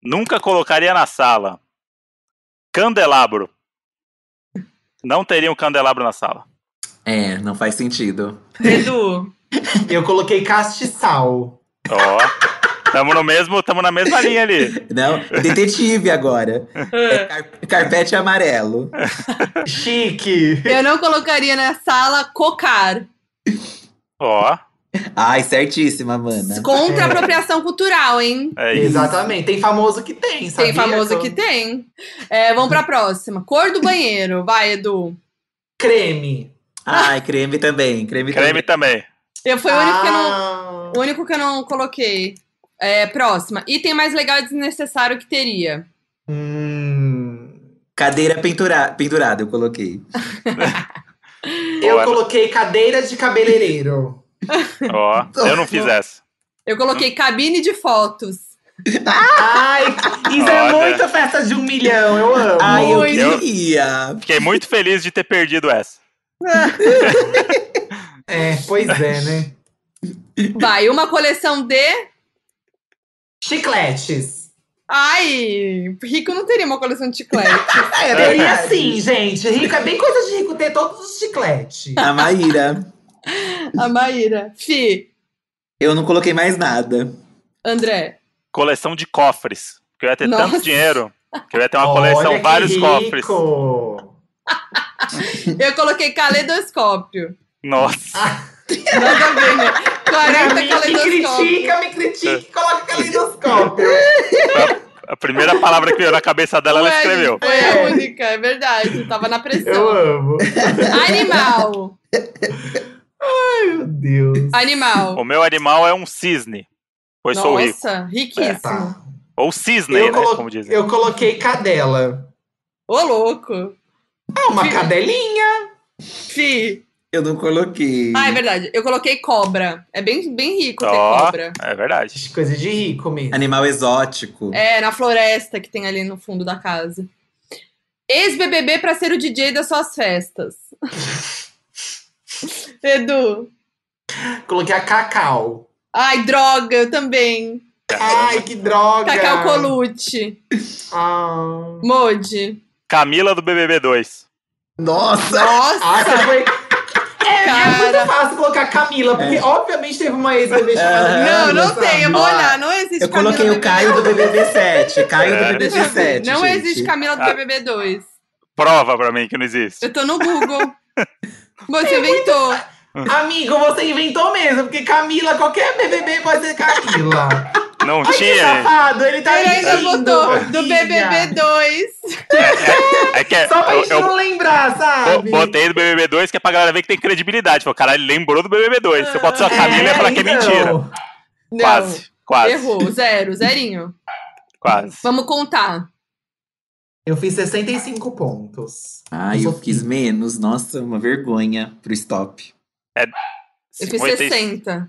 Speaker 1: Nunca colocaria na sala. Candelabro. Não teria um candelabro na sala.
Speaker 4: É, não faz sentido.
Speaker 2: Edu,
Speaker 3: Eu coloquei castiçal.
Speaker 1: Ó. Tamo no mesmo, tamo na mesma linha ali.
Speaker 4: Não, detetive agora. É car- carpete amarelo.
Speaker 3: Chique.
Speaker 2: Eu não colocaria na sala cocar.
Speaker 1: Ó.
Speaker 4: Ai, certíssima, mana.
Speaker 2: Contra a
Speaker 3: É.
Speaker 2: apropriação cultural, hein?
Speaker 1: É isso.
Speaker 3: Exatamente. Tem famoso que tem, sabe?
Speaker 2: Tem famoso que tem. É, vamos pra próxima. Cor do banheiro. Vai, Edu.
Speaker 3: Creme.
Speaker 4: Ai, creme também, creme,
Speaker 1: Creme
Speaker 4: também.
Speaker 1: também.
Speaker 2: Eu fui o único que eu não,
Speaker 3: Ah.
Speaker 2: o único que eu não coloquei. É, próxima. Item mais legal e desnecessário que teria.
Speaker 3: Hum.
Speaker 4: Cadeira pintura- pendurada, eu coloquei.
Speaker 3: Eu
Speaker 1: Bora.
Speaker 3: coloquei cadeira de cabeleireiro.
Speaker 1: Ó. Eu não fiz essa.
Speaker 2: Eu coloquei cabine de fotos.
Speaker 3: Ai, isso é
Speaker 1: Olha.
Speaker 3: muito festa de um milhão, eu amo.
Speaker 4: Ai, eu
Speaker 1: Muito.
Speaker 4: queria.
Speaker 1: Fiquei muito feliz de ter perdido essa.
Speaker 3: É, pois é, né?
Speaker 2: Vai, uma coleção de.
Speaker 3: Chicletes.
Speaker 2: Ai, rico não teria uma coleção de chiclete.
Speaker 3: É, teria sim, gente. Rico, é bem coisa de rico ter todos os chicletes.
Speaker 4: A Maíra.
Speaker 2: A Maíra. Fi,
Speaker 4: Eu não coloquei mais nada.
Speaker 2: André.
Speaker 1: Coleção de cofres. Porque eu ia ter
Speaker 2: Nossa.
Speaker 1: tanto dinheiro que eu ia ter uma coleção,
Speaker 3: Olha que
Speaker 1: Tá, vários
Speaker 3: rico.
Speaker 1: cofres.
Speaker 2: Eu coloquei caleidoscópio.
Speaker 1: Nossa.
Speaker 2: Nada a ver, né?
Speaker 3: Pra
Speaker 2: 40
Speaker 3: mim, me
Speaker 2: caleidoscópios.
Speaker 3: critica, me critica, coloca caleidoscópio.
Speaker 1: A primeira palavra que veio na cabeça dela, ela
Speaker 2: Ué,
Speaker 1: escreveu.
Speaker 2: Foi a única, é verdade. Tava na
Speaker 3: Eu
Speaker 2: pressão.
Speaker 3: amo.
Speaker 2: Animal.
Speaker 3: Ai, meu Deus.
Speaker 2: Animal.
Speaker 1: O meu animal é um cisne. Pois sou rico.
Speaker 2: Nossa, riquíssimo.
Speaker 4: É.
Speaker 3: Tá.
Speaker 1: Ou cisne,
Speaker 3: Eu,
Speaker 1: né?
Speaker 3: colo-
Speaker 1: Como dizem.
Speaker 3: eu coloquei cadela.
Speaker 2: Ô, louco.
Speaker 3: Ah, uma
Speaker 2: Fi-
Speaker 3: cadelinha.
Speaker 2: Fi.
Speaker 4: Eu não coloquei.
Speaker 2: Ah, é verdade. Eu coloquei cobra. É bem, bem rico ter
Speaker 1: Ó.
Speaker 2: cobra.
Speaker 1: É verdade.
Speaker 3: Coisa de rico mesmo.
Speaker 4: Animal exótico.
Speaker 2: É, na floresta que tem ali no fundo da casa. Ex-BBB pra ser o DJ das suas festas. Edu.
Speaker 3: Coloquei a cacau.
Speaker 2: Ai, droga, eu também.
Speaker 3: Ai, que droga.
Speaker 2: Cacau Colute.
Speaker 3: Ah.
Speaker 2: Modi.
Speaker 1: Camila do BBB 2.
Speaker 4: Nossa!
Speaker 2: Nossa,
Speaker 3: Ah, essa foi... É, é
Speaker 2: Cara.
Speaker 3: muito fácil colocar Camila, porque obviamente teve uma ex-bebê chamada
Speaker 2: não,
Speaker 3: Camila,
Speaker 2: não
Speaker 3: sabe?
Speaker 2: tem. Eu vou
Speaker 4: Ó,
Speaker 2: olhar. Não existe
Speaker 4: Eu coloquei
Speaker 2: Camila
Speaker 4: o Caio do BBB 7. Caio
Speaker 1: É.
Speaker 4: do
Speaker 2: BBB.
Speaker 4: BBB 7.
Speaker 2: Não é
Speaker 4: gente.
Speaker 2: existe Camila do
Speaker 1: Ah.
Speaker 2: BBB 2.
Speaker 1: Prova pra mim que não existe.
Speaker 2: Eu tô no Google. Você inventou.
Speaker 3: Amigo, você inventou mesmo, porque Camila, qualquer BBB pode ser Camila.
Speaker 1: Não
Speaker 3: Ai, que
Speaker 1: tinha. né?
Speaker 3: safado, ele tá
Speaker 2: Ele ainda
Speaker 3: mentindo,
Speaker 2: botou do
Speaker 3: filha.
Speaker 2: BBB 2.
Speaker 1: É que é-
Speaker 3: Só pra
Speaker 1: eu,
Speaker 3: gente
Speaker 1: eu
Speaker 3: não lembrar, sabe?
Speaker 1: botei do BBB 2 que é pra galera ver que tem credibilidade. Falei, caralho, lembrou do BBB 2. Se eu boto só Camila é pra que é
Speaker 3: então.
Speaker 1: mentira.
Speaker 2: Não,
Speaker 1: Quase, quase,
Speaker 2: errou. Zero, zerinho.
Speaker 1: quase.
Speaker 2: Vamos contar.
Speaker 3: Eu fiz 65 pontos.
Speaker 4: Ai, eu fiz menos. Nossa, uma vergonha pro stop.
Speaker 2: Eu fiz 60.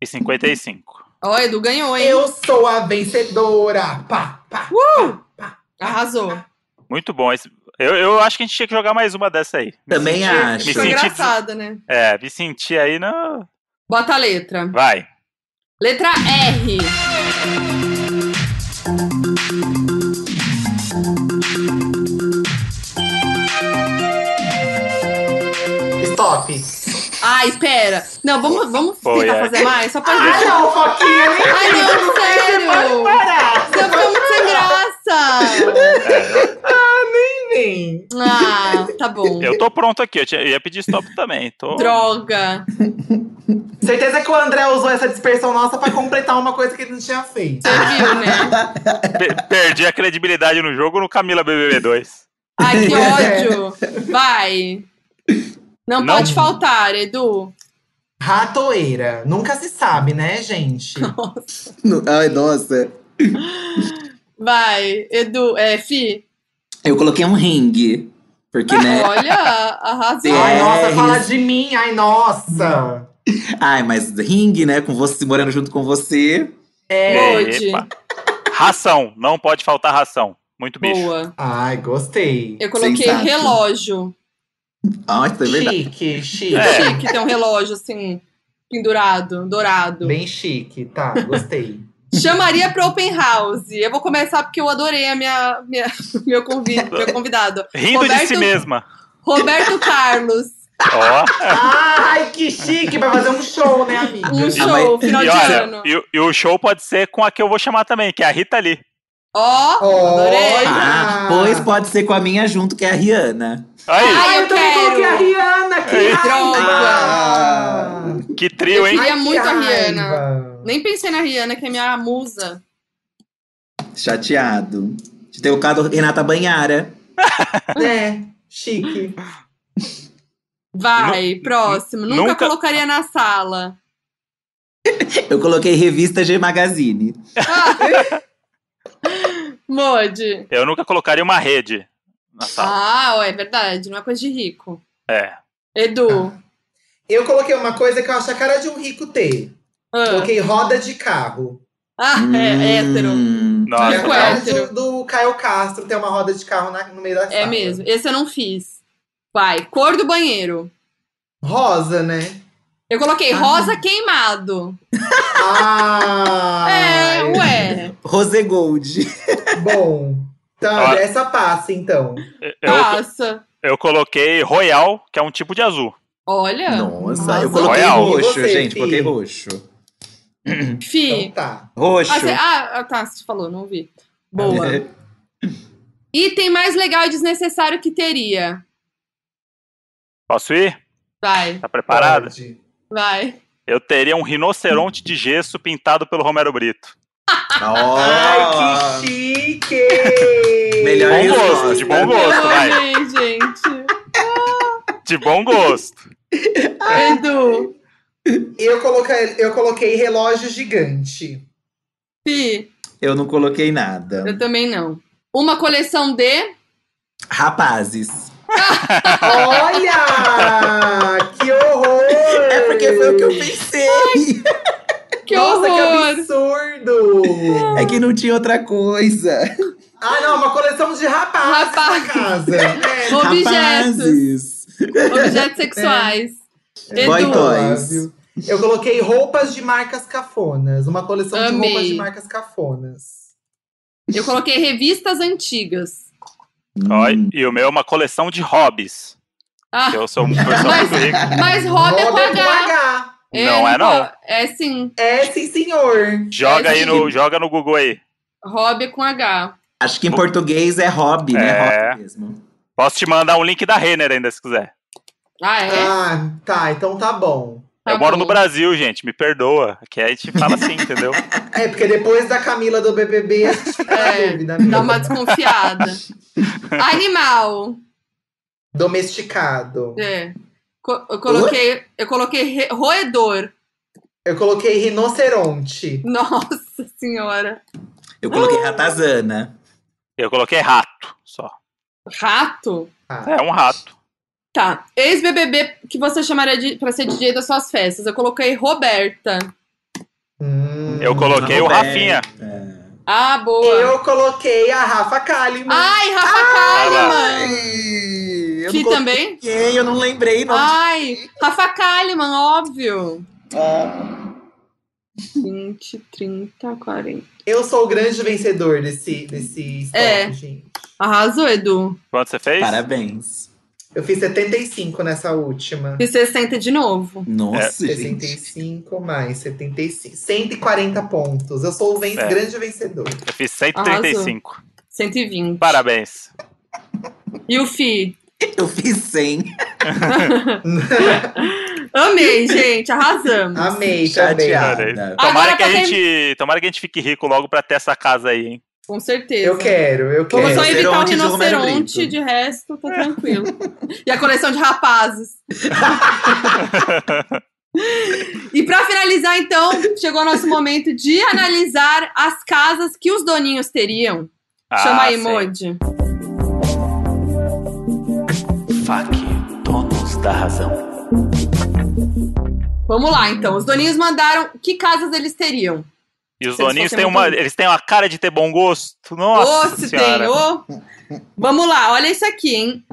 Speaker 1: e 55.
Speaker 2: Ó, Edu ganhou, hein?
Speaker 3: Eu sou a vencedora. Pá, pá.
Speaker 2: Arrasou.
Speaker 1: Muito bom. esse- Eu, eu acho que a gente tinha que jogar mais uma dessa aí. Me
Speaker 4: Também
Speaker 1: senti-
Speaker 4: acho.
Speaker 1: Ah, Me
Speaker 2: Ficou
Speaker 1: senti,
Speaker 2: engraçado, né?
Speaker 1: é, me senti aí na.
Speaker 2: Bota a letra.
Speaker 1: Vai.
Speaker 2: Letra R.
Speaker 3: Stop.
Speaker 2: Ai, pera. Não, vamos, vamos
Speaker 1: Foi,
Speaker 2: tentar
Speaker 1: é.
Speaker 2: fazer mais? Só pra
Speaker 3: Ah,
Speaker 2: gente.
Speaker 3: não, Foquinha. nem
Speaker 2: Ai,
Speaker 3: precisa,
Speaker 2: não, sério.
Speaker 3: Pode parar.
Speaker 2: Você ficou muito sem graça.
Speaker 1: É,
Speaker 3: Vem.
Speaker 2: Ah, tá bom.
Speaker 1: eu tô pronto aqui. Eu, tinha- eu ia pedir stop também. Tô...
Speaker 2: Droga.
Speaker 3: Certeza que o André usou essa dispersão nossa pra completar uma coisa que ele não tinha feito.
Speaker 2: Você viu, né?
Speaker 1: Pe- perdi a credibilidade no jogo no Camila BBB 2.
Speaker 2: Ai, que
Speaker 3: Pois é.
Speaker 2: ódio. Vai. Não,
Speaker 1: Não.
Speaker 2: pode faltar, Edu.
Speaker 3: Ratoeira. Nunca se sabe, né, gente?
Speaker 4: No- Ai, nossa.
Speaker 2: Vai, Edu. É, Fi.
Speaker 4: Eu coloquei um ringue. Porque, né?
Speaker 2: Olha, arrasou.
Speaker 3: Ai, nossa,
Speaker 4: É,
Speaker 3: fala
Speaker 4: isso.
Speaker 3: de mim. Ai, nossa.
Speaker 4: Ai, mas ringue, né? Com você morando junto com você.
Speaker 2: Pode.
Speaker 1: Epa. Ração. Não pode faltar ração. Muito bicho.
Speaker 2: Boa.
Speaker 3: Ai, gostei.
Speaker 2: Eu coloquei
Speaker 4: Sensato.
Speaker 2: relógio.
Speaker 4: Nossa, é verdade.
Speaker 3: Chique, chique.
Speaker 1: É.
Speaker 2: Chique, tem um relógio assim, pendurado, dourado.
Speaker 3: Bem chique, tá, gostei.
Speaker 2: Chamaria para open house. Eu vou começar porque eu adorei a minha, minha- meu, convi meu convidado.
Speaker 1: Rindo de
Speaker 2: Roberto-
Speaker 1: si mesma.
Speaker 2: Roberto Carlos.
Speaker 1: Ó.
Speaker 3: Ai, que chique! Vai fazer um show, né, amiga?
Speaker 2: Um
Speaker 4: Ah, mas-
Speaker 2: show, final
Speaker 1: E
Speaker 2: de
Speaker 1: olha,
Speaker 2: ano.
Speaker 1: e, o- e o show pode ser com a que eu vou chamar também, que é a Rita Lee.
Speaker 2: Ó, adorei.
Speaker 3: Olha!
Speaker 4: Ah, pois pode ser com a minha junto, que é a Rihanna.
Speaker 1: Aí,
Speaker 2: Ai, eu
Speaker 3: também
Speaker 2: quero.
Speaker 3: então coloquei a Rihanna aqui.
Speaker 1: Ai,
Speaker 3: Ai,
Speaker 4: droga.
Speaker 1: que trio, hein?
Speaker 2: Ai, queria
Speaker 3: que
Speaker 2: muito a
Speaker 3: raiva.
Speaker 2: Rihanna. Nem pensei na Rihanna, que é minha musa.
Speaker 4: Chateado. De ter colocado Renata Banhara.
Speaker 3: É, chique.
Speaker 2: Vai, próximo. Nunca,
Speaker 1: nunca-
Speaker 2: colocaria na sala.
Speaker 4: Eu coloquei revista G Magazine.
Speaker 2: Ah. Mode.
Speaker 1: Eu nunca colocaria uma rede na sala.
Speaker 2: Ah, ó, é verdade. Não é coisa de rico.
Speaker 1: É.
Speaker 2: Edu.
Speaker 3: Eu coloquei uma coisa que eu acho a cara de um rico ter.
Speaker 2: Ah,
Speaker 3: Coloquei roda de carro.
Speaker 2: Ah, é hétero.
Speaker 4: Hum.
Speaker 3: É
Speaker 1: Nossa,
Speaker 3: a
Speaker 2: Rico
Speaker 1: não.
Speaker 3: cara
Speaker 2: hétero.
Speaker 3: do, do Caio Castro ter uma roda
Speaker 2: Tá.
Speaker 3: de carro na- no meio da sala.
Speaker 2: É mesmo. Esse eu não fiz. Vai. Cor do banheiro.
Speaker 3: Rosa, né?
Speaker 2: Eu coloquei rosa queimado.
Speaker 3: Ah!
Speaker 2: É, ué.
Speaker 4: Rose Gold.
Speaker 3: Bom. Então,
Speaker 1: Ah.
Speaker 3: essa passa, então.
Speaker 1: Eu,
Speaker 2: Passa.
Speaker 1: eu coloquei Royal, que é um tipo de azul.
Speaker 2: Olha.
Speaker 4: Nossa, eu
Speaker 2: Nossa.
Speaker 4: coloquei
Speaker 1: Royal.
Speaker 4: roxo,
Speaker 3: E você,
Speaker 4: gente.
Speaker 3: Fih?
Speaker 4: Coloquei roxo.
Speaker 2: Fi.
Speaker 3: Então tá.
Speaker 4: Roxo.
Speaker 2: Ah, cê- ah, ah, tá, você falou, não vi. Boa.
Speaker 4: É.
Speaker 2: Item mais legal e desnecessário que teria.
Speaker 1: Posso ir?
Speaker 2: Vai,
Speaker 1: Tá preparada?
Speaker 3: Pode.
Speaker 2: vai.
Speaker 1: Eu teria um rinoceronte de gesso pintado pelo Romero Brito.
Speaker 3: Ai,
Speaker 4: Ó.
Speaker 3: que chique!
Speaker 4: Ah. Melhor
Speaker 1: De bom
Speaker 4: isso,
Speaker 1: gosto, de bom
Speaker 2: Eu
Speaker 1: gosto, vai.
Speaker 2: amei, gente.
Speaker 1: De bom gosto.
Speaker 2: Edu,
Speaker 3: Eu coloquei, eu coloquei relógio gigante.
Speaker 2: Fi,
Speaker 4: Eu não coloquei nada.
Speaker 2: eu também não. Uma coleção de.
Speaker 4: Rapazes.
Speaker 3: Olha! que horror!
Speaker 4: É porque foi o que eu pensei.
Speaker 2: Que
Speaker 3: Nossa,
Speaker 2: horror!
Speaker 3: que absurdo!
Speaker 4: É que não tinha outra coisa.
Speaker 3: ah, não, uma coleção de rapazes
Speaker 2: Rapazes.
Speaker 3: na casa. É,
Speaker 2: Objetos.
Speaker 4: Rapazes.
Speaker 2: É. Objetos sexuais.
Speaker 4: Boy
Speaker 2: Edu,
Speaker 4: toys.
Speaker 3: Eu coloquei roupas de marcas cafonas. Uma coleção de
Speaker 2: Amei.
Speaker 3: roupas de marcas cafonas.
Speaker 2: eu coloquei revistas antigas.
Speaker 1: Ó, e o meu é uma coleção de hobbies.
Speaker 2: Ah,
Speaker 1: Eu sou uma pessoa
Speaker 2: mas,
Speaker 1: muito rica.
Speaker 2: mas hobby é com
Speaker 3: Hobby é
Speaker 2: H.
Speaker 3: H.
Speaker 1: Não é, não.
Speaker 2: po- É sim,
Speaker 3: É, sim, senhor.
Speaker 1: Joga aí no,
Speaker 4: sim.
Speaker 1: joga no Google aí.
Speaker 2: hobby é com H.
Speaker 4: Acho que em português é hobby, né?
Speaker 1: É.
Speaker 4: Hobby mesmo.
Speaker 1: Posso te mandar um link da Renner ainda, se quiser.
Speaker 2: Ah, é?
Speaker 3: Ah, tá, então tá bom.
Speaker 2: Tá
Speaker 1: eu moro
Speaker 2: bom.
Speaker 1: no Brasil, gente, me perdoa. Que aí a gente fala assim, entendeu?
Speaker 3: É, porque depois da Camila do BBB, a gente fica na
Speaker 2: É,
Speaker 3: dúvida, né?
Speaker 2: Dá uma desconfiada. Animal.
Speaker 3: Domesticado.
Speaker 2: É. Co- eu coloquei, eu coloquei re- roedor.
Speaker 3: Eu coloquei rinoceronte.
Speaker 2: Nossa senhora.
Speaker 4: Eu coloquei
Speaker 2: Ah.
Speaker 4: ratazana.
Speaker 1: Eu coloquei rato só.
Speaker 2: Rato?
Speaker 3: Ah,
Speaker 1: É um rato.
Speaker 2: Tá. Ex-BBB que você chamaria de, pra ser DJ das suas festas. Eu coloquei Roberta.
Speaker 3: hum.
Speaker 1: Eu coloquei o
Speaker 4: Roberta.
Speaker 1: Rafinha.
Speaker 2: Ah, boa.
Speaker 3: Eu coloquei a Rafa Kalimann.
Speaker 2: Ai, Rafa
Speaker 1: lá.
Speaker 2: Kalimann.
Speaker 4: Ai, eu
Speaker 2: Ah! Que
Speaker 4: não coloquei,
Speaker 2: também? Ah!
Speaker 4: eu não lembrei. Não.
Speaker 2: Ai, Rafa Kalimann, óbvio.
Speaker 4: Ah.
Speaker 2: 20, 30, 40.
Speaker 3: Eu sou o grande vencedor desse, desse estoque,
Speaker 2: É.
Speaker 3: gente.
Speaker 2: Arrasou, Edu.
Speaker 1: Quanto você fez?
Speaker 4: Parabéns.
Speaker 3: Eu fiz 75 nessa última.
Speaker 2: E 60 de novo.
Speaker 4: Nossa,
Speaker 3: É.
Speaker 4: gente.
Speaker 3: 65 mais 75. 140 pontos. Eu sou o ven-
Speaker 1: É.
Speaker 3: grande vencedor.
Speaker 1: Eu fiz 135.
Speaker 2: 120.
Speaker 1: Parabéns.
Speaker 2: E o Fi?
Speaker 4: Eu fiz 100.
Speaker 2: Amei, gente. Arrasamos.
Speaker 3: Amei também.
Speaker 1: Tomara
Speaker 4: Chateada.
Speaker 2: Agora tá
Speaker 1: que, a
Speaker 2: pra quem-
Speaker 1: gente, tomara que a gente fique rico logo pra ter essa casa aí, hein?
Speaker 2: Com certeza.
Speaker 3: Eu quero, eu quero.
Speaker 2: Vamos só
Speaker 4: Rinoceronte
Speaker 2: evitar o
Speaker 4: de Romero
Speaker 2: rinoceronte,
Speaker 4: Brito.
Speaker 2: de resto, tá tranquilo. e a coleção de rapazes. e pra finalizar, então, chegou o nosso momento de analisar as casas que os doninhos teriam. Chama aí,
Speaker 1: Ah, sim.
Speaker 2: Modi.
Speaker 1: Fuck, donos da razão.
Speaker 2: Vamos lá, então. Os doninhos mandaram que casas eles teriam.
Speaker 1: E os
Speaker 2: Se eles
Speaker 1: doninhos
Speaker 2: fossem
Speaker 1: têm uma,
Speaker 2: muito-
Speaker 1: eles têm uma cara de ter bom gosto.
Speaker 2: Ô,
Speaker 1: Nossa
Speaker 2: se
Speaker 1: senhora.
Speaker 2: tem, ô. Vamos lá, olha isso aqui, hein?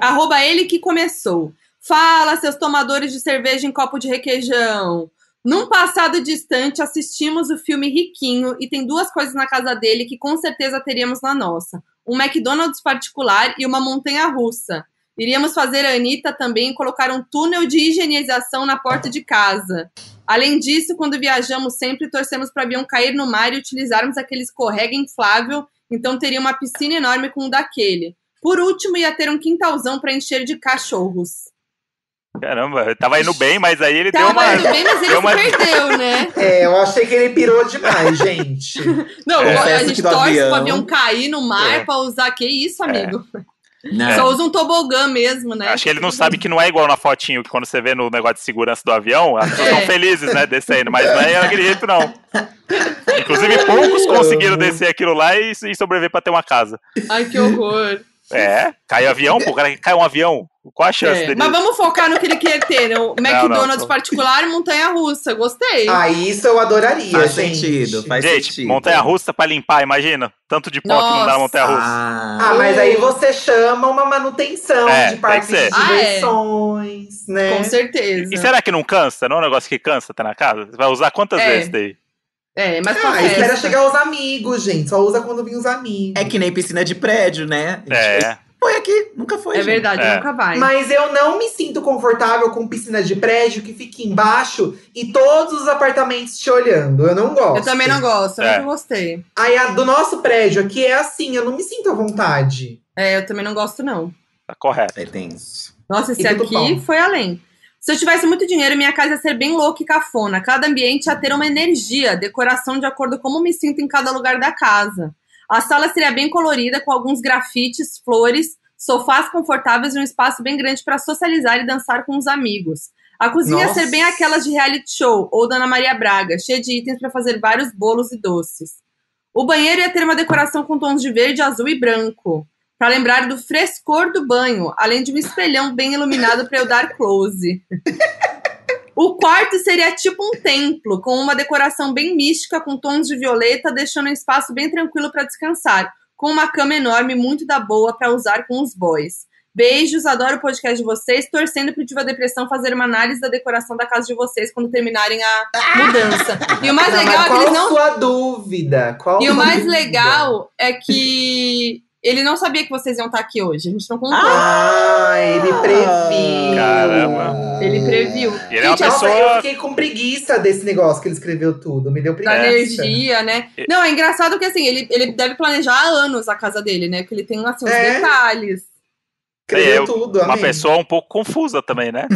Speaker 2: Arroba ele que começou. Fala, seus tomadores de cerveja em copo de requeijão. Num passado distante, assistimos o filme Riquinho e tem duas coisas na casa dele que com certeza teríamos na nossa: um McDonald's particular e uma montanha russa. Iríamos fazer a Anitta também e colocar um túnel de higienização na porta de casa. Além disso, quando viajamos sempre, torcemos para o avião cair no mar e utilizarmos aquele escorrega inflável então teria uma piscina enorme com um daquele. Por último, ia ter um quintalzão pra encher de cachorros.
Speaker 1: Caramba, ele tava indo bem, mas aí ele deu
Speaker 2: Tava
Speaker 1: uma.
Speaker 2: indo bem, mas ele
Speaker 1: deu uma-
Speaker 2: se perdeu, né?
Speaker 3: É, eu achei que ele pirou demais, gente.
Speaker 2: Não,
Speaker 1: É.
Speaker 2: a
Speaker 4: Confesso
Speaker 2: gente
Speaker 4: que do
Speaker 2: torce
Speaker 4: avião-
Speaker 2: pro avião cair no mar
Speaker 1: É.
Speaker 2: pra usar. Que isso, amigo?
Speaker 4: Não.
Speaker 2: Só usa um tobogã mesmo, né?
Speaker 1: Acho que ele não sabe que não é igual na fotinho, que quando você vê no negócio de segurança do avião, as pessoas
Speaker 2: É.
Speaker 1: são felizes, né, descendo, mas não é aquele jeito, não. Inclusive, poucos conseguiram descer aquilo lá e, e sobreviver pra ter uma casa.
Speaker 2: Ai, que horror.
Speaker 1: É, caiu avião, pô, o cara que cai um avião. Qual a chance
Speaker 2: É.
Speaker 1: dele?
Speaker 2: Mas vamos focar no que ele quer ter, né? O McDonald's
Speaker 1: não.
Speaker 2: particular e montanha-russa. Gostei.
Speaker 3: Ah, isso eu adoraria,
Speaker 4: Faz
Speaker 3: gente.
Speaker 4: sentido, faz
Speaker 1: Gente,
Speaker 4: sentido.
Speaker 1: montanha-russa é pra limpar, imagina. Tanto de pó que não dá na
Speaker 2: Nossa.
Speaker 1: montanha-russa.
Speaker 3: Ah,
Speaker 4: Ah,
Speaker 3: mas aí você chama uma manutenção
Speaker 1: É,
Speaker 3: de parques
Speaker 1: tem
Speaker 3: de
Speaker 1: que
Speaker 2: ser. Ah, é.
Speaker 3: diversões, né?
Speaker 2: Com certeza.
Speaker 1: E será que não cansa? Não é um negócio que cansa, tá na casa? Você vai usar quantas
Speaker 2: É.
Speaker 1: vezes daí?
Speaker 2: É, mas pra
Speaker 3: Ah, espera
Speaker 2: festa.
Speaker 3: chegar os amigos, gente. Só usa quando vem os amigos.
Speaker 4: é que nem piscina de prédio, né? A gente
Speaker 1: É.
Speaker 4: Foi aqui, nunca foi.
Speaker 2: É
Speaker 4: gente.
Speaker 2: verdade,
Speaker 1: É.
Speaker 2: nunca vai.
Speaker 3: Mas eu não me sinto confortável com piscina de prédio que fica embaixo e todos os apartamentos te olhando. Eu não gosto.
Speaker 2: Eu também não gosto, eu
Speaker 1: É.
Speaker 2: nunca gostei.
Speaker 3: Aí a do nosso prédio aqui é assim, eu não me sinto à vontade.
Speaker 2: É, eu também não gosto, não.
Speaker 1: Tá correto.
Speaker 4: É tenso.
Speaker 2: Nossa, esse
Speaker 3: E tudo
Speaker 2: aqui
Speaker 3: bom.
Speaker 2: foi além. Se eu tivesse muito dinheiro, minha casa ia ser bem louca e cafona. Cada ambiente ia ter uma energia, decoração de acordo com como me sinto em cada lugar da casa. A sala seria bem colorida, com alguns grafites, flores, sofás confortáveis e um espaço bem grande para socializar e dançar com os amigos. A cozinha ia ser
Speaker 3: Nossa.
Speaker 2: bem aquela de reality show ou Dona Maria Braga, cheia de itens para fazer vários bolos e doces. O banheiro ia ter uma decoração com tons de verde, azul e branco para lembrar do frescor do banho, além de um espelhão bem iluminado para eu dar close. O quarto seria tipo um templo, com uma decoração bem mística, com tons de violeta, deixando um espaço bem tranquilo para descansar, com uma cama enorme, muito da boa para usar com os boys. Beijos, adoro o podcast de vocês, torcendo pro Diva Depressão fazer uma análise da decoração da casa de vocês quando terminarem a mudança. E o mais
Speaker 3: Ah! Não, Tá, mas
Speaker 2: legal é que
Speaker 3: qual
Speaker 2: eles não
Speaker 3: sua dúvida? Qual
Speaker 2: e o
Speaker 3: sua
Speaker 2: mais
Speaker 3: dúvida?
Speaker 2: legal é que ele não sabia que vocês iam estar aqui hoje. A gente não contou.
Speaker 3: Ah, ele previu.
Speaker 1: Caramba.
Speaker 2: Ele previu.
Speaker 1: E ele é uma
Speaker 2: Gente, ela-
Speaker 3: Nossa,
Speaker 1: pessoa.
Speaker 3: eu fiquei com preguiça desse negócio que ele escreveu tudo. Me deu
Speaker 2: Da
Speaker 3: preguiça.
Speaker 2: energia, né? Não, é engraçado que assim, ele, ele deve planejar há anos a casa dele, né? Porque ele tem assim, uns
Speaker 3: É.
Speaker 2: detalhes.
Speaker 3: Escreveu
Speaker 1: É,
Speaker 3: tudo,
Speaker 1: Uma
Speaker 3: amém.
Speaker 1: pessoa um pouco confusa também, né?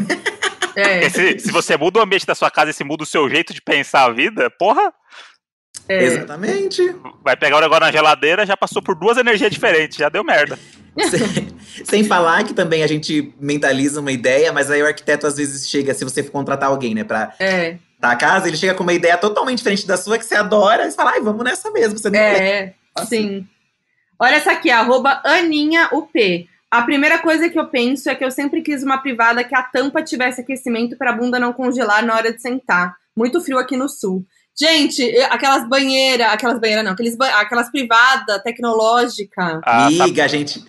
Speaker 2: É,
Speaker 1: Porque se, se você muda o ambiente da sua casa e se muda o seu jeito de pensar a vida, porra,
Speaker 2: é.
Speaker 4: Exatamente.
Speaker 1: vai pegar o negócio na geladeira, já passou por duas energias diferentes, já deu merda.
Speaker 4: sem, sem falar que também a gente mentaliza uma ideia, mas aí o arquiteto às vezes chega, se você for contratar alguém, né, pra
Speaker 2: É,
Speaker 4: tá a casa, ele chega com uma ideia totalmente diferente da sua, que você adora, e você fala, ai, vamos nessa mesmo, você não quer.
Speaker 2: é, é, sim. Olha essa aqui, arroba AninhaUP. A primeira coisa que eu penso é que eu sempre quis uma privada que a tampa tivesse aquecimento para a bunda não congelar na hora de sentar. Muito frio aqui no sul. Gente, eh, aquelas banheiras, aquelas banheiras não, aqueles ba- aquelas privadas, tecnológica.
Speaker 1: Ah, tá-
Speaker 4: Amiga, a gente,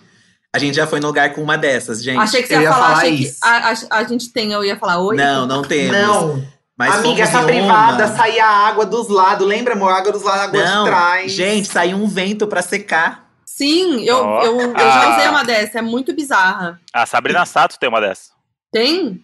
Speaker 4: a gente já foi no lugar com uma dessas, gente.
Speaker 2: Achei que você
Speaker 3: eu
Speaker 2: ia,
Speaker 3: ia
Speaker 2: falar,
Speaker 3: falar
Speaker 2: achei que
Speaker 3: isso.
Speaker 2: a, a- a gente tem, eu ia falar oi.
Speaker 4: Não, não temos.
Speaker 3: Não,
Speaker 4: mas
Speaker 3: amiga,
Speaker 4: fomos
Speaker 3: essa
Speaker 4: em
Speaker 3: privada
Speaker 4: uma.
Speaker 3: saía água dos lados. Lembra, amor? Água dos lados, água
Speaker 4: Não,
Speaker 3: de trás.
Speaker 4: gente, saiu um vento pra secar.
Speaker 2: Sim, eu,
Speaker 1: Ó.
Speaker 2: eu, eu já
Speaker 1: Ah.
Speaker 2: usei uma dessa, é muito bizarra.
Speaker 1: a Sabrina Sato tem uma dessa.
Speaker 2: Tem?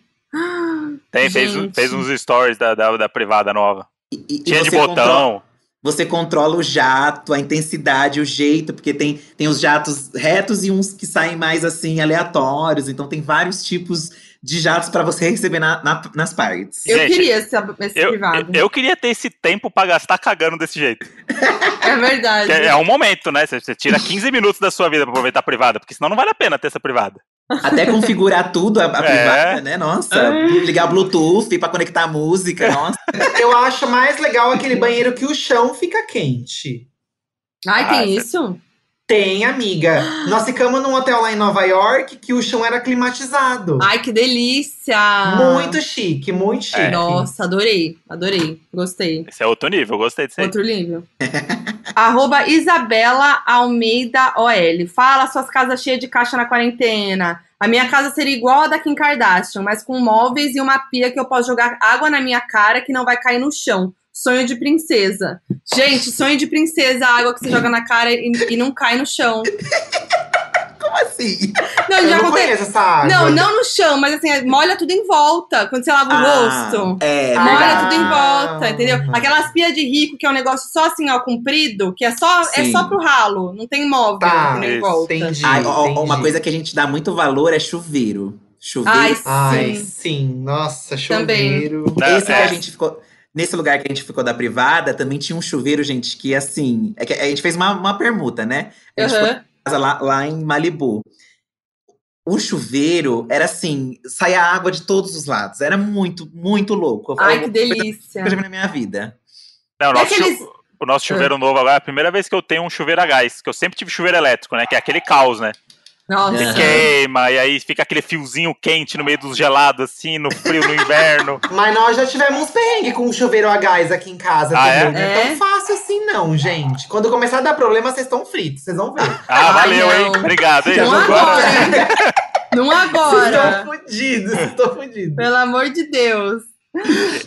Speaker 1: Tem, fez, um,
Speaker 2: Gente.
Speaker 1: fez uns stories da, da, da privada nova.
Speaker 4: E, e- e
Speaker 1: Tinha de
Speaker 4: você contro-
Speaker 1: botão.
Speaker 4: você controla o jato, a intensidade, o jeito, porque tem, tem os jatos retos e uns que saem mais assim, aleatórios. Então tem vários tipos de jatos pra você receber na- na- nas partes.
Speaker 2: Eu
Speaker 1: Gente,
Speaker 2: queria esse, esse
Speaker 1: Eu,
Speaker 2: privado.
Speaker 1: eu queria ter esse tempo pra gastar cagando desse jeito.
Speaker 2: É verdade.
Speaker 1: Que É, é um momento, né? Você você tira 15 minutos da sua vida pra aproveitar a privada, porque senão não vale a pena ter essa privada.
Speaker 4: Até configurar tudo, a, a
Speaker 1: É.
Speaker 4: privada, né? Nossa,
Speaker 2: Ah.
Speaker 4: ligar o Bluetooth pra conectar a música, nossa.
Speaker 3: Eu acho mais legal aquele banheiro que o chão fica quente.
Speaker 2: Ai, tem
Speaker 1: Ah,
Speaker 2: isso?
Speaker 3: Tem, amiga. Nós ficamos num hotel lá em Nova York que o chão era climatizado.
Speaker 2: Ai, que delícia! É.
Speaker 3: Muito chique,
Speaker 1: É.
Speaker 3: muito chique.
Speaker 2: Ah. Nossa, adorei, adorei, gostei.
Speaker 1: Esse é outro nível, eu gostei disso aí.
Speaker 2: Outro nível. Arroba Isabela Almeida OL. Fala suas casas cheias de caixa na quarentena. A minha casa seria igual a da Kim Kardashian, mas com móveis e uma pia que eu posso jogar água na minha cara que não vai cair no chão. Sonho de princesa. Gente, sonho de princesa, a água que você joga na cara e, e não cai no chão.
Speaker 4: Como assim?
Speaker 2: Não, já
Speaker 3: Eu não
Speaker 2: aconteceu.
Speaker 3: conheço essa água.
Speaker 2: Não, não no chão, mas assim, molha tudo em volta. Quando você lava o
Speaker 4: Ah,
Speaker 2: rosto.
Speaker 4: É,
Speaker 3: Ah,
Speaker 2: Molha
Speaker 3: verdade.
Speaker 2: tudo em volta, entendeu? Aquelas pia de rico, que é um negócio só assim, ó, comprido, que é só, é
Speaker 4: Sim.
Speaker 2: só pro ralo, não tem móvel
Speaker 3: Tá,
Speaker 2: que nem em
Speaker 1: isso,
Speaker 2: volta.
Speaker 3: Entendi,
Speaker 4: Ai, ó, ó,
Speaker 3: entendi.
Speaker 4: uma coisa que a gente dá muito valor é chuveiro. Chuveiro.
Speaker 2: Ai, sim.
Speaker 3: Ai, sim. Nossa,
Speaker 2: Também.
Speaker 3: chuveiro.
Speaker 1: Não,
Speaker 4: Esse que
Speaker 1: é.
Speaker 4: a gente ficou. Nesse lugar que a gente ficou da privada, também tinha um chuveiro, gente, que assim. é que a gente fez uma, uma permuta, né? A gente foi
Speaker 2: Aham.
Speaker 4: em casa lá, lá em Malibu. O chuveiro era assim, saía água de todos os lados. Era muito, muito louco. Foi
Speaker 2: Ai,
Speaker 4: uma
Speaker 2: que
Speaker 4: coisa
Speaker 2: delícia.
Speaker 4: que eu já vi na minha vida.
Speaker 1: Não, o
Speaker 2: É
Speaker 1: nosso, chu-
Speaker 2: aqueles-
Speaker 1: o nosso chuveiro novo agora é a primeira vez que eu tenho um chuveiro a gás, que eu sempre tive chuveiro elétrico, né? Que é aquele caos, né?
Speaker 2: Nossa.
Speaker 1: E queima, e aí fica aquele fiozinho quente no meio dos gelados, assim, no frio, no inverno.
Speaker 3: Mas nós já tivemos uns perrengues com um chuveiro a gás aqui em casa.
Speaker 1: Ah, é?
Speaker 3: entendeu? Não é
Speaker 2: É?
Speaker 3: tão fácil assim, não, gente. Quando começar a dar problema, vocês estão fritos, vocês vão ver.
Speaker 1: Ah,
Speaker 2: Ai,
Speaker 1: valeu,
Speaker 2: não.
Speaker 1: hein? Obrigado, hein?
Speaker 2: Não agora,
Speaker 1: é Agora-
Speaker 2: hein? Não
Speaker 3: Vocês estão
Speaker 2: agora.
Speaker 3: fudidos, vocês estão fudidos.
Speaker 2: Pelo amor de Deus.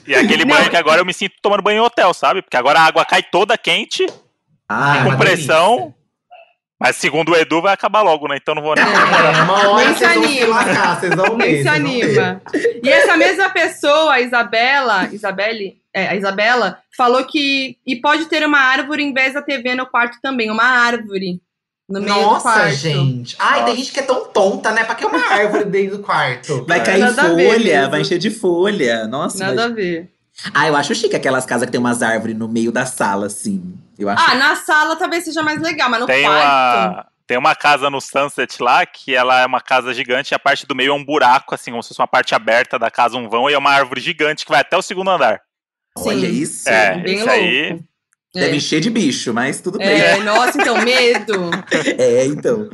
Speaker 1: E aquele banho que agora eu me sinto tomando banho em hotel, sabe? Porque agora a água cai toda quente,
Speaker 4: Ah,
Speaker 3: É
Speaker 1: com
Speaker 3: uma
Speaker 1: pressão. Mas segundo o Edu, vai acabar logo, né? Então não vou nem.
Speaker 3: É, uma hora
Speaker 2: Nem se
Speaker 3: vocês vão
Speaker 2: anima.
Speaker 3: lascar, vocês vão ver.
Speaker 2: Nem se
Speaker 3: vocês vão ver.
Speaker 2: anima. E essa mesma pessoa, a Isabela, Isabelle, é, a Isabela, falou que e pode ter uma árvore em vez da TV no quarto também, uma árvore no meio do quarto.
Speaker 3: Nossa, gente. Ai,
Speaker 1: Nossa.
Speaker 3: tem gente que é tão tonta, né? Pra que uma árvore dentro do quarto?
Speaker 4: Vai cair
Speaker 2: Nada a ver
Speaker 4: folha,
Speaker 2: mesmo.
Speaker 4: vai encher de folha. Nossa,
Speaker 2: Nada
Speaker 4: vai-
Speaker 2: a ver.
Speaker 4: Ah, eu acho chique aquelas casas que tem umas árvores no meio da sala, assim. Eu acho.
Speaker 2: Ah, na sala talvez seja mais legal, mas no
Speaker 1: Tem
Speaker 2: quarto.
Speaker 1: uma, tem uma casa no Sunset lá, que ela é uma casa gigante, e a parte do meio é um buraco, assim, como se fosse uma parte aberta da casa, um vão, e é uma árvore gigante que vai até o segundo andar.
Speaker 4: Olha
Speaker 2: sim.
Speaker 4: isso.
Speaker 1: É,
Speaker 2: Bem
Speaker 1: isso
Speaker 2: louco.
Speaker 1: aí.
Speaker 4: Deve
Speaker 2: É.
Speaker 4: encher de bicho, mas tudo bem.
Speaker 2: É, nossa, então, medo.
Speaker 4: É, então.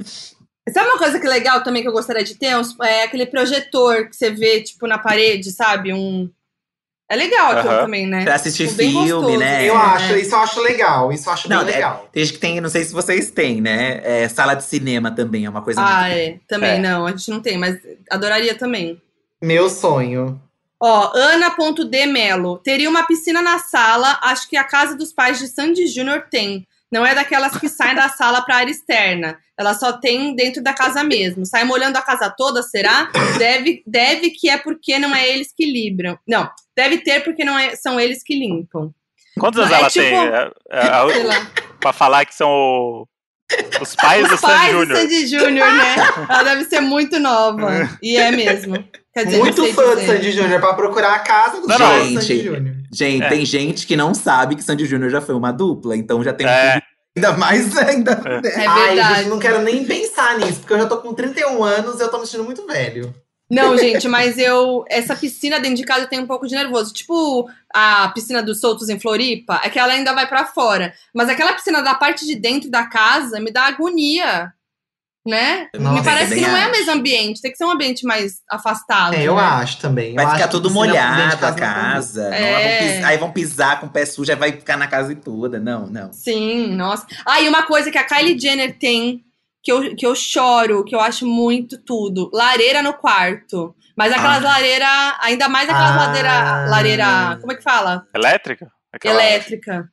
Speaker 2: Sabe uma coisa que é legal também que eu gostaria de ter? Uns- É aquele projetor que você vê, tipo, na parede, sabe? Um. É legal aquilo
Speaker 1: Aham.
Speaker 2: também, né?
Speaker 4: Pra assistir
Speaker 2: Tipo, bem
Speaker 4: filme,
Speaker 2: gostoso.
Speaker 4: né?
Speaker 3: Eu
Speaker 2: É.
Speaker 3: acho, isso eu acho legal. Isso eu acho
Speaker 4: Não,
Speaker 3: bem
Speaker 4: é-
Speaker 3: legal.
Speaker 4: Tem gente que tem, não sei se vocês têm, né? É, sala de cinema também é uma coisa muito.
Speaker 2: Ah, é. Também
Speaker 1: É.
Speaker 2: não, a gente não tem, mas adoraria também.
Speaker 3: Meu sonho.
Speaker 2: Ó, Ana.d Melo. Teria uma piscina na sala, acho que a casa dos pais de Sandy Júnior tem. Não é daquelas que saem da sala pra área externa. Ela só tem dentro da casa mesmo. Sai molhando a casa toda, será? Deve, deve que é porque não é eles que libram. Não, deve ter porque não é- são eles que limpam.
Speaker 1: Quantas
Speaker 2: Não, é
Speaker 1: ela
Speaker 2: tipo-
Speaker 1: tem? É- é-
Speaker 2: Sei
Speaker 1: é-
Speaker 2: lá.
Speaker 1: pra falar que são o- os pais do
Speaker 2: Os
Speaker 1: Sandy
Speaker 2: pais do
Speaker 1: Júnior.
Speaker 2: Sandy Júnior, né? Ela deve ser muito nova. E é mesmo. Quer dizer,
Speaker 3: Muito
Speaker 2: não sei
Speaker 3: fã do
Speaker 2: dizer.
Speaker 3: Sandy Júnior pra procurar a casa do
Speaker 1: Não,
Speaker 4: não.
Speaker 3: Sandy
Speaker 4: Gente.
Speaker 3: Júnior.
Speaker 4: Gente,
Speaker 1: É.
Speaker 4: tem gente que não sabe que Sandy Júnior já foi uma dupla, então já tem um
Speaker 1: É,
Speaker 4: filme ainda mais ainda.
Speaker 2: É
Speaker 3: Ai,
Speaker 2: verdade.
Speaker 3: gente, não quero nem pensar nisso, porque eu já tô com 31 anos e eu tô me sentindo muito velho.
Speaker 2: Não, gente, mas eu. Essa piscina dentro de casa eu tenho um pouco de nervoso. Tipo a piscina dos soltos em Floripa, é que ela ainda vai pra fora. Mas aquela piscina da parte de dentro da casa me dá agonia. Né?
Speaker 3: Nossa,
Speaker 2: me parece que
Speaker 4: também
Speaker 2: não é
Speaker 4: acho.
Speaker 2: mais ambiente, tem que ser um ambiente mais afastado.
Speaker 3: É, eu
Speaker 2: né?
Speaker 3: acho também.
Speaker 4: Vai
Speaker 3: eu
Speaker 4: ficar
Speaker 3: acho
Speaker 4: tudo
Speaker 3: que piscina dentro de
Speaker 4: molhado a
Speaker 3: não é tão bom.
Speaker 4: casa. não,
Speaker 2: É.
Speaker 4: vão pis- aí vão pisar com o pé sujo, aí vai ficar na casa toda. Não, não.
Speaker 2: Sim, nossa. Ah, e uma coisa que a Kylie Jenner tem, que eu, que eu choro, que eu acho muito tudo. Lareira no quarto. Mas aquelas
Speaker 4: Ah.
Speaker 2: lareiras, ainda mais aquelas
Speaker 3: Ah.
Speaker 2: lareira, lareira, como é que fala?
Speaker 1: elétrica? Aquela-
Speaker 2: Elétrica.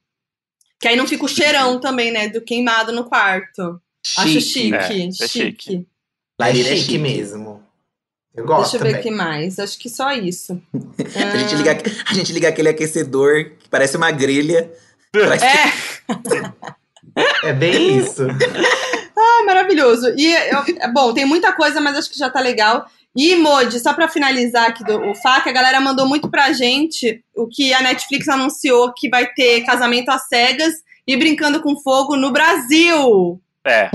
Speaker 2: Que aí não fica o cheirão também, né, do queimado no quarto. Acho chique,
Speaker 1: É,
Speaker 2: chique.
Speaker 1: isso é chique.
Speaker 3: É
Speaker 4: Lareira
Speaker 3: chique, mesmo. Eu gosto
Speaker 2: Deixa eu ver o
Speaker 3: também.
Speaker 2: que mais. Acho que só isso.
Speaker 4: A gente, liga, a gente liga aquele aquecedor que parece uma grelha. Parece-
Speaker 2: É,
Speaker 3: É bem isso.
Speaker 2: Ah, maravilhoso. E eu- é bom, tem muita coisa, mas acho que já tá legal. E Modi, só pra finalizar aqui do, o FAC, a galera mandou muito pra gente o que a Netflix anunciou que vai ter casamento às cegas e brincando com fogo no Brasil.
Speaker 1: É,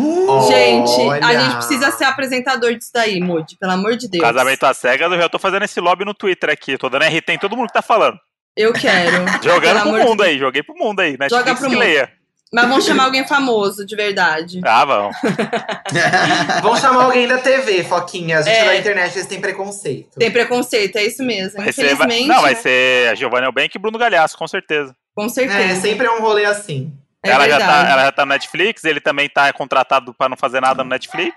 Speaker 2: Gente, a
Speaker 3: Olha.
Speaker 2: gente precisa ser apresentador disso daí, Modi, pelo amor de Deus.
Speaker 1: casamento às cegas, eu já tô fazendo esse lobby no Twitter aqui. Tô dando RT em todo mundo que tá falando.
Speaker 2: Eu quero.
Speaker 1: Jogando
Speaker 2: Pelo amor
Speaker 1: pro
Speaker 2: de
Speaker 1: mundo aí, joguei pro mundo aí. Netflix
Speaker 2: Joga pro
Speaker 1: que
Speaker 2: mundo.
Speaker 1: leia.
Speaker 2: Mas vamos chamar alguém famoso, de verdade.
Speaker 1: Ah, vão.
Speaker 3: Vamos chamar alguém da TV, Foquinha. A gente
Speaker 2: É.
Speaker 3: da internet, eles têm preconceito.
Speaker 2: Tem preconceito, é isso mesmo.
Speaker 1: Vai ser, vai-
Speaker 2: Infelizmente,
Speaker 1: não, vai
Speaker 2: né?
Speaker 1: ser a Giovanna Elbank e Bruno Galhaço, com certeza.
Speaker 2: com
Speaker 3: É,
Speaker 2: certeza.
Speaker 3: sempre é um rolê assim.
Speaker 2: É,
Speaker 1: ela, já
Speaker 2: verdade.
Speaker 1: tá, ela já tá no Netflix, ele também tá contratado pra não fazer nada no Netflix.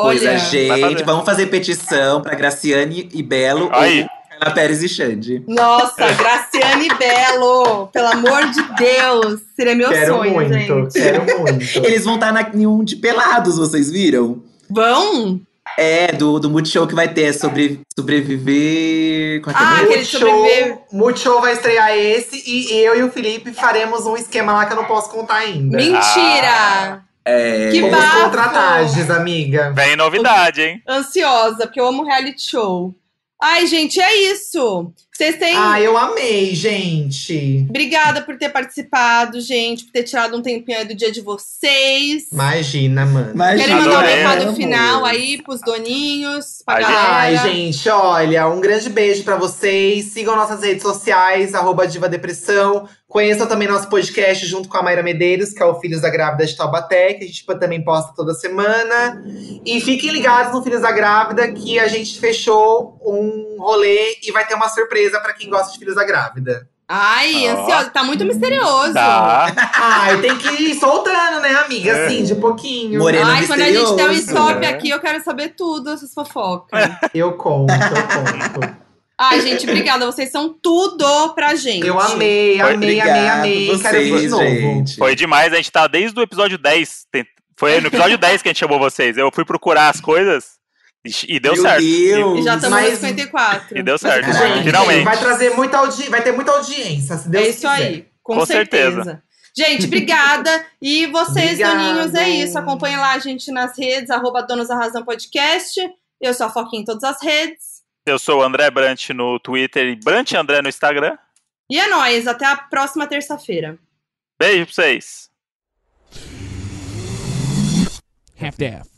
Speaker 1: é,
Speaker 4: Coisa,
Speaker 1: Vai
Speaker 4: gente.
Speaker 1: fazer.
Speaker 4: Vamos fazer petição pra Graciane e Belo
Speaker 1: Aí.
Speaker 4: ou Carla Pérez e Xande.
Speaker 2: Nossa,
Speaker 1: É.
Speaker 2: Graciane Belo, pelo amor de Deus, seria meu
Speaker 3: quero
Speaker 2: sonho,
Speaker 3: muito,
Speaker 2: gente.
Speaker 3: quero muito.
Speaker 4: Eles vão estar na, em um de pelados, vocês viram?
Speaker 2: Vão?
Speaker 4: É, do, do Multishow que vai ter é sobre, sobreviver. Como é que é
Speaker 2: Ah,
Speaker 4: mesmo?
Speaker 2: aquele sobreviver.
Speaker 3: Multishow vai estrear esse e eu e o Felipe faremos um esquema lá que eu não posso contar ainda.
Speaker 2: Mentira!
Speaker 4: É,
Speaker 2: que
Speaker 3: É. Vamos
Speaker 2: bafo!
Speaker 3: contratagens, amiga.
Speaker 1: Vem novidade, hein?
Speaker 2: Ansiosa, porque eu amo reality show. Ai, gente, é isso. Vocês têm.
Speaker 3: Ah, eu amei, gente.
Speaker 2: Obrigada por ter participado, gente, por ter tirado um tempinho aí do dia de vocês.
Speaker 3: Imagina, mano.
Speaker 4: Mas
Speaker 2: Querem mandar um
Speaker 1: Adorei,
Speaker 2: recado
Speaker 4: amor.
Speaker 2: final aí pros doninhos, pra
Speaker 1: Ai,
Speaker 2: galera.
Speaker 3: Ai, gente, olha, um grande beijo pra vocês. Sigam nossas redes sociais, arroba Diva Depressão. Conheçam também nosso podcast junto com a Mayra Medeiros, que é o Filhos da Grávida de Taubaté, que a gente também posta toda semana. E fiquem ligados no Filhos da Grávida, que a gente fechou um rolê e vai ter uma surpresa pra quem gosta de Filhos da Grávida.
Speaker 2: Ai,
Speaker 1: Ó. Hum.
Speaker 2: ansiosa. Tá muito misterioso.
Speaker 1: Tá.
Speaker 3: Ai, tem que ir soltando, né, amiga? Assim, de pouquinho.
Speaker 4: É. Morena. Ele é
Speaker 2: Ai, quando a gente der um
Speaker 4: misterioso,
Speaker 2: stop
Speaker 1: né?
Speaker 2: aqui, eu quero saber tudo, essas fofocas.
Speaker 3: Eu conto, eu conto.
Speaker 2: Ai, gente, obrigada. Vocês são tudo pra gente.
Speaker 3: Eu amei,
Speaker 1: Foi-
Speaker 3: amei, amei, amei. Quero ir de novo.
Speaker 4: gente.
Speaker 1: Foi demais, a gente tá desde o episódio 10. tem- Foi no episódio 10 que a gente chamou vocês. Eu fui procurar as coisas e, e deu
Speaker 4: Meu
Speaker 1: certo. E-
Speaker 4: Deus.
Speaker 2: E já estamos
Speaker 3: Mas-
Speaker 2: nos 54.
Speaker 1: E deu certo,
Speaker 4: Caralho.
Speaker 1: finalmente.
Speaker 3: Vai trazer muita audiência, vai ter muita audiência, se Deus
Speaker 2: é isso
Speaker 3: quiser.
Speaker 2: aí, com,
Speaker 1: Com
Speaker 2: certeza.
Speaker 1: certeza.
Speaker 2: Gente, obrigada. E vocês,
Speaker 3: Obrigado.
Speaker 2: doninhos, é isso. Acompanhem lá a gente nas redes, arroba Donos da Razão Podcast. Eu sou a Foquinha em todas as redes.
Speaker 1: Eu sou o André Brant no Twitter e Brant André no Instagram.
Speaker 2: E é nóis, até a próxima terça-feira.
Speaker 1: Beijo pra vocês.
Speaker 6: half-daff.